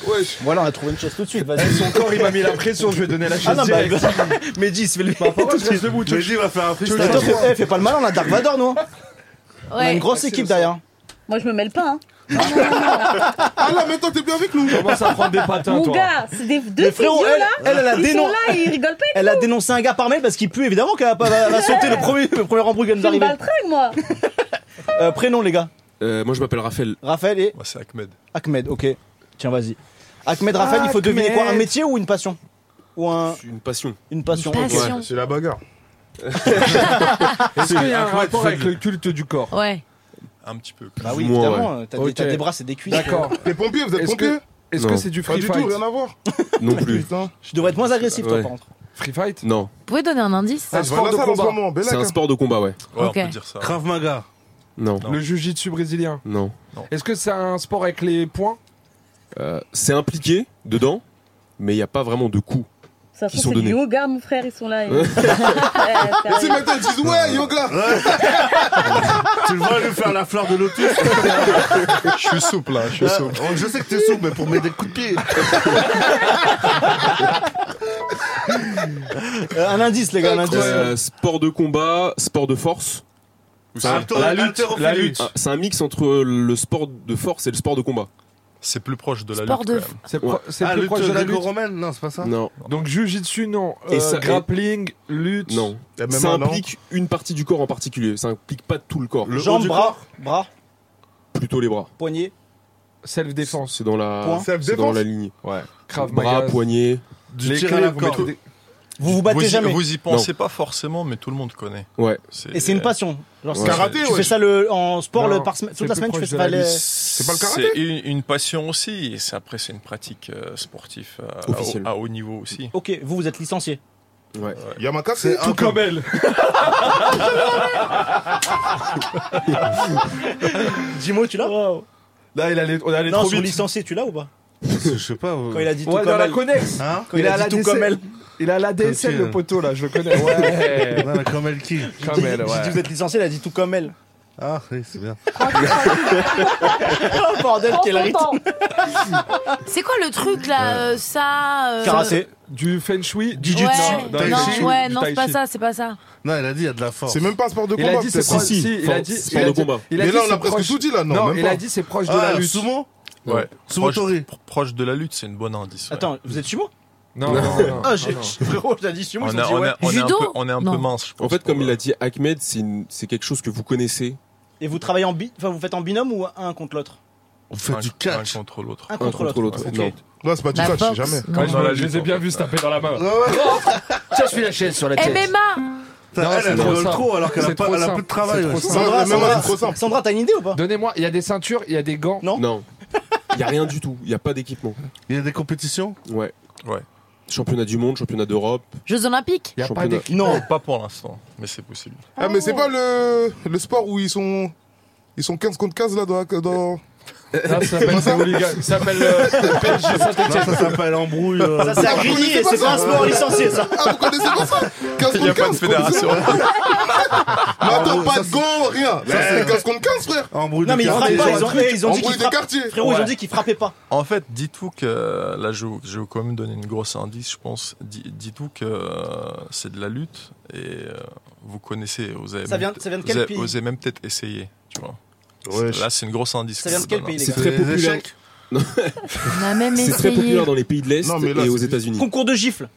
Speaker 2: Wesh.
Speaker 3: Voilà, on a trouvé une chaise tout de suite, vas-y.
Speaker 5: Eh, Son corps, il m'a mis la pression. Je vais donner la
Speaker 3: Ah
Speaker 5: chaise
Speaker 3: non, bah,
Speaker 5: directe.
Speaker 3: Mehdi, il se fait lever.
Speaker 5: Pourquoi je reste debout tu
Speaker 6: Mais dis, il va faire un freestyle.
Speaker 3: Attends, fais, eh, fais pas le mal, on a Dark Vador, nous. hein. On a
Speaker 4: Ouais.
Speaker 3: une grosse équipe derrière.
Speaker 11: Moi, je me mêle pas. Hein.
Speaker 2: Ah là, mais toi, t'es bien avec nous.
Speaker 5: commences à prendre des patins,
Speaker 11: Mon
Speaker 5: toi.
Speaker 11: gars, c'est des deux
Speaker 3: Mais frérot,
Speaker 11: fisios
Speaker 3: elle-
Speaker 11: là.
Speaker 3: elle, elle a
Speaker 11: ils sont
Speaker 3: dénon-
Speaker 11: là, ils rigolent pas.
Speaker 3: Elle a dénoncé un gars par mail parce qu'il pue, évidemment qu'elle va, pas- va- va sauter le premier, le premier embrouille qui vient
Speaker 11: Je me
Speaker 3: d'arriver.
Speaker 11: baltringue, moi.
Speaker 3: Euh, prénom, les gars.
Speaker 15: Euh, moi, je m'appelle Raphaël.
Speaker 3: Raphaël et
Speaker 15: Moi, c'est Ahmed.
Speaker 3: Ahmed, ok. Tiens, vas-y. Ahmed, Raphaël, il faut deviner quoi Un métier ou une passion Ou un,
Speaker 15: Une passion.
Speaker 3: une passion, ok.
Speaker 4: Passion.
Speaker 2: C'est la bagarre.
Speaker 5: Est-ce qu'il y a un rapport avec le culte du corps
Speaker 4: Ouais.
Speaker 15: Un petit peu.
Speaker 3: Bah oui,
Speaker 15: Moi,
Speaker 3: évidemment, t'as, des,
Speaker 5: Ok.
Speaker 3: t'as des bras, Ah, c'est des cuisses.
Speaker 5: D'accord.
Speaker 2: T'es pompier, vous êtes
Speaker 5: Est-ce que
Speaker 2: pompier
Speaker 5: est-ce que
Speaker 15: Non.
Speaker 5: c'est du
Speaker 2: Pas
Speaker 5: free
Speaker 2: du tout,
Speaker 5: fight
Speaker 2: rien à voir.
Speaker 15: Non plus.
Speaker 2: Putain.
Speaker 3: Tu devrais être moins agressif, toi,
Speaker 15: Ouais.
Speaker 3: par contre.
Speaker 5: Free fight
Speaker 15: Non.
Speaker 4: Vous pouvez donner un indice
Speaker 15: Ah,
Speaker 5: C'est un
Speaker 2: Je
Speaker 5: sport de
Speaker 2: vois la salle en ce
Speaker 5: combat.
Speaker 2: moment, Bellac,
Speaker 15: C'est un
Speaker 2: hein.
Speaker 15: sport de combat, ouais. Ouais,
Speaker 4: Ok.
Speaker 15: on peut dire ça.
Speaker 6: Krav Maga.
Speaker 15: Non.
Speaker 5: Le jujitsu brésilien.
Speaker 15: Non.
Speaker 5: Est-ce que c'est un sport avec les points
Speaker 15: Euh, c'est impliqué dedans, mais il n'y a pas vraiment de coup.
Speaker 11: Ça se
Speaker 15: Qui
Speaker 11: trouve,
Speaker 15: sont
Speaker 11: c'est du
Speaker 15: donnés.
Speaker 11: yoga, mon frère, ils sont là. Ils...
Speaker 15: Ouais.
Speaker 11: Ouais,
Speaker 2: Et si
Speaker 11: sérieux.
Speaker 2: maintenant ils disent
Speaker 15: Euh,
Speaker 2: ouais, yoga.
Speaker 6: Tu le vois lui faire la fleur de lotus
Speaker 2: Je suis souple là, je suis
Speaker 6: Là,
Speaker 2: souple.
Speaker 6: oh, Je sais que t'es souple, mais pour mettre des coups de pied.
Speaker 3: Euh, un indice, les gars, un indice.
Speaker 15: Euh, sport de combat, sport de force. C'est un,
Speaker 5: La lutte, la lutte.
Speaker 15: ah, c'est un mix entre le sport de force et le sport de combat.
Speaker 14: C'est plus proche de la
Speaker 4: Sport
Speaker 14: lutte.
Speaker 4: de.
Speaker 14: quand même.
Speaker 5: C'est
Speaker 15: Ouais.
Speaker 5: pro- c'est
Speaker 6: Ah,
Speaker 5: plus
Speaker 6: lutte
Speaker 5: proche de la lutte.
Speaker 6: gréco-romaine Non, c'est pas ça.
Speaker 15: Non,
Speaker 5: Donc jujitsu non,
Speaker 15: Et
Speaker 5: Euh,
Speaker 15: ça-
Speaker 5: grappling, lutte.
Speaker 15: non.
Speaker 2: Il y a même
Speaker 15: Ça
Speaker 2: un an.
Speaker 15: implique une partie du corps en particulier. Ça implique pas tout le corps.
Speaker 6: Le haut
Speaker 3: Jambes,
Speaker 6: du
Speaker 3: bras,
Speaker 6: corps.
Speaker 3: bras,
Speaker 15: Plutôt les bras.
Speaker 3: poignets.
Speaker 5: self défense.
Speaker 15: C'est dans la,
Speaker 3: Point.
Speaker 15: c'est dans
Speaker 2: Self-défense.
Speaker 15: la ligne.
Speaker 5: Ouais. Krav
Speaker 15: Bras,
Speaker 5: Maga.
Speaker 15: poignets.
Speaker 6: Du
Speaker 5: Les
Speaker 6: tir à
Speaker 5: clés,
Speaker 6: la
Speaker 5: vous
Speaker 6: corde.
Speaker 5: mettez des-
Speaker 3: Vous vous battez
Speaker 14: vous, y-
Speaker 3: jamais.
Speaker 14: vous y pensez pas forcément, mais tout le monde connaît.
Speaker 15: Ouais.
Speaker 3: Et c'est une passion. Genre,
Speaker 15: Ouais.
Speaker 3: c'est-
Speaker 2: Karaté,
Speaker 3: tu
Speaker 2: ouais.
Speaker 3: fais ça le, en sport
Speaker 5: Non,
Speaker 3: le, par, sem-
Speaker 5: c'est
Speaker 3: toute la
Speaker 5: plus
Speaker 3: semaine, tu fais
Speaker 5: proche de
Speaker 3: ça
Speaker 5: la
Speaker 3: les-
Speaker 2: C'est pas le karaté
Speaker 15: C'est-
Speaker 14: C'est une, une passion aussi, et c'est- après c'est une pratique euh, sportive euh, à,
Speaker 15: Officielle.
Speaker 14: haut- à haut niveau aussi.
Speaker 3: Ok, vous, vous êtes licencié.
Speaker 15: Ouais.
Speaker 2: Yamaka,
Speaker 15: C'est
Speaker 2: c'est
Speaker 15: un
Speaker 2: tout comme
Speaker 15: peu-
Speaker 2: elle.
Speaker 3: Dis-moi, tu l'as
Speaker 5: Là, il allait, on allait
Speaker 3: Non,
Speaker 5: trop
Speaker 3: sur
Speaker 5: vite.
Speaker 3: licencié, tu l'as ou pas
Speaker 6: Je sais pas. euh,
Speaker 3: Quand il a dit tout
Speaker 5: Ouais,
Speaker 3: comme
Speaker 5: dans la
Speaker 3: elle.
Speaker 5: connexe.
Speaker 3: Hein Quand
Speaker 5: Il
Speaker 3: il
Speaker 5: a
Speaker 3: a
Speaker 5: la
Speaker 3: dit tout
Speaker 5: DSL.
Speaker 3: comme elle.
Speaker 5: Il a la DSL, le poteau, là, je le connais. euh, Ouais.
Speaker 6: Non, mais comme elle qui
Speaker 5: Comme
Speaker 3: J'ai
Speaker 5: elle,
Speaker 3: dit,
Speaker 5: ouais.
Speaker 3: vous êtes licencié, elle a dit tout comme elle.
Speaker 6: Ah, oui, c'est bien.
Speaker 3: oh, bordel, quel rythme
Speaker 4: C'est quoi le truc là euh, Ça. euh,
Speaker 5: Du feng shui, du
Speaker 4: Ouais,
Speaker 5: jutsu.
Speaker 4: non, ouais, non, c'est pas ça, c'est pas ça.
Speaker 6: Non, elle a dit, il y a de la force.
Speaker 2: C'est même pas un sport de
Speaker 5: Il
Speaker 2: combat.
Speaker 5: a dit c'est
Speaker 2: peut-être.
Speaker 5: proche. Si, il a dit. il a dit- il a
Speaker 2: Mais
Speaker 5: dit
Speaker 2: là, on
Speaker 5: c'est
Speaker 2: a presque
Speaker 5: proche-
Speaker 2: tout dit là, non même
Speaker 5: il a
Speaker 2: pas.
Speaker 5: dit c'est proche de
Speaker 2: Ah,
Speaker 5: la lutte.
Speaker 6: sumo
Speaker 14: Ouais.
Speaker 6: Sumo
Speaker 14: Proche,
Speaker 6: Toré.
Speaker 14: pro- proche de la lutte, c'est une bonne indice. ouais.
Speaker 3: Attends, vous êtes sumo
Speaker 5: Non, non, non.
Speaker 3: Ah, j'ai- frérot, j'ai dit sumo,
Speaker 14: On
Speaker 3: ils
Speaker 14: a-
Speaker 3: ont dit
Speaker 14: on a-
Speaker 3: ouais.
Speaker 14: on a un Judo peu- on est un peu Non. mince,
Speaker 15: En fait, comme il a dit Ahmed, c'est une- c'est quelque chose que vous connaissez.
Speaker 3: Et vous travaillez en bi... enfin, vous faites en binôme ou un contre l'autre
Speaker 15: On fait du catch.
Speaker 14: Un contre l'autre.
Speaker 3: Un contre
Speaker 15: contre
Speaker 3: l'autre.
Speaker 15: l'autre,
Speaker 3: Ok.
Speaker 15: non.
Speaker 2: Non, c'est pas du
Speaker 3: La
Speaker 2: catch,
Speaker 3: boxe,
Speaker 2: jamais.
Speaker 3: non. Ouais,
Speaker 5: je me- je les ai bien vus se taper dans la main.
Speaker 6: Tiens, je suis la chaise sur
Speaker 4: Eh,
Speaker 6: la
Speaker 4: MMA
Speaker 6: Elle, elle
Speaker 5: c'est
Speaker 6: rigole
Speaker 5: simple.
Speaker 6: trop alors qu'elle a
Speaker 5: C'est
Speaker 6: pas-
Speaker 5: trop
Speaker 6: elle a
Speaker 5: simple.
Speaker 6: plus de travail,
Speaker 5: C'est
Speaker 6: ouais.
Speaker 5: trop simple.
Speaker 6: Sandra, Sandra,
Speaker 5: Sandra, c'est trop
Speaker 3: Sandra, t'as une idée ou pas
Speaker 5: Donnez-moi, il y a des ceintures, il y a des gants.
Speaker 3: Non.
Speaker 15: Non. Il n'y a rien du tout. Il n'y a pas d'équipement.
Speaker 6: Il y a des compétitions
Speaker 15: Ouais.
Speaker 14: Ouais.
Speaker 15: Championnat du monde, championnat d'Europe.
Speaker 4: Jeux Olympiques
Speaker 15: Y a pas Championnat. d'équipe.
Speaker 14: Non, pas pour l'instant, mais c'est possible.
Speaker 2: Ah, mais c'est pas le, le sport où ils sont, ils sont 15 contre 15 là dans. la- dans...
Speaker 5: Ça ça s'appelle c'est hooligan. Ça s'appelle euh, PSG Saint-Etienne.
Speaker 6: Ça s'appelle embrouille. euh.
Speaker 3: Ça, c'est à grigny et c'est pas un sport licencié, ça.
Speaker 2: Ah, vous connaissez pas ça 15
Speaker 14: Il n'y a
Speaker 2: contre
Speaker 14: pas de
Speaker 2: 15
Speaker 14: fédération.
Speaker 2: Mais attends, pas de
Speaker 5: Oh,
Speaker 2: gants, rien. Ça, c'est 15 contre 15, frère.
Speaker 6: Embrouille
Speaker 3: Non, mais ils
Speaker 6: quartier.
Speaker 3: frappent pas, ils ont, eh, ils ont dit
Speaker 2: Embrouille
Speaker 3: qu'ils
Speaker 2: des quartiers.
Speaker 3: frappaient. Frérot, ils ont
Speaker 14: Ouais.
Speaker 3: dit qu'ils frappaient pas.
Speaker 14: En fait, dites-vous que là, je, je vais quand même donner une grosse indice, je pense. Di- Dites-vous que euh, c'est de la lutte et euh, vous connaissez, vous avez,
Speaker 3: Ça
Speaker 14: même-
Speaker 3: vient- ça vient de
Speaker 14: vous
Speaker 3: quel
Speaker 14: avez-
Speaker 3: pays
Speaker 14: vous avez même peut-être essayé, tu vois.
Speaker 6: Ouais,
Speaker 14: C'est- là, c'est une grosse indice.
Speaker 3: Ça
Speaker 14: que
Speaker 3: vient
Speaker 14: je
Speaker 3: de quel
Speaker 14: donne, hein.
Speaker 3: pays, les
Speaker 15: C'est
Speaker 3: gars
Speaker 15: très
Speaker 6: les
Speaker 15: populaire.
Speaker 6: échecs
Speaker 15: Non.
Speaker 4: On a même
Speaker 15: C'est très
Speaker 4: essayé.
Speaker 15: populaire dans les pays de l'est
Speaker 2: Non, mais là,
Speaker 15: et aux
Speaker 2: c'est-
Speaker 15: États-Unis.
Speaker 3: Concours de gifles.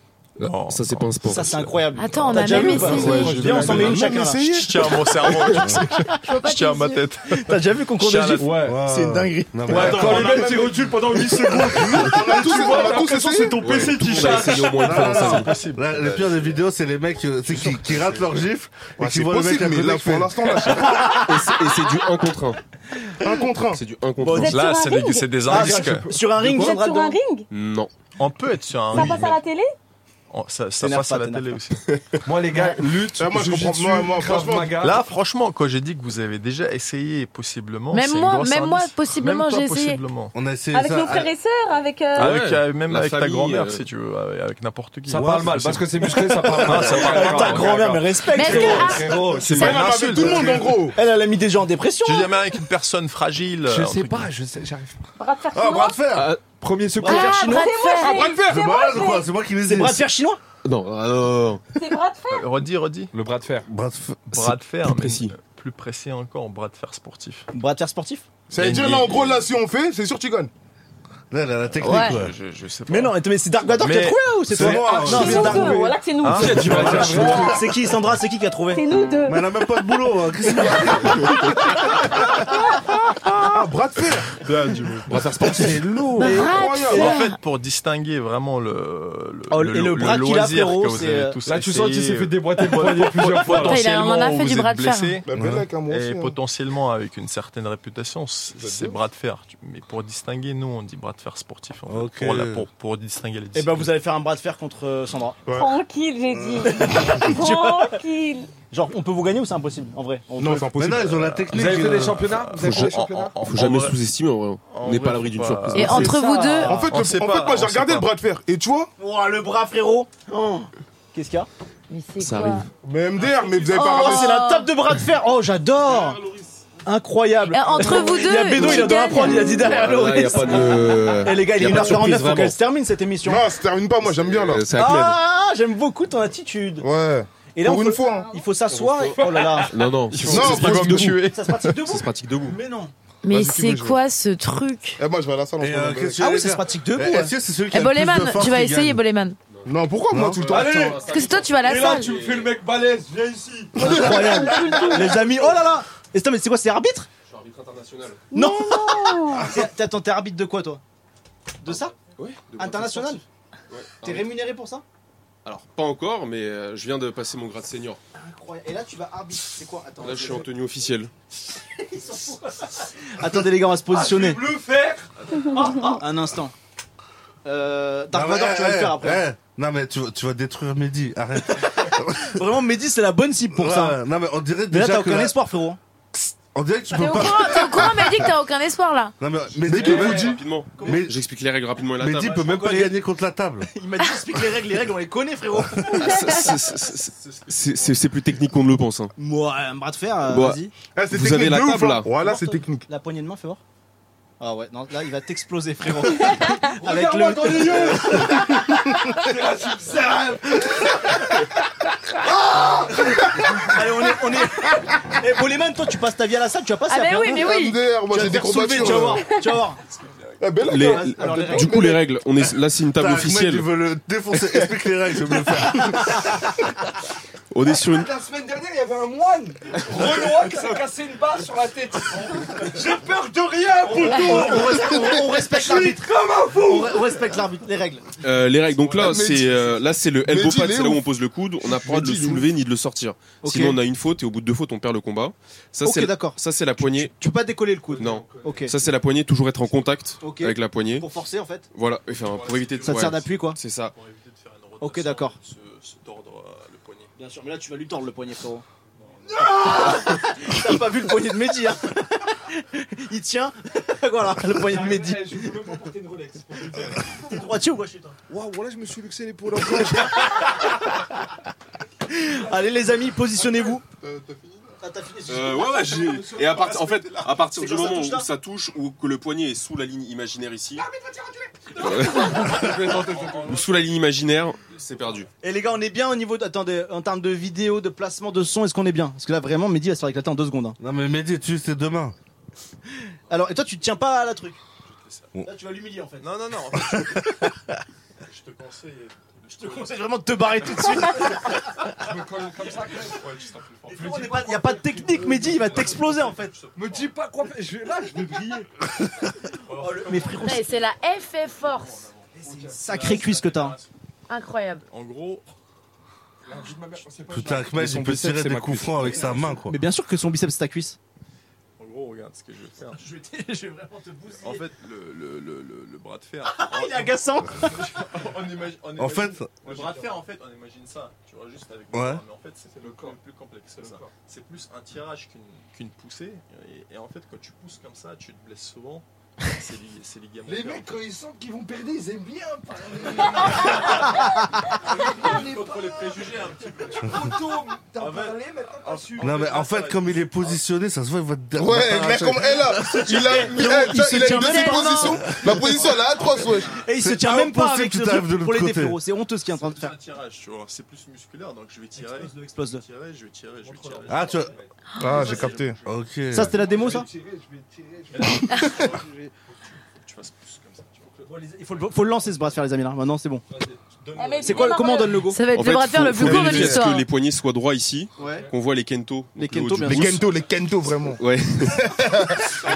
Speaker 14: Non,
Speaker 15: Ça, c'est pas un sport.
Speaker 3: Ça, c'est incroyable.
Speaker 4: Attends, on
Speaker 3: T'as
Speaker 4: a
Speaker 3: déjà
Speaker 4: même
Speaker 3: vu ou pas
Speaker 4: essayé.
Speaker 3: Viens, on s'en met une
Speaker 2: Même
Speaker 3: chacun. là.
Speaker 2: essayé.
Speaker 14: Je tiens à mon cerveau, je, sais,
Speaker 4: Je vois pas
Speaker 14: je tiens à
Speaker 4: tes
Speaker 14: ma
Speaker 4: yeux.
Speaker 14: tête.
Speaker 3: T'as déjà vu concours de
Speaker 14: Charles-
Speaker 3: gifles
Speaker 5: Ouais.
Speaker 6: Ouais.
Speaker 3: C'est une dinguerie.
Speaker 6: Non, mais
Speaker 5: Ouais,
Speaker 6: attends,
Speaker 5: quand
Speaker 6: on
Speaker 5: les
Speaker 6: a
Speaker 5: mecs
Speaker 6: même-
Speaker 5: ils reculent pendant 10 secondes.
Speaker 2: On a tous, on a tous essayé.
Speaker 6: ton
Speaker 15: Ouais, tout le monde a essayé au moins une fois dans sa vie.
Speaker 6: Là, le pire des vidéos, c'est les mecs euh, tu sais, qui, qui ratent leur gifle
Speaker 2: Ouais,
Speaker 6: et qui
Speaker 2: c'est
Speaker 6: voient le mec
Speaker 2: possible,
Speaker 6: à
Speaker 2: mais
Speaker 6: côté
Speaker 2: là,
Speaker 6: qui fait-
Speaker 2: pour l'instant, là,
Speaker 15: Et c'est- et c'est du 1 contre 1.
Speaker 2: un contre un.
Speaker 15: C'est du 1
Speaker 3: Bon,
Speaker 15: contre 1.
Speaker 8: Vous êtes
Speaker 14: Là,
Speaker 8: sur un
Speaker 14: c'est des,
Speaker 8: ring
Speaker 14: c'est des
Speaker 3: Ah,
Speaker 14: indices. que-
Speaker 3: Sur un ring,
Speaker 8: Vous êtes
Speaker 3: Sandra
Speaker 8: sur un
Speaker 3: dedans.
Speaker 8: ring
Speaker 15: Non.
Speaker 14: On peut être sur un
Speaker 8: Ça
Speaker 14: ring,
Speaker 8: passe à la télé
Speaker 14: on- ça, ça
Speaker 3: T'énerve
Speaker 14: passe à
Speaker 3: pas,
Speaker 14: la
Speaker 3: t'énerve
Speaker 14: télé
Speaker 3: pas.
Speaker 14: aussi.
Speaker 5: Moi les gars, lutte,
Speaker 2: Ah, moi, je
Speaker 5: jujitsu,
Speaker 2: comprends. Moi, moi,
Speaker 5: Krav
Speaker 2: franchement,
Speaker 5: Maga.
Speaker 14: Là, franchement, quand j'ai dit que vous avez déjà essayé, possiblement,
Speaker 4: Même
Speaker 14: c'est une
Speaker 4: moi-
Speaker 14: grosse
Speaker 4: même moi,
Speaker 14: indice.
Speaker 4: possiblement,
Speaker 14: Même toi,
Speaker 4: j'ai essayé.
Speaker 14: possiblement.
Speaker 6: On a essayé
Speaker 8: Avec
Speaker 6: ça.
Speaker 8: nos frères et sœurs, avec. euh,
Speaker 15: Ah
Speaker 14: Avec,
Speaker 15: ouais,
Speaker 14: euh, même
Speaker 15: la
Speaker 14: avec ta
Speaker 15: famille,
Speaker 14: grand-mère,
Speaker 15: euh,
Speaker 14: si tu veux, avec avec n'importe qui.
Speaker 5: Ça parle mal parce que c'est musclé, ça parle
Speaker 14: Ah,
Speaker 5: mal.
Speaker 14: ça parle
Speaker 3: Ta
Speaker 14: mal.
Speaker 3: grand-mère me respecte,
Speaker 4: Mais est-ce que-
Speaker 3: frérot.
Speaker 4: ah,
Speaker 5: Frérot,
Speaker 14: C'est
Speaker 2: Même
Speaker 14: pas une
Speaker 2: avec
Speaker 14: insulte.
Speaker 2: tout le monde, en gros.
Speaker 3: Elle, elle a mis des gens en dépression.
Speaker 14: J'ai jamais avec une personne fragile.
Speaker 5: Je
Speaker 14: euh,
Speaker 5: sais
Speaker 14: entre
Speaker 5: pas, je sais, j'arrive pas.
Speaker 8: Bras de fer
Speaker 6: Ah,
Speaker 8: chinois
Speaker 6: bras de fer
Speaker 15: Ah,
Speaker 5: Premier secours.
Speaker 4: Ah,
Speaker 3: chinois.
Speaker 4: bras de fer.
Speaker 6: Bras de fer Je me
Speaker 8: moi,
Speaker 6: balade ou
Speaker 8: c'est-
Speaker 6: quoi C'est moi qui les
Speaker 3: C'est
Speaker 6: ai.
Speaker 3: bras de fer chinois
Speaker 15: Non, ah, non, non,
Speaker 8: C'est bras de fer
Speaker 14: guillemets. Redis, redis.
Speaker 5: Le bras de fer.
Speaker 6: Bras de fer.
Speaker 14: Bras de fer, mais
Speaker 15: précis.
Speaker 14: plus précis encore, bras de fer sportif.
Speaker 3: Bras de fer sportif
Speaker 2: Ça veut dire, là, en gros, là, si on fait, c'est sûr, tu gagnes.
Speaker 6: Là, elle a la technique,
Speaker 4: Ouais.
Speaker 6: ouais.
Speaker 14: Je, je sais pas.
Speaker 3: Mais non, mais c'est Dark Vador qui a
Speaker 14: Mais
Speaker 3: trouvé là ou c'est toi
Speaker 6: c'est moi,
Speaker 3: Ah,
Speaker 6: ouais.
Speaker 3: Non,
Speaker 8: C'est
Speaker 3: c'est
Speaker 8: nous
Speaker 3: Dark
Speaker 8: deux, voilà que c'est
Speaker 3: Hein
Speaker 8: nous deux.
Speaker 5: Tu vas dire,
Speaker 3: C'est qui, Sandra C'est qui qui a trouvé
Speaker 8: C'est nous deux.
Speaker 6: Mais elle a même pas de boulot. hein. Qu'est-ce que
Speaker 2: Ah, bras de fer.
Speaker 15: Bras de fer sportif.
Speaker 6: c'est lourd
Speaker 4: Bras de
Speaker 2: Incroyable.
Speaker 14: En
Speaker 4: fer.
Speaker 14: fait, pour distinguer vraiment le, le,
Speaker 3: Oh, et le bras qu'il a,
Speaker 14: loisir
Speaker 3: frérot,
Speaker 14: que vous
Speaker 3: c'est,
Speaker 14: avez
Speaker 3: euh,
Speaker 14: tous
Speaker 5: Là, Ah, tu sens qu'il s'est
Speaker 14: essayé,
Speaker 5: fait déboîter le poignet plusieurs fois.
Speaker 4: Putain, il a- on en a
Speaker 14: potentiellement,
Speaker 4: fait du
Speaker 14: vous
Speaker 4: bras
Speaker 14: êtes
Speaker 4: de fer.
Speaker 14: blessé.
Speaker 2: Bah, mais là, qu'à moi aussi,
Speaker 14: Et
Speaker 2: hein.
Speaker 14: potentiellement avec une certaine réputation, c-
Speaker 2: Vous êtes
Speaker 14: c'est
Speaker 2: deux.
Speaker 14: bras de fer. Tu- Mais pour distinguer, nous on dit bras de fer sportif en fait,
Speaker 6: Ok.
Speaker 14: pour, la- pour, pour distinguer les
Speaker 3: Eh ben, vous
Speaker 14: disciplines.
Speaker 3: allez faire un bras de fer contre euh, Sandra.
Speaker 8: Tranquille, j'ai dit. Tranquille.
Speaker 3: Genre, on peut vous gagner ou c'est impossible en vrai On
Speaker 2: Non,
Speaker 3: peut-
Speaker 2: c'est
Speaker 6: Mais
Speaker 2: impossible.
Speaker 6: non,
Speaker 14: Ah,
Speaker 6: ils ont la technique.
Speaker 5: Vous avez fait
Speaker 6: euh.
Speaker 5: des championnats Vous avez fait des
Speaker 14: En- en-
Speaker 5: championnats
Speaker 14: en-
Speaker 15: Faut jamais
Speaker 14: en vrai-
Speaker 15: sous-estimer, en vrai.
Speaker 14: en
Speaker 15: On n'est
Speaker 14: vrai,
Speaker 15: pas à l'abri d'une
Speaker 14: faut pas-
Speaker 15: surprise.
Speaker 4: Et entre
Speaker 3: ça.
Speaker 4: vous deux.
Speaker 2: En fait,
Speaker 14: On
Speaker 2: le- en
Speaker 14: sait
Speaker 2: fait,
Speaker 14: pas,
Speaker 2: moi, j'ai
Speaker 14: on sait
Speaker 2: regardé
Speaker 14: pas.
Speaker 2: le bras de fer. Et tu vois
Speaker 3: Ouah, le bras, frérot Oh. Qu'est-ce qu'il y a
Speaker 4: Mais c'est
Speaker 15: Ça
Speaker 4: quoi
Speaker 15: arrive.
Speaker 2: Mais MDR, mais vous avez
Speaker 3: Oh,
Speaker 2: pas ramassé.
Speaker 3: c'est la table de bras de fer Oh, j'adore Incroyable
Speaker 4: Eh, Entre vous deux.
Speaker 3: Il y a Bédo, il
Speaker 4: qui
Speaker 3: a de la
Speaker 4: gagne
Speaker 3: prendre, Ah, il a dit derrière
Speaker 15: Voilà,
Speaker 3: Loris.
Speaker 15: Ah, y a pas de.
Speaker 3: Eh les gars, il
Speaker 15: y
Speaker 3: est
Speaker 15: a pas de
Speaker 3: 1h49,
Speaker 15: surprise,
Speaker 3: faut
Speaker 15: vraiment.
Speaker 3: qu'elle se termine cette émission.
Speaker 2: Non, ça termine pas, moi, j'aime bien, là.
Speaker 15: Euh, C'est à
Speaker 3: Ah, j'aime beaucoup ton attitude.
Speaker 2: Ouais.
Speaker 3: Et là,
Speaker 2: Pour
Speaker 3: on
Speaker 2: une
Speaker 3: peut-
Speaker 2: fois, hein.
Speaker 3: il faut s'asseoir. et- Oh là là.
Speaker 15: Clem. Non, non.
Speaker 2: Non,
Speaker 14: Ils vont me tuer.
Speaker 3: Ça se pratique debout.
Speaker 15: Ça se pratique debout.
Speaker 3: Mais non.
Speaker 4: Mais
Speaker 2: Vas-y, tu
Speaker 4: c'est
Speaker 2: peux jouer.
Speaker 4: quoi ce truc
Speaker 2: Eh, moi, je vais à la salle en ce
Speaker 6: Et, euh,
Speaker 2: moment.
Speaker 6: qu'est-ce que
Speaker 3: Ah
Speaker 6: j'allais
Speaker 3: oui, ça se
Speaker 6: dire
Speaker 3: pratique debout.
Speaker 6: Eh,
Speaker 3: ouais.
Speaker 6: Est-ce que c'est celui qui
Speaker 4: Eh
Speaker 6: a le plus de
Speaker 4: Boleman,
Speaker 6: force
Speaker 4: tu vas
Speaker 6: qui
Speaker 4: essayer
Speaker 6: gagne
Speaker 4: Boleman.
Speaker 2: Non, pourquoi moi, tout le temps
Speaker 4: Parce que c'est toi, tu vas à la
Speaker 5: Et là,
Speaker 4: salle.
Speaker 5: tu me fais le mec balèze, viens ici.
Speaker 3: Incroyable. Les amis, oh là là. Et attends, mais c'est quoi, c'est arbitre Non. T'es- t'es- Attends, t'es arbitre de quoi toi De ça International T'es rémunéré pour ça
Speaker 15: Alors, pas encore, mais euh, je viens de passer mon grade senior.
Speaker 3: Incroyable. Et là, tu vas arbitre. C'est quoi Attends.
Speaker 15: Là, je suis en tenue officielle.
Speaker 3: Attendez les gars, on va se
Speaker 2: Ah,
Speaker 3: positionner.
Speaker 5: Le fer
Speaker 3: Un instant. Euh, Dark
Speaker 6: Non, mais,
Speaker 3: Vador, tu vas
Speaker 6: eh,
Speaker 15: Bah
Speaker 3: le faire
Speaker 6: eh,
Speaker 3: après.
Speaker 6: eh,
Speaker 16: Non, mais tu, vas- tu vas détruire Mehdi, arrête.
Speaker 3: Vraiment, Mehdi, c'est la bonne cible pour ça.
Speaker 16: Ouais, Non, mais on dirait
Speaker 3: Mais là,
Speaker 16: déjà.
Speaker 3: t'as
Speaker 16: que
Speaker 3: aucun
Speaker 16: la-
Speaker 3: espoir, frérot.
Speaker 16: On dirait que tu
Speaker 4: T'es
Speaker 16: peux
Speaker 4: au
Speaker 16: pas.
Speaker 4: courant, t'es au courant, Mehdi, que t'as aucun espoir là.
Speaker 16: Non, mais
Speaker 15: Mehdi
Speaker 16: Mehdi peut même.
Speaker 15: rapidement.
Speaker 16: Mais-
Speaker 15: J'explique les règles rapidement et la
Speaker 16: Mehdi
Speaker 15: table.
Speaker 16: peut même pas gagner contre la table.
Speaker 3: Il m'a dit, explique les règles, les règles, on les connaît, frérot.
Speaker 15: c'est- C'est c'est- c'est plus technique qu'on ne le pense. hein.
Speaker 3: Moi, un bras de fer, euh,
Speaker 15: Bon,
Speaker 3: vas-y.
Speaker 15: c'est Bah, Vous avez technique la de ouf, table, hein. là.
Speaker 2: Voilà, c'est
Speaker 3: Porte-
Speaker 2: technique.
Speaker 3: La poignée de main, fais voir. Ah ouais, non, là, il va t'exploser, frérot.
Speaker 1: Regarde-moi dans les
Speaker 3: yeux Allez, on est. On est... Eh, Boleman, toi, tu passes ta vie à la salle, tu vas passer
Speaker 4: Ah,
Speaker 3: à
Speaker 4: mais
Speaker 3: plein
Speaker 4: oui,
Speaker 3: d'autres.
Speaker 4: mais oui.
Speaker 2: MDR,
Speaker 3: Tu vas
Speaker 2: moi, j'ai
Speaker 3: te
Speaker 2: des
Speaker 3: faire soulever,
Speaker 2: courbatures,
Speaker 3: Tu vas voir,
Speaker 2: là.
Speaker 3: tu vas voir.
Speaker 15: Les-
Speaker 3: Alors, les
Speaker 15: du
Speaker 3: règles.
Speaker 15: coup, les règles, on est, là c'est une table
Speaker 16: T'as un mec
Speaker 15: officielle.
Speaker 16: qui veut le défoncer. Explique les règles, je vais le faire.
Speaker 15: On est sur une,
Speaker 17: La semaine dernière, il y avait un moine Renoir qui s'est cassé une barre sur la tête. J'ai peur de rien,
Speaker 3: On, on respecte- on- on respecte l'arbitre.
Speaker 17: Comme un fou
Speaker 3: On, re- on respecte l'arbitre, les règles.
Speaker 15: euh, les règles. Donc là,
Speaker 3: Mais dis-
Speaker 15: c'est euh, là c'est le elbow
Speaker 3: Mais dis,
Speaker 15: pad,
Speaker 3: il est
Speaker 15: c'est là où
Speaker 3: ouf.
Speaker 15: on pose le coude. On n'a pas le droit de
Speaker 3: Mais
Speaker 15: le
Speaker 3: dis, il est
Speaker 15: soulever ni de le sortir.
Speaker 3: Ok.
Speaker 15: Sinon, on a une faute et au bout de deux fautes, on perd le combat. Ça
Speaker 3: Ok,
Speaker 15: c'est la-
Speaker 3: d'accord.
Speaker 15: ça c'est la poignée.
Speaker 3: Tu peux pas décoller le coude.
Speaker 15: Non.
Speaker 3: Ok.
Speaker 15: Ça c'est la poignée. Toujours être en contact
Speaker 3: Ok.
Speaker 15: avec la poignée.
Speaker 3: Pour forcer, en fait.
Speaker 15: Voilà. Enfin, pour éviter de.
Speaker 3: Ça te
Speaker 15: ouais.
Speaker 3: sert d'appui, quoi.
Speaker 15: C'est ça.
Speaker 3: Ok, d'accord. Bien sûr, mais là, tu vas lui tordre le poignet, frérot. T'as pas vu le poignet de Mehdi, hein Il tient. voilà, Ah, le poignet de Mehdi.
Speaker 17: Je voulais pas porter une Rolex. pour te le dire.
Speaker 3: T'es droitier ou gaucher, toi
Speaker 17: Waouh, là, je me suis luxé les poules en
Speaker 3: Allez, les amis, positionnez-vous.
Speaker 15: Euh, ouais, ouais, j'ai. Et à partir, en fait, à partir
Speaker 3: C'est
Speaker 15: du
Speaker 3: quand ça
Speaker 15: moment
Speaker 3: touche
Speaker 15: où
Speaker 3: là
Speaker 15: ça touche ou que le poignet est sous la ligne imaginaire ici.
Speaker 5: Ah,
Speaker 15: ou sous la ligne imaginaire, c'est perdu.
Speaker 3: Et les gars, on est bien au niveau. de- Attendez, en termes de vidéo, de placement, de son, est-ce qu'on est bien Parce que là, vraiment, Mehdi va se faire éclater en deux secondes. hein.
Speaker 16: Non, mais Mehdi, tu tes deux mains.
Speaker 3: Alors, et toi, tu te tiens pas à la truc
Speaker 16: Bon.
Speaker 3: Là, tu vas l'humilier en fait.
Speaker 14: Non, non, non. en fait, je te conseille.
Speaker 3: Je te conseille vraiment de te barrer tout de suite.
Speaker 14: Je me colle comme ça, quand même. Ouais, juste un peu fort.
Speaker 3: Il n'y a pas de technique, Mehdi, il va t'exploser en fait.
Speaker 5: Me dis pas quoi. Je vais, là, je vais briller.
Speaker 3: Mais frérot,
Speaker 4: Ouais, C'est la FF Force.
Speaker 3: sacré cuisse que t'as. hein.
Speaker 4: Incroyable.
Speaker 14: En gros.
Speaker 6: Ah,
Speaker 16: Putain, Ahmed,
Speaker 3: son
Speaker 16: il peut
Speaker 3: biceps,
Speaker 16: tirer
Speaker 3: c'est
Speaker 16: des
Speaker 3: ma
Speaker 16: coups
Speaker 3: cuisse.
Speaker 16: francs avec sa main, quoi.
Speaker 3: Mais bien sûr que son biceps, c'est ta cuisse.
Speaker 14: En gros, regarde ce que je vais faire.
Speaker 3: Je vais, vraiment te bousiller. Ah,
Speaker 14: En fait, le, le, le, le, le bras de fer.
Speaker 3: Il est agaçant.
Speaker 14: on imagine, on
Speaker 16: En
Speaker 14: imagine-
Speaker 16: fait-
Speaker 14: le bras de fer, en fait, on imagine ça. Tu vois, juste avec le
Speaker 16: Ouais.
Speaker 14: corps. Mais en fait, c'est le corps plus complexe que ça. C'est plus un tirage qu'une qu'une poussée. Et, et en fait, quand tu pousses comme ça, tu te blesses souvent. C'est les, c'est les gamins.
Speaker 17: Les mecs, quand ils sentent qu'ils vont perdre, ils aiment bien parler.
Speaker 14: Contre les préjugés, un petit peu.
Speaker 17: Photo, t'as parlé, maintenant t'as su.
Speaker 16: Non, mais en fait, comme il est positionné, ça se voit, il va te
Speaker 17: Ouais,
Speaker 16: il va
Speaker 17: là,
Speaker 16: t'arracher.
Speaker 17: comme- eh, là, il a- il a- Il se il a tient une de ses même positions. pas. La position, elle est atroce, wesh.
Speaker 3: Et il se
Speaker 14: C'est
Speaker 3: tient même pas
Speaker 14: impossible
Speaker 3: avec
Speaker 14: que
Speaker 3: le
Speaker 14: t'arrives
Speaker 3: truc
Speaker 14: de l'autre
Speaker 3: Ah, pour les
Speaker 14: côté.
Speaker 3: frérot. C'est honteux ce qu'il est en train de
Speaker 14: C'est
Speaker 3: faire.
Speaker 14: un tirage, tu vois. C'est plus musculaire, donc je vais tirer.
Speaker 3: Explose-le.
Speaker 14: Je vais tirer, je vais tirer, je vais tirer.
Speaker 16: Ah, tu vois.
Speaker 2: Ah, j'ai capté.
Speaker 16: Ok.
Speaker 3: Ça, c'était la démo, ça
Speaker 17: Je vais tirer, je
Speaker 14: vais tirer.
Speaker 17: je vais-
Speaker 14: Tu fasses plus comme ça. tu vois.
Speaker 3: Il faut le, faut le lancer ce bras de fer, les amis. Là. Maintenant, c'est bon.
Speaker 4: Ah, mais
Speaker 3: C'est quoi le- Comment on donne le go
Speaker 4: Ça va être le bras de fer le plus court de l'histoire.
Speaker 15: que les poignets soient droits ici, qu'on voit les kento.
Speaker 3: Les
Speaker 15: kento,
Speaker 2: Les kento, les kento, vraiment.
Speaker 15: Ouais.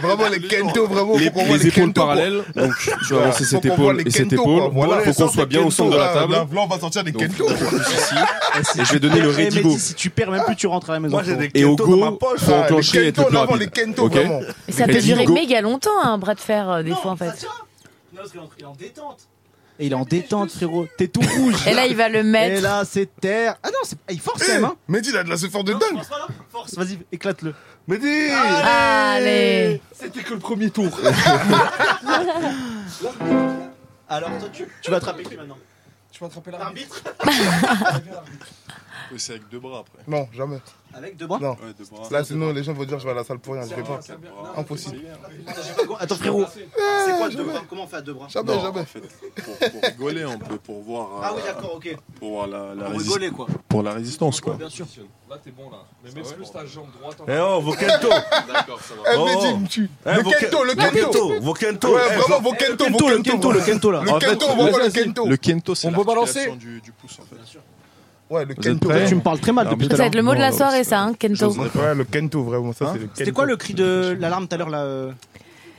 Speaker 2: vraiment, les kento, vraiment.
Speaker 15: les,
Speaker 2: faut qu'on voit
Speaker 15: les épaules
Speaker 2: kento, quoi.
Speaker 15: parallèles, donc tu vas
Speaker 2: Voilà,
Speaker 15: avancer
Speaker 2: faut
Speaker 15: cette
Speaker 2: qu'on voit
Speaker 15: épaule
Speaker 2: les
Speaker 15: et cette
Speaker 2: kento,
Speaker 15: épaule.
Speaker 2: quoi. Voilà,
Speaker 15: faut qu'on
Speaker 2: sors
Speaker 15: soit
Speaker 2: des
Speaker 15: bien au
Speaker 2: kento,
Speaker 15: centre de la
Speaker 2: là,
Speaker 15: table.
Speaker 2: Là, là, on va sortir des kento.
Speaker 15: Et je vais donner le
Speaker 3: Eh, mais
Speaker 15: Redibo.
Speaker 3: dis, Si tu perds, même plus tu rentres à la maison.
Speaker 15: Moi, j'ai
Speaker 3: frérot.
Speaker 15: des Et au kentos dans go, ma poche, faut là. enclencher
Speaker 3: Les
Speaker 15: et être le
Speaker 3: kentos,
Speaker 15: plus
Speaker 3: là, avant,
Speaker 15: rapide.
Speaker 3: les kentos,
Speaker 15: Ok.
Speaker 3: vraiment.
Speaker 4: Et ça
Speaker 15: Mais
Speaker 4: peut
Speaker 15: dis
Speaker 4: durer
Speaker 15: go.
Speaker 4: méga longtemps, un bras de fer, euh, des fois en fait.
Speaker 3: Et il est en détente, frérot. T'es tout rouge.
Speaker 4: Et là, il va le mettre.
Speaker 3: Et là, c'est terre. Ah non, c'est... ah, il force quand même. Hein.
Speaker 2: Mais dis, Eh, il a de la se faire de dingue.
Speaker 3: Force, vas-y, éclate-le.
Speaker 2: Mais dis.
Speaker 4: Allez.
Speaker 17: C'était que le premier tour.
Speaker 3: Alors, toi, tu, tu vas attraper qui maintenant
Speaker 17: Tu vas attraper l'arbitre.
Speaker 14: Oui, c'est avec deux bras après.
Speaker 2: Non, jamais.
Speaker 3: Avec deux bras
Speaker 2: Non.
Speaker 14: Ouais, deux bras.
Speaker 2: Là, sinon, les gens vont dire, je vais à la salle pour rien. Je vais pas.
Speaker 14: c'est bien. Non,
Speaker 2: Impossible.
Speaker 3: Attends, frérot. C'est quoi deux
Speaker 2: Eh, jamais.
Speaker 3: bras Comment on fait à deux bras
Speaker 2: Jamais,
Speaker 14: Non,
Speaker 2: jamais.
Speaker 14: en fait, pour, pour rigoler un peu, pour voir.
Speaker 3: Ah oui,
Speaker 14: euh,
Speaker 3: d'accord, ok.
Speaker 14: Pour voir la, la
Speaker 3: Pour
Speaker 14: résist-
Speaker 3: rigoler, quoi.
Speaker 14: Pour la résistance, quoi.
Speaker 3: Bien sûr.
Speaker 5: Là, t'es bon, là. Mais mets plus ta jambe droite en
Speaker 16: Eh oh, vos kento
Speaker 5: D'accord, ça va.
Speaker 2: Eh, mais
Speaker 3: Oh.
Speaker 2: dis, il me tue.
Speaker 16: Eh,
Speaker 2: Le
Speaker 16: vos
Speaker 2: kento, le kento.
Speaker 16: Vos kento
Speaker 2: Ouais,
Speaker 16: Eh,
Speaker 2: vraiment,
Speaker 16: vos-
Speaker 2: vos kento,
Speaker 16: le
Speaker 2: vos
Speaker 16: kento, le
Speaker 2: kento,
Speaker 16: kento,
Speaker 2: quoi.
Speaker 16: le kento, là. En
Speaker 2: Le kento,
Speaker 16: fait,
Speaker 2: on voit
Speaker 16: vas-y,
Speaker 2: le
Speaker 16: vas-y.
Speaker 2: kento.
Speaker 14: Le kento, c'est
Speaker 2: On peut
Speaker 14: l'articulation
Speaker 2: balancer
Speaker 14: du, du pouce, en fait. Bien sûr.
Speaker 2: Ouais, le
Speaker 14: Vous êtes
Speaker 2: kento.
Speaker 14: prêts
Speaker 3: Tu me parles très mal depuis tout
Speaker 4: Ça va
Speaker 3: à l'heure.
Speaker 4: être le mot de la
Speaker 14: Non,
Speaker 4: soirée, ça, hein, Kento.
Speaker 2: Ouais, le kento, vraiment.
Speaker 14: Hein
Speaker 2: Ça, c'est le kento.
Speaker 3: C'était quoi le cri de l'alarme tout à l'heure là euh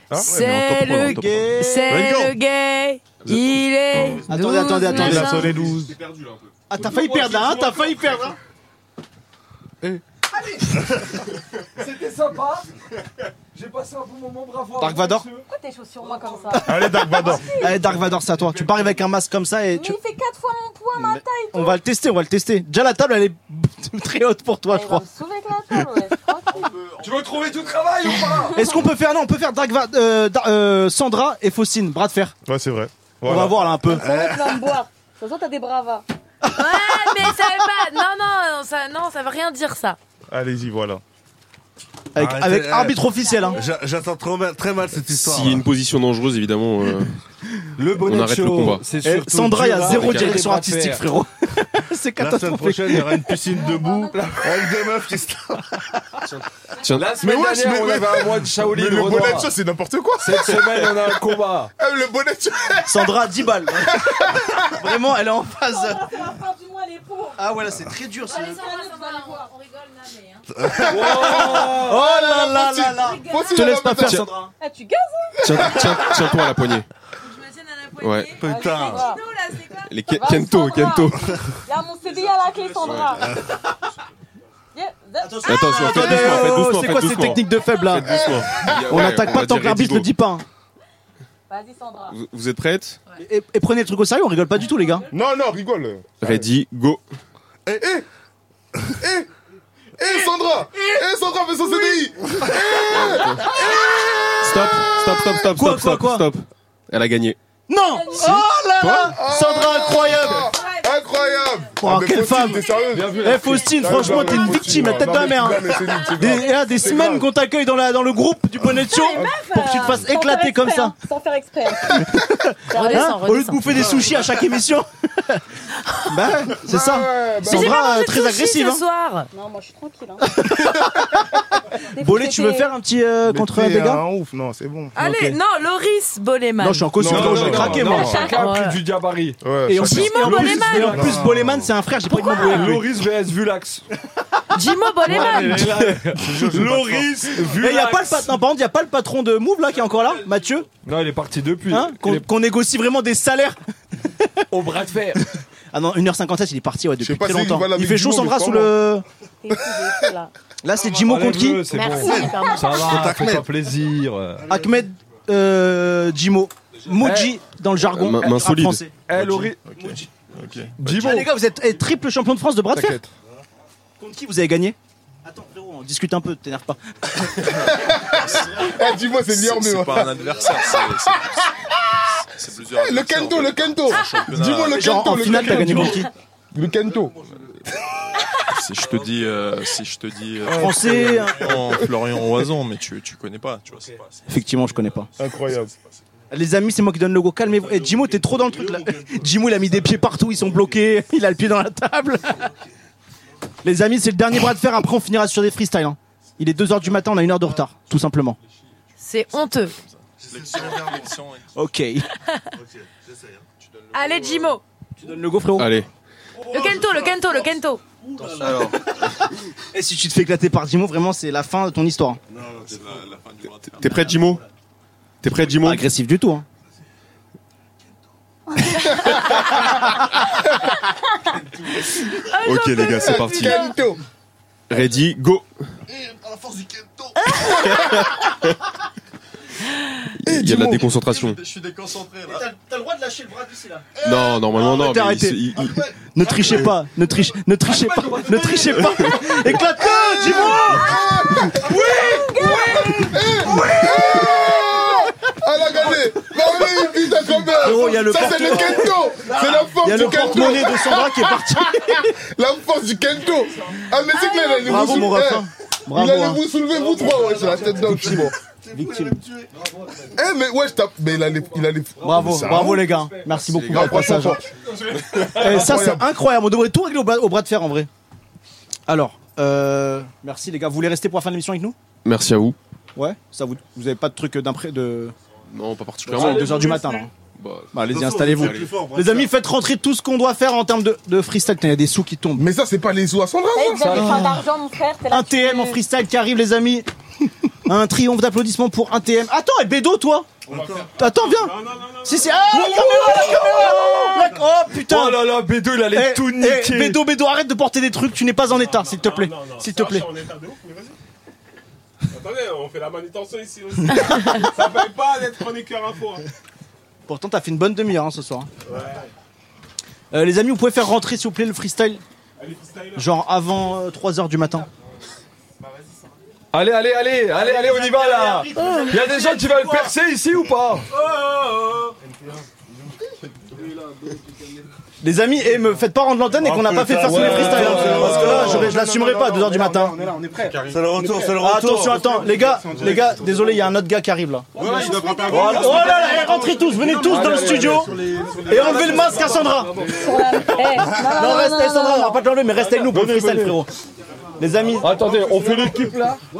Speaker 6: Ah,
Speaker 2: Hein
Speaker 4: C'est le gay,
Speaker 3: Let's go.
Speaker 4: c'est le gay, il est.
Speaker 3: Attendez, attendez, attendez.
Speaker 4: machin.
Speaker 3: sonné
Speaker 2: 12.
Speaker 3: Ah, t'as failli perdre là, hein, t'as failli perdre là.
Speaker 17: C'était sympa.
Speaker 5: J'ai passé un bon moment, bravo. à
Speaker 3: Dark
Speaker 5: vous,
Speaker 3: Vador
Speaker 5: messieurs.
Speaker 11: Pourquoi t'es chaud sur moi comme ça Ah,
Speaker 3: Allez, Dark Vador. Allez, Dark Vador, c'est à toi. Tu pars avec un masque comme ça et
Speaker 11: Mais
Speaker 3: tu.
Speaker 11: il fait 4 fois mon poids, ma taille.
Speaker 3: On va le tester, on va le tester. Déjà, la table, elle est très haute pour toi, je crois.
Speaker 11: Souvez que la table, ouais.
Speaker 5: Tu veux trouver du travail ou pas
Speaker 3: Est-ce qu'on peut faire. Non, on peut faire Dark Va- euh, Dar- euh, Sandra et Faucine, bras de fer.
Speaker 18: Ouais, c'est vrai.
Speaker 3: On va voir là un peu.
Speaker 11: Arrête de me boire. De toute façon, t'as des bravas.
Speaker 4: Ah, mais ça veut pas. Non, non, non, ça, non, ça veut rien dire ça.
Speaker 18: Allez-y, voilà.
Speaker 5: Ah,
Speaker 3: Avec,
Speaker 15: Arrêtez,
Speaker 3: avec
Speaker 15: eh.
Speaker 3: arbitre officiel. Hein.
Speaker 6: J'a- J'attends trop mal- très mal cette histoire.
Speaker 15: S'il y a une position dangereuse, évidemment, euh,
Speaker 6: Le bonnet
Speaker 15: on arrête
Speaker 6: chaud,
Speaker 15: le combat.
Speaker 6: c'est
Speaker 15: Eh,
Speaker 6: surtout
Speaker 3: Sandra, il y a
Speaker 6: dur,
Speaker 3: zéro
Speaker 6: avec un
Speaker 3: direction
Speaker 6: bras de
Speaker 3: artistique,
Speaker 6: fer.
Speaker 3: frérot. c'est
Speaker 6: La semaine
Speaker 3: catastrophique.
Speaker 6: prochaine, il y aura une piscine debout avec des meufs qui se
Speaker 15: Tiens.
Speaker 5: La semaine
Speaker 18: wesh,
Speaker 5: dernière, on avait un mois de Shaolin
Speaker 18: mais le
Speaker 5: Renoir.
Speaker 18: bonnet de chaud, c'est n'importe quoi.
Speaker 5: Cette semaine, on a un combat.
Speaker 18: Eh, Le bonnet de chaud.
Speaker 3: Sandra, 10 balles. Vraiment, elle est en phase.
Speaker 11: Oh, Ah
Speaker 3: ouais, là, c'est très dur.
Speaker 4: Allez, ça va, ça va, on- on rigole, non, mais, hein.
Speaker 3: Oh là là là là. Te laisse pas faire, Sandra.
Speaker 11: Ah, tu gazes
Speaker 3: hein.
Speaker 15: Tiens, tiens, tiens-toi à la poignée. Ouais.
Speaker 11: Putain.
Speaker 15: Les Ke- Kento, Kento.
Speaker 11: Il y a mon CD à la clé, Sandra. Yeah, Ah, that-
Speaker 15: Attention, faites
Speaker 3: Attendez,
Speaker 15: doucement, faites
Speaker 3: oh,
Speaker 15: doucement,
Speaker 3: c'est
Speaker 15: faites
Speaker 3: quoi ces
Speaker 15: doucement.
Speaker 3: techniques de faible là
Speaker 15: Faites doucement.
Speaker 3: On
Speaker 15: Ouais,
Speaker 3: n'attaque
Speaker 15: on
Speaker 3: pas
Speaker 15: va
Speaker 3: tant
Speaker 15: dire
Speaker 3: que l'arbitre ne
Speaker 15: Edigo.
Speaker 3: dit pas. hein.
Speaker 11: Vas-y, Sandra.
Speaker 15: Vous- Vous êtes prête
Speaker 3: Et, et prenez le truc au sérieux, on rigole pas du tout les gars.
Speaker 18: Non, non, rigole.
Speaker 15: Ready, go.
Speaker 18: Eh, eh Eh Eh, Sandra Eh, Sandra, fais son CDI
Speaker 15: Stop, stop, stop, stop, stop, stop, stop. Elle a gagné.
Speaker 18: Eh.
Speaker 3: Non Oh là là Sandra, incroyable
Speaker 18: Incroyable Ah,
Speaker 3: Oh,
Speaker 18: mais
Speaker 3: quelle
Speaker 18: Faustine,
Speaker 3: femme
Speaker 18: t'es sérieuse
Speaker 3: Eh Faustine, franchement, t'es une victime, la tête de la merde. Des, et là, des semaines qu'on t'accueille dans, la- dans le groupe du Bonnet
Speaker 4: Ah,
Speaker 3: Show pour que tu te
Speaker 4: euh,
Speaker 3: fasses
Speaker 11: Sans
Speaker 3: éclater
Speaker 11: faire
Speaker 3: comme
Speaker 11: exprès,
Speaker 3: ça.
Speaker 11: hein, Sans faire exprès.
Speaker 3: Hein Au lieu de bouffer des sushis à chaque émission. bah, ouais, c'est ça.
Speaker 8: bah
Speaker 4: Mais bah j'ai pas
Speaker 3: Sandra,
Speaker 4: mangé
Speaker 3: euh,
Speaker 4: de
Speaker 3: très
Speaker 4: sushi
Speaker 3: agressive.
Speaker 4: ce
Speaker 3: hein.
Speaker 4: soir.
Speaker 11: Non, moi je suis tranquille. Hein.
Speaker 3: Bolé, tu veux faire un petit euh, contre
Speaker 18: t'es
Speaker 3: Béga
Speaker 18: un ouf, non, c'est bon.
Speaker 4: Allez, non, Loris Boleman.
Speaker 3: Non, je suis en caution,
Speaker 18: Non,
Speaker 3: je vais
Speaker 18: non,
Speaker 3: craquer,
Speaker 18: non,
Speaker 3: moi.
Speaker 18: non, chacun a pris
Speaker 13: du gabarit.
Speaker 3: Et en plus,
Speaker 4: Jimon
Speaker 3: et en plus-
Speaker 4: Boleman.
Speaker 3: et en plus,
Speaker 4: Non.
Speaker 3: Boleman, c'est un frère, j'ai pas de
Speaker 4: Pourquoi
Speaker 3: m'embrouiller avec lui.
Speaker 13: Loris vs Vulax.
Speaker 4: Jimo Boleman.
Speaker 3: Loris, Et y a pas le patron, par contre, y a pas le patron de Move là qui est encore là, Mathieu
Speaker 13: Non, il est parti depuis.
Speaker 3: Hein Qu'on qu'on négocie vraiment des salaires
Speaker 13: Au bras de fer.
Speaker 3: Ah non, 1h57, il est parti ouais, depuis
Speaker 18: pas
Speaker 3: très
Speaker 18: s'il
Speaker 3: longtemps.
Speaker 18: va la
Speaker 3: Il
Speaker 18: mettre
Speaker 3: fait
Speaker 18: du
Speaker 3: chaud
Speaker 18: monde,
Speaker 3: Sandra
Speaker 18: mais
Speaker 3: sous
Speaker 18: pas
Speaker 3: le.
Speaker 11: là.
Speaker 3: Là, c'est Jimo contre qui
Speaker 13: Enlève-le, Ah, c'est bon. Ça va, fais-toi plaisir.
Speaker 3: Ahmed euh, Jimo. Moji dans le jargon.
Speaker 15: main- main
Speaker 3: rap
Speaker 15: solide.
Speaker 3: français.
Speaker 13: Eh, Loris.
Speaker 3: Ah, les gars, vous êtes eh, triple champion de France de bras de fer.
Speaker 13: T'inquiète.
Speaker 3: Contre qui vous avez gagné Attends, frérot, on discute un peu, t'énerve pas.
Speaker 18: Eh, dis-moi, c'est bien, mais.
Speaker 14: C'est pas un adversaire, c'est- c'est- c'est plusieurs.
Speaker 18: Eh, Le
Speaker 14: adversaires,
Speaker 18: kendo,
Speaker 14: en fait.
Speaker 18: le kendo
Speaker 14: C'est un championnat.
Speaker 18: Dis-moi le
Speaker 3: Genre,
Speaker 18: kendo,
Speaker 3: en
Speaker 18: le
Speaker 3: finale, t'as gagné
Speaker 18: kendo
Speaker 3: contre qui
Speaker 18: Le kendo
Speaker 14: Si je te dis, euh, si je te dis, euh,
Speaker 3: Français, hein.
Speaker 14: Florian, Florian Oison, mais tu, tu connais pas, tu vois, c'est pas.
Speaker 3: Effectivement, je connais pas.
Speaker 18: Incroyable.
Speaker 3: Les amis, c'est moi qui donne le logo. Calmez-vous. Eh, Jimo, t'es trop dans le truc là. Jimo, il a mis des pieds partout, ils sont bloqués. Il a le pied dans la table. Les amis, c'est le dernier bras de fer. Après, on finira sur des freestyles. hein. Il est 2h du matin, on a une heure de retard, tout simplement.
Speaker 4: C'est honteux.
Speaker 3: Ok.
Speaker 4: Allez, Jimo.
Speaker 3: Tu donnes le go, frérot
Speaker 15: Allez.
Speaker 4: Le Kento, le Kento, le Kento.
Speaker 3: Et si tu te fais éclater par Jimo, vraiment, c'est la fin de ton histoire.
Speaker 15: T'es prêt, Jimo T'es prêt, Jimo
Speaker 3: Pas agressif du tout. Hein.
Speaker 18: Ah,
Speaker 15: Ok, les gars, c'est parti.
Speaker 18: Kento
Speaker 15: Ready, go.
Speaker 2: Eh,
Speaker 3: Ah.
Speaker 2: Eh,
Speaker 15: Il y a de la déconcentration.
Speaker 14: Je suis déconcentré là.
Speaker 3: T'as le droit de lâcher le bras d'ici là.
Speaker 15: Non,
Speaker 3: Ah,
Speaker 15: normalement, non. mais
Speaker 3: arrêtez,
Speaker 15: il se- il- il-
Speaker 3: Ne trichez pas, ne, triche, ne trichez pas, ne trichez pas. Éclate-le, Jimo
Speaker 18: Elle a gagné Ah, La vraie vie, t'as combien
Speaker 3: Frérot, il y a le
Speaker 18: Ça, c'est le
Speaker 3: porte-
Speaker 18: kendo C'est la force
Speaker 3: Il y a
Speaker 18: du
Speaker 3: le
Speaker 18: kendo
Speaker 3: porte-monnaie de Sandra qui est parti.
Speaker 18: La force du kendo Ah, mais c'est que là, il allait
Speaker 3: Bravo,
Speaker 18: vous
Speaker 3: mon
Speaker 18: soulever.
Speaker 3: rapin.
Speaker 18: Eh,
Speaker 3: Bravo,
Speaker 18: Il allait
Speaker 3: hein.
Speaker 18: vous soulever, vous trois, ouais, sur la tête d'un petit bon.
Speaker 3: Victime.
Speaker 18: Eh, mais ouais, je tape. Mais il allait. il allait-
Speaker 3: Bravo,
Speaker 18: Ça
Speaker 3: bravo
Speaker 18: roule.
Speaker 3: les gars. Merci beaucoup
Speaker 18: gars,
Speaker 3: pour le passage. hein. Eh, ça, c'est incroyable. On devrait tout régler au bras, au bras de fer en vrai. Alors, euh, merci les gars. Vous voulez rester pour la fin de l'émission avec nous
Speaker 15: Merci à vous.
Speaker 3: Ouais ça vous, vous avez pas de truc d'imprès de.
Speaker 15: Non, pas
Speaker 3: particulièrement. 2h du matin là.
Speaker 15: Bah,
Speaker 3: Bah, allez-y,
Speaker 15: Allez.
Speaker 3: installez-vous.
Speaker 18: hein.
Speaker 3: Les amis, faites rentrer tout ce qu'on doit faire en termes de, de freestyle. Putain, Il y a des sous qui tombent.
Speaker 18: Mais ça, c'est pas les sous à Sandra.
Speaker 11: T'as Eh, vous avez pas d'argent, mon frère. t'es là,
Speaker 3: Un
Speaker 11: tu
Speaker 3: TM
Speaker 11: peux-
Speaker 3: en freestyle qui arrive, les amis. Un triomphe d'applaudissements pour un TM. Attends, et Bédo, toi Attends, viens Si, si. Ah, la caméra, la
Speaker 10: Oh,
Speaker 3: caméra La- Oh putain
Speaker 13: Oh là là, Bédo, il allait
Speaker 3: Eh,
Speaker 13: tout
Speaker 3: eh,
Speaker 13: niquer.
Speaker 3: Bédo, Bédo, arrête de porter des trucs, tu n'es pas en état, s'il te plaît. S'il te plaît.
Speaker 15: Attendez, on fait la manutention ici aussi. ça paye pas d'être chroniqueur info. hein.
Speaker 3: Pourtant, t'as fait une bonne demi-heure hein, ce soir. Euh, les amis, vous pouvez faire rentrer, s'il vous plaît, le freestyle Genre avant 3h du matin.
Speaker 10: Allez, allez, allez, allez, allez, on y va là Il y a des gens qui veulent percer ici ou pas
Speaker 3: Les amis, et me faites pas rendre l'antenne et qu'on n'a pas fait faire tous les freestyles. hein, parce que là, je, je l'assumerai pas à 2h du matin.
Speaker 19: On est là, on est prêt.
Speaker 3: C'est le retour, c'est le retour. Attention, attends, les gars, les gars, désolé, il y a un autre gars qui arrive là.
Speaker 19: Ouais, il doit grimper un
Speaker 3: Oh là oh là là, eh, rentrez tous, venez tous dans le studio et enlevez le masque à Sandra.
Speaker 13: Eh,
Speaker 3: Non, restez Sandra, on va pas te l'enlever, mais restez avec nous pour le freestyle, frérot. Les amis,
Speaker 10: attendez, on fait l'équipe là
Speaker 3: On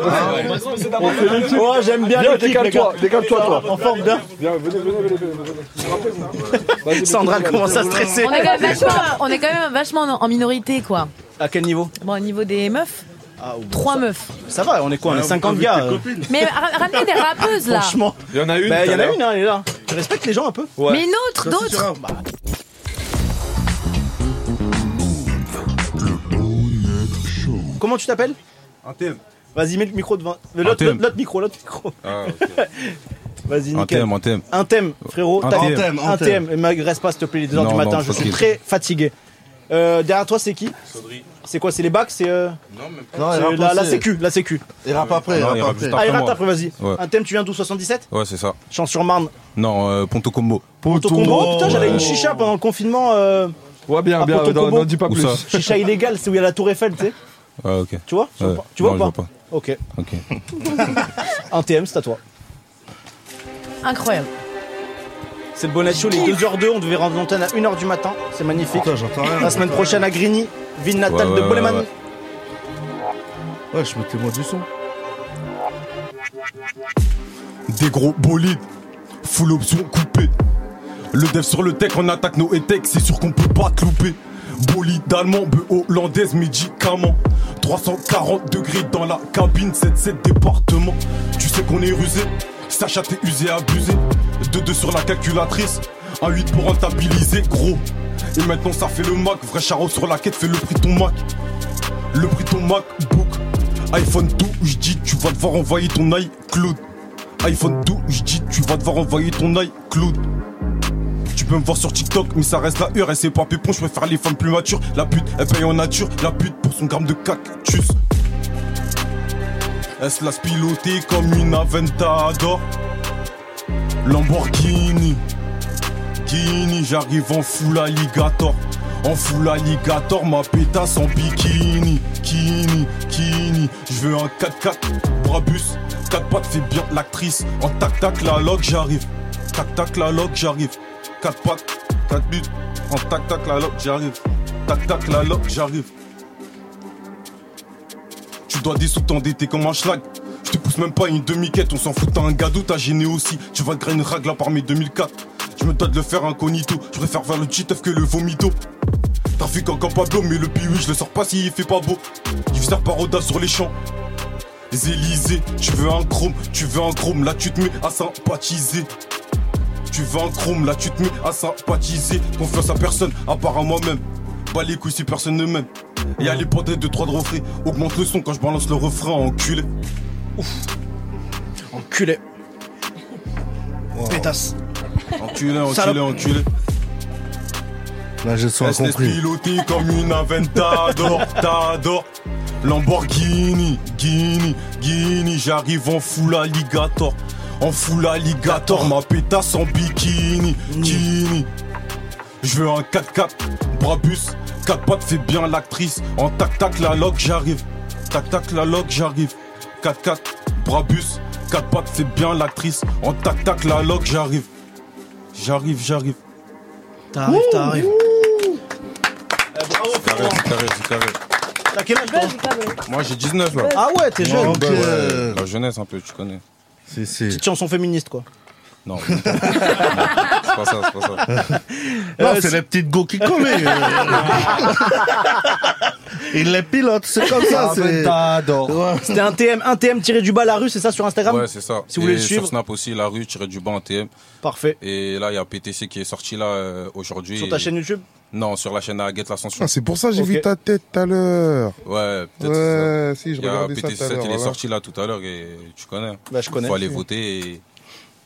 Speaker 3: fait l'équipe. Oh, j'aime bien
Speaker 10: Viens,
Speaker 3: l'équipe,
Speaker 10: décale-toi,
Speaker 3: les gars.
Speaker 10: décale-toi toi.
Speaker 3: En forme bien.
Speaker 10: Viens, venez, venez, venez, venez, venez.
Speaker 3: Sandra commence à stresser.
Speaker 4: On est quand même vachement, on est quand même vachement en en minorité, quoi.
Speaker 3: À quel niveau
Speaker 4: Bon, au niveau des meufs, trois meufs.
Speaker 3: Ça va, on est quoi On est 50 gars. euh.
Speaker 4: Mais ra- ramenez des rappeuses là.
Speaker 3: Franchement.
Speaker 10: Il y en a une.
Speaker 3: Bah, il y en
Speaker 10: tout à
Speaker 3: a
Speaker 10: l'heure.
Speaker 3: une, hein, elle est là. Je respecte les gens un peu.
Speaker 4: Mais une autre,
Speaker 3: hein.
Speaker 4: d'autres.
Speaker 3: Bah. Comment tu t'appelles Anthem. Vas-y, mets le micro devant. mais L'autre
Speaker 6: Anthem.
Speaker 3: l'autre- l'autre micro, l'autre micro. Vas-y,
Speaker 6: Ah, Un
Speaker 3: nickel.
Speaker 6: thème, un thème.
Speaker 3: Un thème, frérot.
Speaker 6: Un
Speaker 3: t'as-
Speaker 6: thème, un
Speaker 3: Un
Speaker 6: thème.
Speaker 3: thème. Ne m'agresse pas, s'il te plaît, les 2h du
Speaker 6: Non,
Speaker 3: matin.
Speaker 6: non,
Speaker 3: Je suis
Speaker 6: tranquille.
Speaker 3: très fatigué. Euh, derrière toi, c'est qui C'est quoi C'est les bacs C'est euh,
Speaker 6: Non, même
Speaker 3: c'est la, la sécu, la sécu.
Speaker 6: Il rappe après, il
Speaker 3: Ah,
Speaker 6: rappe
Speaker 3: il
Speaker 6: après.
Speaker 3: rappe après, vas-y.
Speaker 6: Ouais.
Speaker 3: Un thème, tu viens d'où 77
Speaker 6: Ouais, c'est ça.
Speaker 3: Champs-sur-Marne.
Speaker 6: Non, euh, Ponto Combo.
Speaker 3: Ponto Combo, putain, j'avais une chicha pendant le confinement. euh,
Speaker 10: Ouais,
Speaker 3: à
Speaker 10: bien, bien,
Speaker 3: Ponto
Speaker 10: n'en
Speaker 3: Combo.
Speaker 10: n'en dis pas
Speaker 6: Où
Speaker 10: plus.
Speaker 6: ça
Speaker 3: Chicha illégale, c'est où il y a la Tour Eiffel, tu sais.
Speaker 6: Ah, ok.
Speaker 3: Tu vois
Speaker 6: Ouais.
Speaker 3: Tu vois
Speaker 6: Non, je vois
Speaker 3: ou pas Ok.
Speaker 6: Ok.
Speaker 3: Un TM, c'est à toi.
Speaker 4: Incroyable.
Speaker 3: C'est le bonnet show, les 2h02, on devait rendre l'antenne à 1h du matin, c'est magnifique.
Speaker 6: Putain, j'entends rien.
Speaker 3: La semaine prochaine à Grigny, ville natale
Speaker 6: Ouais,
Speaker 3: de
Speaker 6: ouais,
Speaker 3: Boleman.
Speaker 6: ouais, Ouais, je me témoigne du son.
Speaker 13: Des gros bolides, full option coupée. Le dev sur le tech, on attaque nos ETEC, c'est sûr qu'on peut pas te louper. Bolide allemand, bœuf hollandaise, médicament. 340 degrés dans la cabine, 7-7 départements. Tu sais qu'on est rusé, Sacha t'es usé, abusé. 2-2 sur la calculatrice, un 8 pour rentabiliser, gros. Et maintenant ça fait le Mac, vrai charreau sur la quête, fais le prix de ton Mac. Le prix de ton MacBook, iPhone 2, je dis tu vas devoir envoyer ton iCloud. iPhone 2, je dis tu vas devoir envoyer ton iCloud. Tu peux me voir sur TikTok, mais ça reste la hure et c'est pas pépon. Je préfère les femmes plus matures. La pute, elle paye en nature. La pute pour son gramme de cactus. Elle se laisse piloter comme une Aventador. Lamborghini. Guinée, j'arrive en full alligator. En full alligator, ma pétasse en bikini. Kini, kini, je veux un 4x4 Brabus. 4 pattes fait bien l'actrice. En tac-tac, la log, j'arrive. Tac-tac, la log, j'arrive. 4 pattes, 4 buts. En tac-tac, la log, j'arrive. Tac-tac, la log, j'arrive. Tu dois des sous t'endetter comme un schlag. Je te pousse même pas une demi-quête, on s'en fout, t'as un gadou, t'as gêné aussi. Tu vas te grainer une rague là par mes 2004. Je me dois de le faire incognito, je préfère faire le cheat que le vomito. Trafic en Pablo, mais le piwi, je le sors pas s'il fait pas beau. Il sert paroda sur les champs. Les Élysées, tu veux un chrome, tu veux un chrome, là tu te mets à sympathiser. Tu veux un chrome, là tu te mets à sympathiser. Confiance à personne, à part à moi-même. Bas les couilles si personne ne m'aime. Et à les porter de 3 de refrain. Augmente le son quand je balance le refrain, enculé. Ouf.
Speaker 3: Enculé. Pétasse.
Speaker 13: Enculé,
Speaker 3: Salope.
Speaker 13: enculé, enculé.
Speaker 6: Là, je sois
Speaker 13: Elle se laisse
Speaker 6: compris.
Speaker 13: piloter comme une Aventador, t'adore. Lamborghini, Guinée, Guinée, j'arrive en full alligator. En full alligator, ma pétasse en bikini, Guinée. Je veux un 4x4, Brabus, 4 pattes fait bien l'actrice. En tac-tac, la log, j'arrive. Tac-tac, la log, j'arrive. 4x4, Brabus, 4 pattes fait bien l'actrice. En tac-tac, la log, j'arrive. J'arrive, j'arrive.
Speaker 3: T'arrives, t'arrives.
Speaker 13: Carré, c'est carré, c'est carré.
Speaker 3: T'as quel âge toi
Speaker 13: Moi j'ai 19 là.
Speaker 3: Ah ouais, t'es jeune.
Speaker 10: bah,
Speaker 3: euh,
Speaker 13: Ouais,
Speaker 3: Ok.
Speaker 13: ouais, La jeunesse un peu, tu connais. Si, si.
Speaker 3: Petite chanson féministe quoi.
Speaker 13: Non. non, c'est pas ça, c'est pas ça.
Speaker 3: Euh, Non, c'est la
Speaker 13: petite go qui commet.
Speaker 6: euh. Il les pilote, c'est comme ça.
Speaker 3: Ah,
Speaker 6: c'est-
Speaker 3: ben, t'adores.
Speaker 6: Ouais.
Speaker 3: C'était un TM, un TM tiré du bas la rue, c'est ça sur Instagram
Speaker 10: Ouais, c'est ça.
Speaker 3: Si vous voulez
Speaker 10: Et
Speaker 3: le suivre.
Speaker 10: Sur Snap aussi, la rue, tiré du banc en TM.
Speaker 3: Parfait.
Speaker 10: Et là, il y a PTC qui est sorti là euh, aujourd'hui.
Speaker 3: Sur ta chaîne YouTube
Speaker 10: Non, sur la chaîne à Get la Censure.
Speaker 18: Ah, c'est pour ça que j'ai vu ta tête tout à l'heure.
Speaker 10: Ouais, peut-être.
Speaker 18: Ouais, si, je
Speaker 10: Il y a
Speaker 18: regardais ça
Speaker 10: PTC
Speaker 18: tout à
Speaker 10: 7,
Speaker 18: l'heure.
Speaker 10: il est
Speaker 18: voilà.
Speaker 10: sorti là tout à l'heure et tu connais.
Speaker 3: Bah, je connais.
Speaker 10: Faut aller
Speaker 3: Oui.
Speaker 10: voter et, et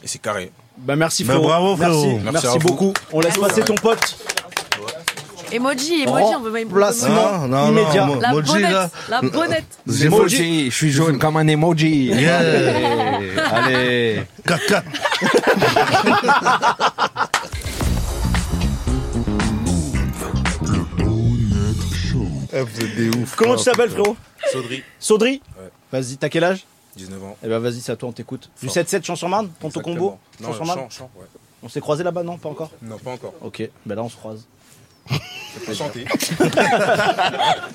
Speaker 10: c'est carré.
Speaker 3: Bah merci
Speaker 10: Bah,
Speaker 3: frérot.
Speaker 10: bravo, frérot.
Speaker 3: Merci,
Speaker 10: Merci
Speaker 3: Merci
Speaker 10: à vous.
Speaker 3: beaucoup. On laisse
Speaker 10: Merci.
Speaker 3: passer ton pote.
Speaker 4: Emoji, emoji, on veut même.
Speaker 3: Remplacement
Speaker 4: on veut-
Speaker 3: non, immédiat.
Speaker 4: La bonnette, la bonnette.
Speaker 5: Emoji, je suis jaune comme un emoji.
Speaker 6: Yeah.
Speaker 5: Allez.
Speaker 18: Eh, vous êtes des ouf.
Speaker 3: Comment tu t'appelles frérot
Speaker 10: Saudry.
Speaker 3: Saudry Vas-y, t'as quel âge
Speaker 10: 19 ans.
Speaker 3: Eh ben vas-y, c'est à toi, on t'écoute. Du 7-7 Chanson-Marne, ton ton combo
Speaker 10: Non,
Speaker 3: Chanson-Marne
Speaker 10: chant, chant, ouais.
Speaker 3: On s'est croisés là-bas, non Pas encore
Speaker 10: Non, pas encore.
Speaker 3: Ok, ben là on se croise.
Speaker 10: Chanter.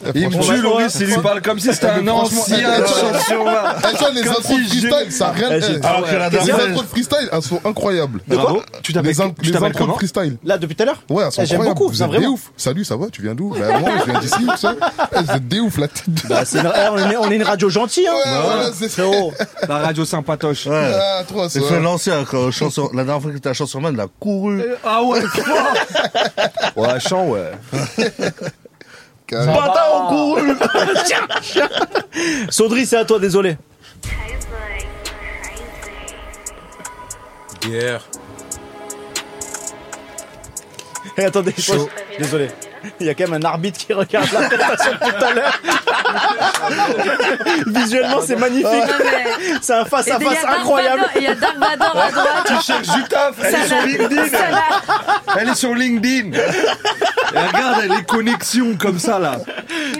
Speaker 18: Euh,
Speaker 3: Il me tue, Loris, il lui parle comme si c'était un ancien
Speaker 18: là. les intros de freestyle, ça a rien.
Speaker 3: Eh, j'ai
Speaker 18: eh,
Speaker 3: trop, ouais.
Speaker 18: Les intros de freestyle, elles sont incroyables.
Speaker 3: De quoi Tu t'appelles-
Speaker 18: Les in-
Speaker 3: tu
Speaker 18: les
Speaker 3: t'appelles
Speaker 18: intros de
Speaker 3: comment
Speaker 18: freestyle.
Speaker 3: Là, depuis tout à l'heure
Speaker 18: Ouais, elles sont
Speaker 3: Eh, j'aime
Speaker 18: incroyables.
Speaker 3: beaucoup,
Speaker 18: Vous
Speaker 3: ça,
Speaker 18: êtes des
Speaker 3: vraiment.
Speaker 18: ouf. Salut, ça va Tu viens d'où Bah, moi, je viens d'ici, tout ça. Eh, Vous êtes des ouf, la tête. de-
Speaker 3: Bah, c'est une- eh, on, est, on est une radio gentille, hein
Speaker 18: Ouais,
Speaker 3: Voilà.
Speaker 18: voilà, c'est-
Speaker 3: Frérot.
Speaker 5: La radio sympatoche.
Speaker 6: Ouais.
Speaker 18: Ah, trois,
Speaker 6: Il
Speaker 18: ça.
Speaker 6: fait lancer hein, quand chanson. La dernière fois que t'étais à Chanson-Man, il a couru.
Speaker 4: Euh,
Speaker 5: Ah ouais,
Speaker 6: Ouais, chant, ouais.
Speaker 3: Bâtard en couru Saudry, c'est à toi, désolé.
Speaker 10: Guerre.
Speaker 3: Eh, attendez, je pense- Désolé. Il y a quand même un arbitre qui regarde la prestation de tout à l'heure. Visuellement, c'est magnifique. C'est un
Speaker 4: Et il y a
Speaker 3: face-à-face
Speaker 4: Dark
Speaker 3: incroyable.
Speaker 4: Vador- Il y a Dark Vador à droite. Ça l'a- ça l'a-
Speaker 5: Elle est sur LinkedIn. Et regarde, elle est connexion comme ça là.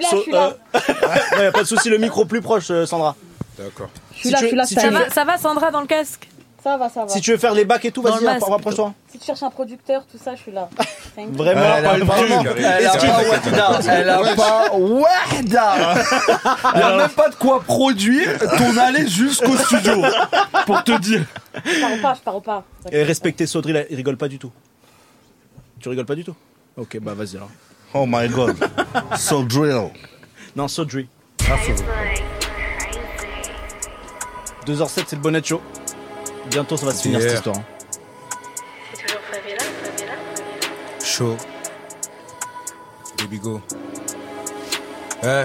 Speaker 3: So- euh, ouais, y a pas de souci, le micro plus proche, euh, Sandra.
Speaker 10: D'accord.
Speaker 3: Si
Speaker 11: suis là,
Speaker 3: tu-
Speaker 11: je suis là,
Speaker 3: si
Speaker 11: ça
Speaker 3: tu
Speaker 11: y
Speaker 3: veux-
Speaker 11: est.
Speaker 4: Ça va, Sandra, dans le casque
Speaker 11: Ça va, ça va.
Speaker 3: Si tu veux faire les bacs et tout,
Speaker 4: Dans le
Speaker 3: vas-y, hein,
Speaker 4: masque,
Speaker 3: rapproche-toi.
Speaker 11: Si tu cherches un producteur, tout ça, je suis là. Thank you.
Speaker 3: Vraiment,
Speaker 6: Elle a
Speaker 3: pas le
Speaker 6: pas
Speaker 3: vraiment.
Speaker 6: Wahda. Elle a
Speaker 3: Esquive.
Speaker 6: pas Wahda. Elle a pas
Speaker 5: Wahda. Il n'y a même pas de quoi produire ton allée jusqu'au studio. Pour te dire.
Speaker 11: Je pars ou pas, je pars ou pas.
Speaker 3: Et respecter Saudry, là, il rigole pas du tout. Tu rigoles pas du tout Ok, bah vas-y alors.
Speaker 6: Oh my god. So drill.
Speaker 3: Non, Saudry. 2h07, c'est le bonnet show. Bientôt, ça va se finir
Speaker 10: Yeah.
Speaker 3: cette histoire. hein.
Speaker 10: Chaud. Baby go. Eh.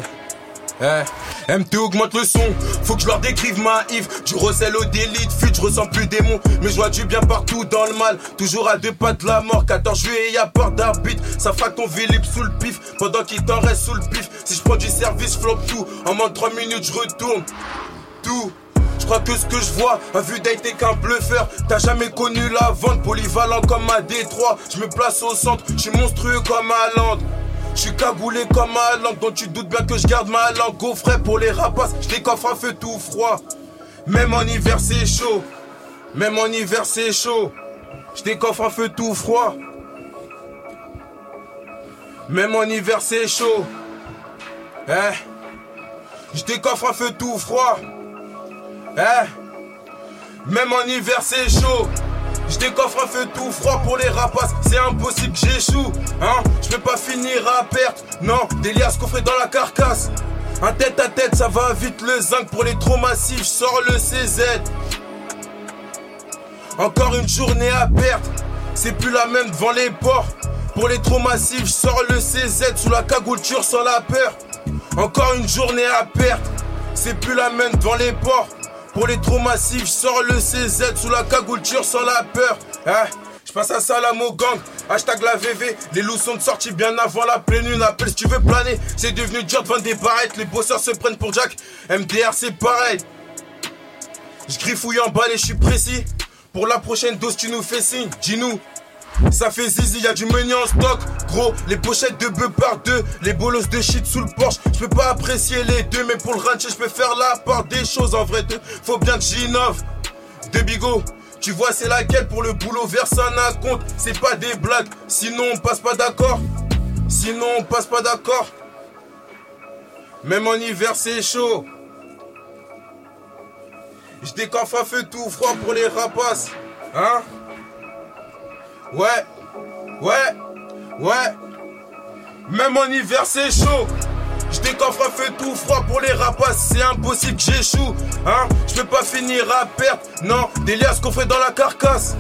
Speaker 10: Eh. MT augmente le son, faut que je leur décrive ma if Du recel au délit de fuite, je ressens plus démon Mais je vois du bien partout dans le mal Toujours à deux pas de la mort 14 juillet y'a peur d'arbitre Ça frappe ton Vélib sous le pif Pendant qu'il t'en reste sous le pif Si je prends du service, je floppe tout En moins de 3 minutes, je retourne tout. Je crois que ce que je vois, à vue d'être t'es qu'un bluffeur. T'as jamais connu la vente, polyvalent comme à Détroit. Je me place au centre, je suis monstrueux comme à Londres. Je suis cagoulé comme à langue, dont tu doutes bien que je garde ma langue au frais pour les rapaces. Je les coffre à feu tout froid. Même en hiver c'est chaud. Même en hiver c'est chaud. Je les coffre à feu tout froid. Même en hiver c'est chaud. Hein? Je décoffre un feu tout froid. Hein Même en hiver c'est chaud. Je décoffre un feu tout froid pour les rapaces, c'est impossible que j'échoue. Hein Je peux pas finir à perte. Non, des liasses coffrées dans la carcasse. Un tête à tête, ça va vite le zinc pour les trop massifs, je sors le CZ. Encore une journée à perdre, c'est plus la même devant les ports. Pour les trop massifs, je sors le CZ sous la cagouture sans la peur. Encore une journée à perdre, c'est plus la même devant les ports. Pour les trop massifs, je sors le CZ sous la cagouture sans la peur. Hein je passe à Salam au gang, hashtag la VV. Les loups sont sortis bien avant la pleine lune. Appelle si tu veux planer, c'est devenu dur de vendre des barrettes. Les bosseurs se prennent pour Jack, MDR c'est pareil. Je griffouille en balle et je suis précis. Pour la prochaine dose, tu nous fais signe, dis-nous. Ça fait zizi, y a du menu en stock. Gros, les pochettes de bœuf par deux, les bolos de shit sous le porche. Je peux pas apprécier les deux, mais pour le rancher, je peux faire la part des choses. En vrai, te- faut bien que j'innove. De bigot, tu vois, c'est laquelle pour le boulot verse un acompte. C'est pas des blagues, sinon on passe pas d'accord. Sinon on passe pas d'accord. Même en hiver, c'est chaud. Je décoffre à feu tout froid pour les rapaces. Hein Ouais, ouais, ouais. Même en hiver, c'est chaud. Je les coffres à feu tout froid pour les rapaces, c'est impossible que j'échoue. Hein, je peux pas finir à perte. Non, délire ce qu'on fait dans la carcasse.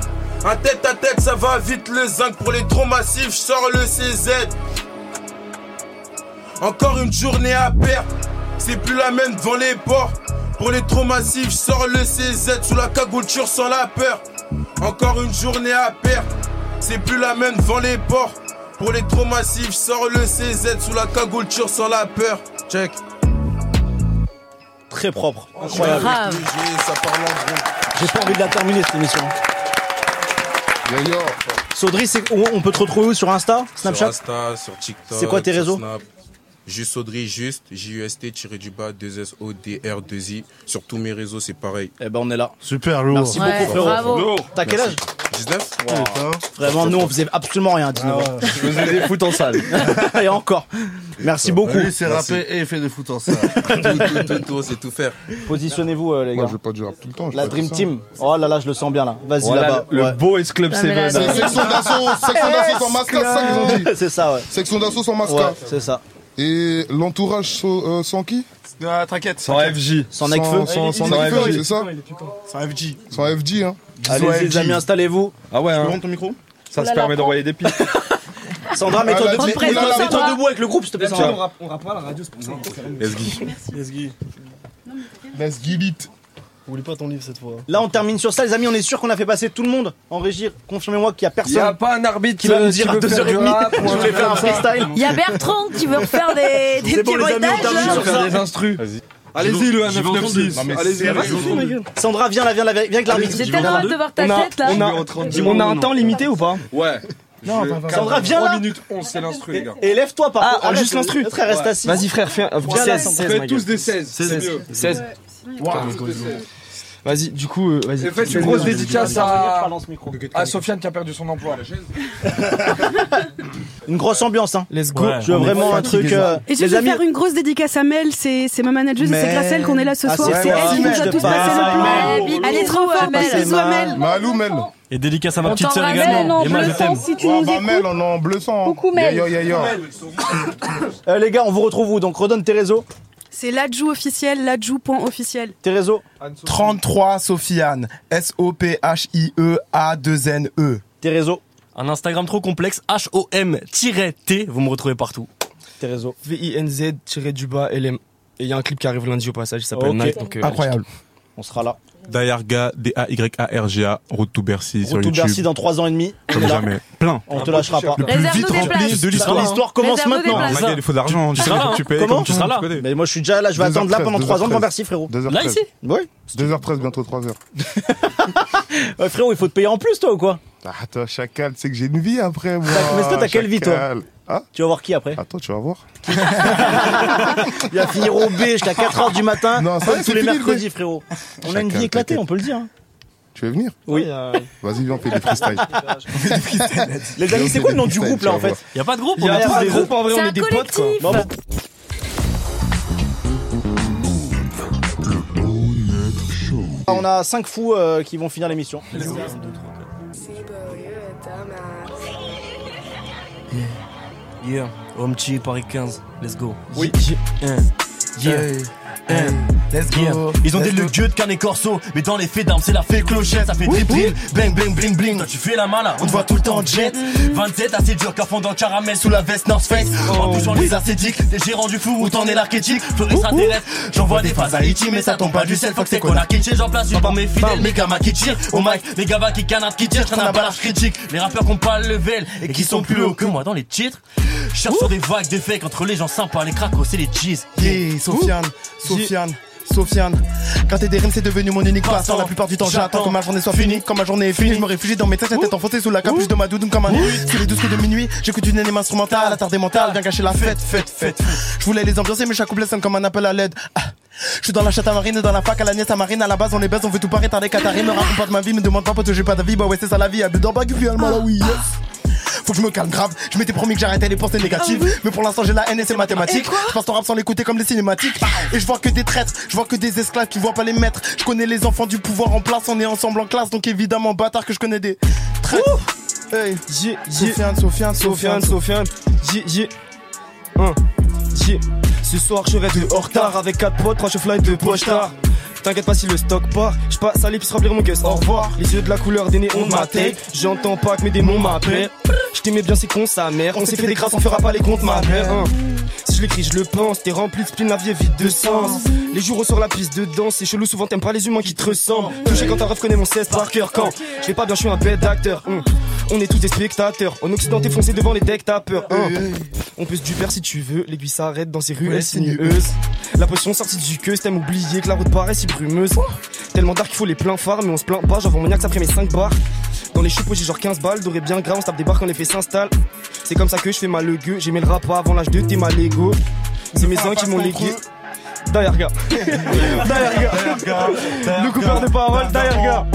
Speaker 10: Un tête à tête, ça va vite le zinc pour les trop massifs, sors le CZ. Encore une journée à perte, c'est plus la même devant les ports. Pour les trop massifs, sors le CZ sous la cagouture sans la peur. Encore une journée à perte, c'est plus la même devant les ports. Pour les trop massifs, sors le CZ sous la cagouture sans la peur. Check.
Speaker 20: Très propre,
Speaker 10: Incroyable.
Speaker 20: incroyable.
Speaker 3: J'ai pas envie de la terminer cette émission. Saudry, c'est- on, on peut te retrouver où sur Insta, Snapchat
Speaker 13: Sur Insta, sur TikTok.
Speaker 3: C'est quoi tes
Speaker 13: sur
Speaker 3: réseaux
Speaker 13: Snap. Juste Audrey, juste, J-U-S-T, tiré du bas, 2-S-O-D-R-2-I. Sur tous mes réseaux, c'est pareil.
Speaker 3: Eh ben, on est là.
Speaker 13: Super
Speaker 3: lourd. Merci beaucoup, frérot. Lourd. T'as quel
Speaker 13: Merci.
Speaker 3: âge
Speaker 13: 19
Speaker 3: Wow. Vraiment, nous on faisait absolument rien à 19
Speaker 15: Ah
Speaker 3: ans.
Speaker 15: ouais. Je faisais des foot en salle.
Speaker 3: Et encore. Merci beaucoup.
Speaker 15: Bah, Lui, c'est rappé et il fait des foot en salle.
Speaker 13: tout, tout, tout, tout, c'est tout faire.
Speaker 3: Positionnez-vous, euh, les gars.
Speaker 2: Moi, je vais pas du rap tout le temps. je
Speaker 3: La
Speaker 2: vais
Speaker 3: Dream
Speaker 2: faire ça.
Speaker 3: Team. Oh là là, je le sens bien là. Vas-y
Speaker 2: Voilà,
Speaker 3: là-bas.
Speaker 2: le
Speaker 3: beau S Club
Speaker 2: C'est section d'assaut, section d'assaut sans masque, c'est ça qu'ils ont dit.
Speaker 3: C'est ça, ouais.
Speaker 2: Section d'assaut sans masque.
Speaker 3: Ouais, c'est ça.
Speaker 2: Et l'entourage sans, euh, sans qui
Speaker 14: Ah, t'inquiète.
Speaker 2: Sans FJ. Sans Nekfeu. Sans- sans Nekfeu, c'est ça
Speaker 14: Sans FJ.
Speaker 2: Sans FD, hein.
Speaker 3: Allez,
Speaker 2: Bisous à
Speaker 3: les
Speaker 2: FD.
Speaker 3: amis, installez-vous.
Speaker 5: Ah ouais, hein.
Speaker 3: ton Oh micro
Speaker 5: Ça se permet d'envoyer des pics.
Speaker 3: Sandra,
Speaker 21: bah,
Speaker 3: mets-toi
Speaker 5: Ah, la
Speaker 3: debout,
Speaker 5: petite-
Speaker 3: mets-toi-
Speaker 5: la petite-
Speaker 3: mets-toi debout avec le groupe, s'il te plaît.
Speaker 5: Tiens.
Speaker 3: Sandra.
Speaker 21: On rappe pas à la radio, c'est pour ça.
Speaker 2: Let's get it.
Speaker 3: Oublie pas ton livre cette fois. Là, on termine sur ça, les amis. On est sûr qu'on a fait passer tout le monde en régie. Confirmez-moi qu'il y a personne. Euh,
Speaker 5: Y a pas un arbitre
Speaker 3: qui va me
Speaker 5: qui
Speaker 3: dire à
Speaker 5: veut faire du
Speaker 3: 2h30.
Speaker 5: rap ou
Speaker 3: Je
Speaker 5: un
Speaker 3: vais
Speaker 5: truc
Speaker 3: faire un
Speaker 5: comme ça.
Speaker 3: freestyle.
Speaker 4: Il y a Bertrand qui veut refaire des, des
Speaker 3: C'est bon, les amis, on
Speaker 4: pirouettages,
Speaker 3: termine
Speaker 4: là.
Speaker 3: sur ça.
Speaker 5: instrus.
Speaker 3: Allez-y, le 1996.
Speaker 5: Non, mais
Speaker 3: Allez-y,
Speaker 5: c'est
Speaker 3: allez-y.
Speaker 5: raciste, ma
Speaker 3: Sandra, viens, là, viens, là, viens avec l'arbitre.
Speaker 4: J'ai tellement hâte de voir ta
Speaker 3: On a-
Speaker 4: tête, là.
Speaker 3: on a-
Speaker 4: Numéro
Speaker 3: On a un temps limité ou pas
Speaker 5: Ouais.
Speaker 3: Non,
Speaker 5: Je-
Speaker 3: Sandra, viens
Speaker 21: Oh,
Speaker 3: là.
Speaker 5: 3 minutes 11, c'est l'instru, les gars.
Speaker 3: Et lève-toi, par
Speaker 5: Ah,
Speaker 3: contre. Arrête,
Speaker 5: juste l'instru.
Speaker 3: Frère, reste
Speaker 5: Ouais.
Speaker 3: assis.
Speaker 5: Vas-y, frère, fais un-
Speaker 3: Viens là,
Speaker 5: 16,
Speaker 3: Sandra.
Speaker 5: faites tous des 16, c'est 16. mieux. 16.
Speaker 3: Ouais, c'est mieux.
Speaker 5: Waouh.
Speaker 3: Let's go, let's go.
Speaker 5: Vas-y, du coup, euh, vas-y.
Speaker 3: Et faites
Speaker 5: Tu
Speaker 3: une
Speaker 5: me
Speaker 3: grosse
Speaker 5: donnes-
Speaker 3: dédicace à- Parle dans ce micro.
Speaker 5: à Sofiane qui a perdu son emploi.
Speaker 3: Une grosse ambiance, hein. Let's
Speaker 5: go.
Speaker 3: Je veux
Speaker 5: On est
Speaker 3: vraiment un
Speaker 5: fatigués,
Speaker 3: truc.
Speaker 5: là.
Speaker 3: euh,
Speaker 22: Et je
Speaker 3: les
Speaker 22: vais
Speaker 3: amis.
Speaker 22: faire une grosse dédicace à Mel, c'est c'est ma manageuse et
Speaker 3: Mel.
Speaker 22: c'est grâce à elle qu'on est là ce
Speaker 3: Ah,
Speaker 22: soir.
Speaker 3: c'est
Speaker 22: C'est
Speaker 3: vrai,
Speaker 22: elle qui nous
Speaker 3: image
Speaker 22: a
Speaker 3: de
Speaker 22: tous
Speaker 3: Mel.
Speaker 22: passé
Speaker 13: Bah,
Speaker 22: le
Speaker 3: Mel,
Speaker 22: plan. Elle est trop forte, bisous à Mel.
Speaker 2: Malou, Mel.
Speaker 8: Et dédicace à ma
Speaker 2: On
Speaker 8: petite sœur
Speaker 2: t'embrasse,
Speaker 8: également.
Speaker 2: Mel, en
Speaker 8: Et moi, je
Speaker 2: bleu
Speaker 8: t'aime.
Speaker 2: sang, si tu Ouais, nous bah, écoutes. Mel, on en bleu sang. Coucou, Mel. Yo, yo, yo, yo.
Speaker 3: Euh, les gars, on vous retrouve où Donc redonne tes réseaux.
Speaker 22: C'est l'adjou officiel, l'adjou.officiel.
Speaker 3: Tes réseaux
Speaker 15: 33 Sofiane.
Speaker 3: E
Speaker 15: S-O-P-H-I-E-A-2-N-E.
Speaker 3: Tes réseaux
Speaker 8: Un Instagram trop complexe, H-O-M-T, vous me retrouvez partout.
Speaker 3: Tes réseaux
Speaker 23: V-I-N-Z-du-bas LM. Et il y a un clip qui arrive lundi au passage, il s'appelle
Speaker 3: Ok.
Speaker 23: Night. Donc, euh,
Speaker 15: Incroyable.
Speaker 3: On sera là.
Speaker 13: Dayarga, D-A-Y-A-R-G-A, route to Bercy sur
Speaker 3: Retour
Speaker 13: YouTube.
Speaker 3: Bercy dans 3 ans et demi. on
Speaker 13: Comme
Speaker 3: est là.
Speaker 13: jamais. Plein.
Speaker 3: On te lâchera pas.
Speaker 13: Le plus vite rempli de l'histoire.
Speaker 3: L'histoire commence
Speaker 13: Réserve-nous des
Speaker 3: maintenant.
Speaker 13: places. Magali, il faut de l'argent, tu Tu sais seras comment là, tu hein. payes,
Speaker 3: Comment
Speaker 13: comme tu seras là.
Speaker 3: Mais moi je suis déjà là, je vais attendre là pendant 3 ans devant Bercy, frérot.
Speaker 2: 2h13.
Speaker 3: Oui.
Speaker 2: 2h13, bientôt 3h.
Speaker 3: Ouais, Euh, frérot, il faut te payer en plus, toi ou quoi
Speaker 2: Ah, toi, chacal, tu sais que j'ai une vie hein, après, moi.
Speaker 3: T'as- mais toi, t'as quelle vie, toi
Speaker 2: chacal. Hein
Speaker 3: Tu vas voir qui après
Speaker 2: Ah, Attends, tu vas voir.
Speaker 3: Il va finir au B jusqu'à 4h du matin.
Speaker 2: Non, ça,
Speaker 3: comme
Speaker 2: c'est
Speaker 3: tous les
Speaker 2: fini, le
Speaker 3: mercredis,
Speaker 2: B.
Speaker 3: frérot. On a
Speaker 2: Chacun,
Speaker 3: une vie éclatée,
Speaker 2: t'inquiète.
Speaker 3: on peut le dire. hein.
Speaker 2: Tu veux venir
Speaker 3: Oui.
Speaker 2: Vas-y, viens, on fait des freestyles.
Speaker 3: Les amis, c'est quoi le nom du
Speaker 2: freestyle,
Speaker 3: groupe là en
Speaker 2: tu
Speaker 3: fait
Speaker 2: vas voir.
Speaker 8: Y a pas de groupe,
Speaker 3: Y
Speaker 8: on
Speaker 3: a
Speaker 8: est tous
Speaker 3: pas de
Speaker 8: des-
Speaker 3: groupe en vrai,
Speaker 8: C'est
Speaker 3: on
Speaker 8: un
Speaker 3: est des potes quoi.
Speaker 8: collectif.
Speaker 3: Bon, bon. On a 5 fous euh, qui vont finir l'émission.
Speaker 11: hein.
Speaker 8: Yeah, Home Chi, Paris 15, let's go.
Speaker 23: Oui.
Speaker 8: Yeah. Yeah. Yeah. Yeah. Ils ont des le gueux de carnet corso, mais dans les faits d'armes, c'est la fée clochette. Ça fait des bling, bling, bling, bling, bling. Toi, tu fais la mala, on te voit tout le temps en jet.
Speaker 15: Mm.
Speaker 8: 27, assez dur qu'à fond dans le caramel sous la veste North Face.
Speaker 15: Oh.
Speaker 8: En touchant les acétiques, les gérants du fou, où t'en es l'archétype. Fleur extraterrestre, j'envoie des phases à Haïti, mais ça tombe pas du sel. Fuck, c'est qu'on a kitché, j'en place une pour mes fidèles. Mes gamins qui tirent, au mic, les gamins qui canardent, qui tirent, je traîne un balage critique. Les rappeurs qui ont pas le level et qui sont plus haut que moi dans les titres. Je cherche sur des vagues de fake entre les gens sympas, les cracos et les cheese.
Speaker 15: Yeah, Sofiane, Sofiane. Sofiane, quand t'es des rimes, c'est devenu mon unique passant. La plupart du temps, j'attends que ma journée soit finie. Quand ma journée est finie, je me réfugie dans mes tâches, la tête enfoncée sous la capuche de ma doudoune comme un nu. C'est les douze coups de minuit, j'écoute une énigme instrumentale, attardée mentale, viens gâcher la fête, fête, fête. Je voulais les ambiancer, mais chaque couplet sonne comme un appel à l'aide. Ah. Je suis dans la chatte à marine, dans la fac à la nièce à marine, à la base on est baise, on veut tout parer, t'as des catarines, me raconte pas de ma vie, me demande pas parce que j'ai pas d'avis, bah ouais c'est ça la vie, habite dans bague, finalement là oui, yes. Faut que je me calme grave, je m'étais promis que j'arrêtais les pensées négatives Mais pour l'instant j'ai la haine et c'est mathématique Je passe ton rap sans l'écouter comme les cinématiques Et je vois que des traîtres, je vois que des esclaves qui voient pas les maîtres Je connais les enfants du pouvoir en place, on est ensemble en classe Donc évidemment bâtard que je connais des traîtres Hey, Sofiane, Sofiane, Sofiane, Sofiane, Sofiane,
Speaker 23: Yeah. Ce soir je rêve de hors retard avec 4 potes, 3 fly de poche tard. T'inquiète pas si le stock part, je passe à l'épice remplir mon guest, au revoir. Les yeux de la couleur des néons de ma tête, j'entends pas que mes démons m'appellent. Je t'aimais bien, c'est con sa mère, on s'est fait des crasses, on fera pas les comptes, ma mère. hein. Si je l'écris, je le pense, t'es rempli de spleen, la vie est vide de sens. Les jours on sort la piste de danse, c'est chelou, souvent t'aimes pas les humains qui te ressemblent. Touché quand t'as reconnu mon 16 par cœur, quand je vais pas bien, je suis un bête d'acteur. hein. On est tous des spectateurs, en Occident t'es foncé devant les decks tapeurs. hein. On peut se duper si tu veux, l'aiguille s'arrête dans ces ruelles sinueuses. La potion sortie du queue, t'aimes oublier que la route paraît si brumeuse. Tellement d'art qu'il faut les pleins phares, mais on se plaint pas, j'envoie mon axe après mes 5 barres. Dans les cheveux j'ai genre 15 balles, doré bien gras, on se tape des barres quand les faits s'installent. C'est comme ça que je fais ma gueux, j'ai mis le rap avant l'âge de t'es ma Lego. C'est mes uns qui m'ont légué. D'ailleurs, gars.
Speaker 13: Daerga,
Speaker 23: Le coupeur de parole, Daerga.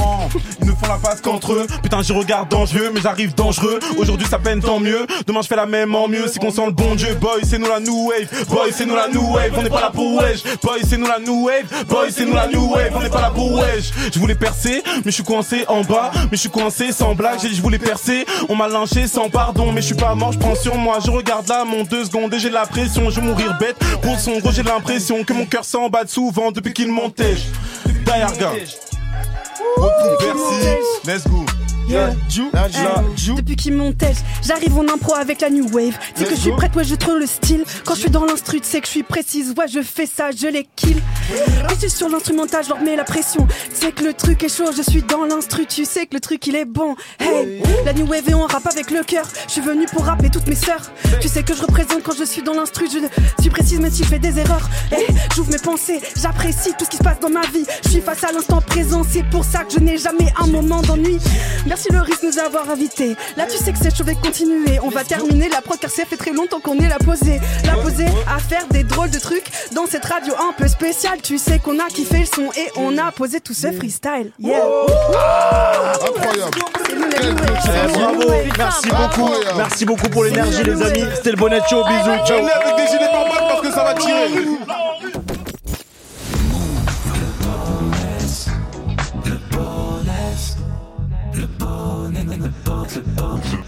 Speaker 13: Ils ne font la passe contre eux. Putain, je regarde dangereux, mais j'arrive dangereux. Aujourd'hui, ça peine tant mieux. Demain, je fais la même en mieux. C'est qu'on sent le bon Dieu. Boy, c'est nous la new wave. Boy, c'est nous la new wave. On n'est pas là pour wesh. Boy, c'est nous la new wave. Boy, c'est nous la new wave. On n'est pas là pour wesh. Je voulais percer, mais je suis coincé en bas. Mais je suis coincé sans blague. J'ai dit, je voulais percer. On m'a lynché sans pardon, mais je suis pas mort. Je prends sur moi. Je regarde là mon deux secondes et j'ai de la pression. Je vais mourir bête. Pour son gros, j'ai l'impression que mon cœur s'en bat souvent depuis qu'il montait. Daerga. Merci. Let's go.
Speaker 22: Yeah.
Speaker 13: La
Speaker 22: Eh, Depuis qu'il montait, j'arrive en impro avec la new wave. C'est que je suis prête, ouais, je trouve le style. Quand je suis dans l'instru, tu sais que je suis précise, ouais, je fais ça, je les kill. Et je suis sur l'instrumental, je leur mets la pression. Tu sais que le truc est chaud, je suis dans l'instru, tu sais que le truc il est bon. Hey, la new wave et on rappe avec le cœur. Je suis venue pour rapper toutes mes sœurs. Tu sais que je représente quand je suis dans l'instru, je suis précise même si je fais des erreurs. Hey, j'ouvre mes pensées, j'apprécie tout ce qui se passe dans ma vie. Je suis face à l'instant présent, c'est pour ça que je n'ai jamais un moment d'ennui. Merci Loris de nous avoir invités. Là, tu sais que cette chose va continuer. On va terminer la prod car ça fait très longtemps qu'on est la posée. La posée à faire des drôles de trucs dans cette radio un peu spéciale. Tu sais qu'on a kiffé le son et on a posé tout ce freestyle. Yeah.
Speaker 3: Incroyable.
Speaker 13: Eh, bravo, merci beaucoup, merci beaucoup pour l'énergie les amis, c'était le bonnet show, bisous, ciao.
Speaker 3: Venez avec des gilets pare parce que ça va tirer.
Speaker 8: Le bonnet, le bonnet, le bonnet.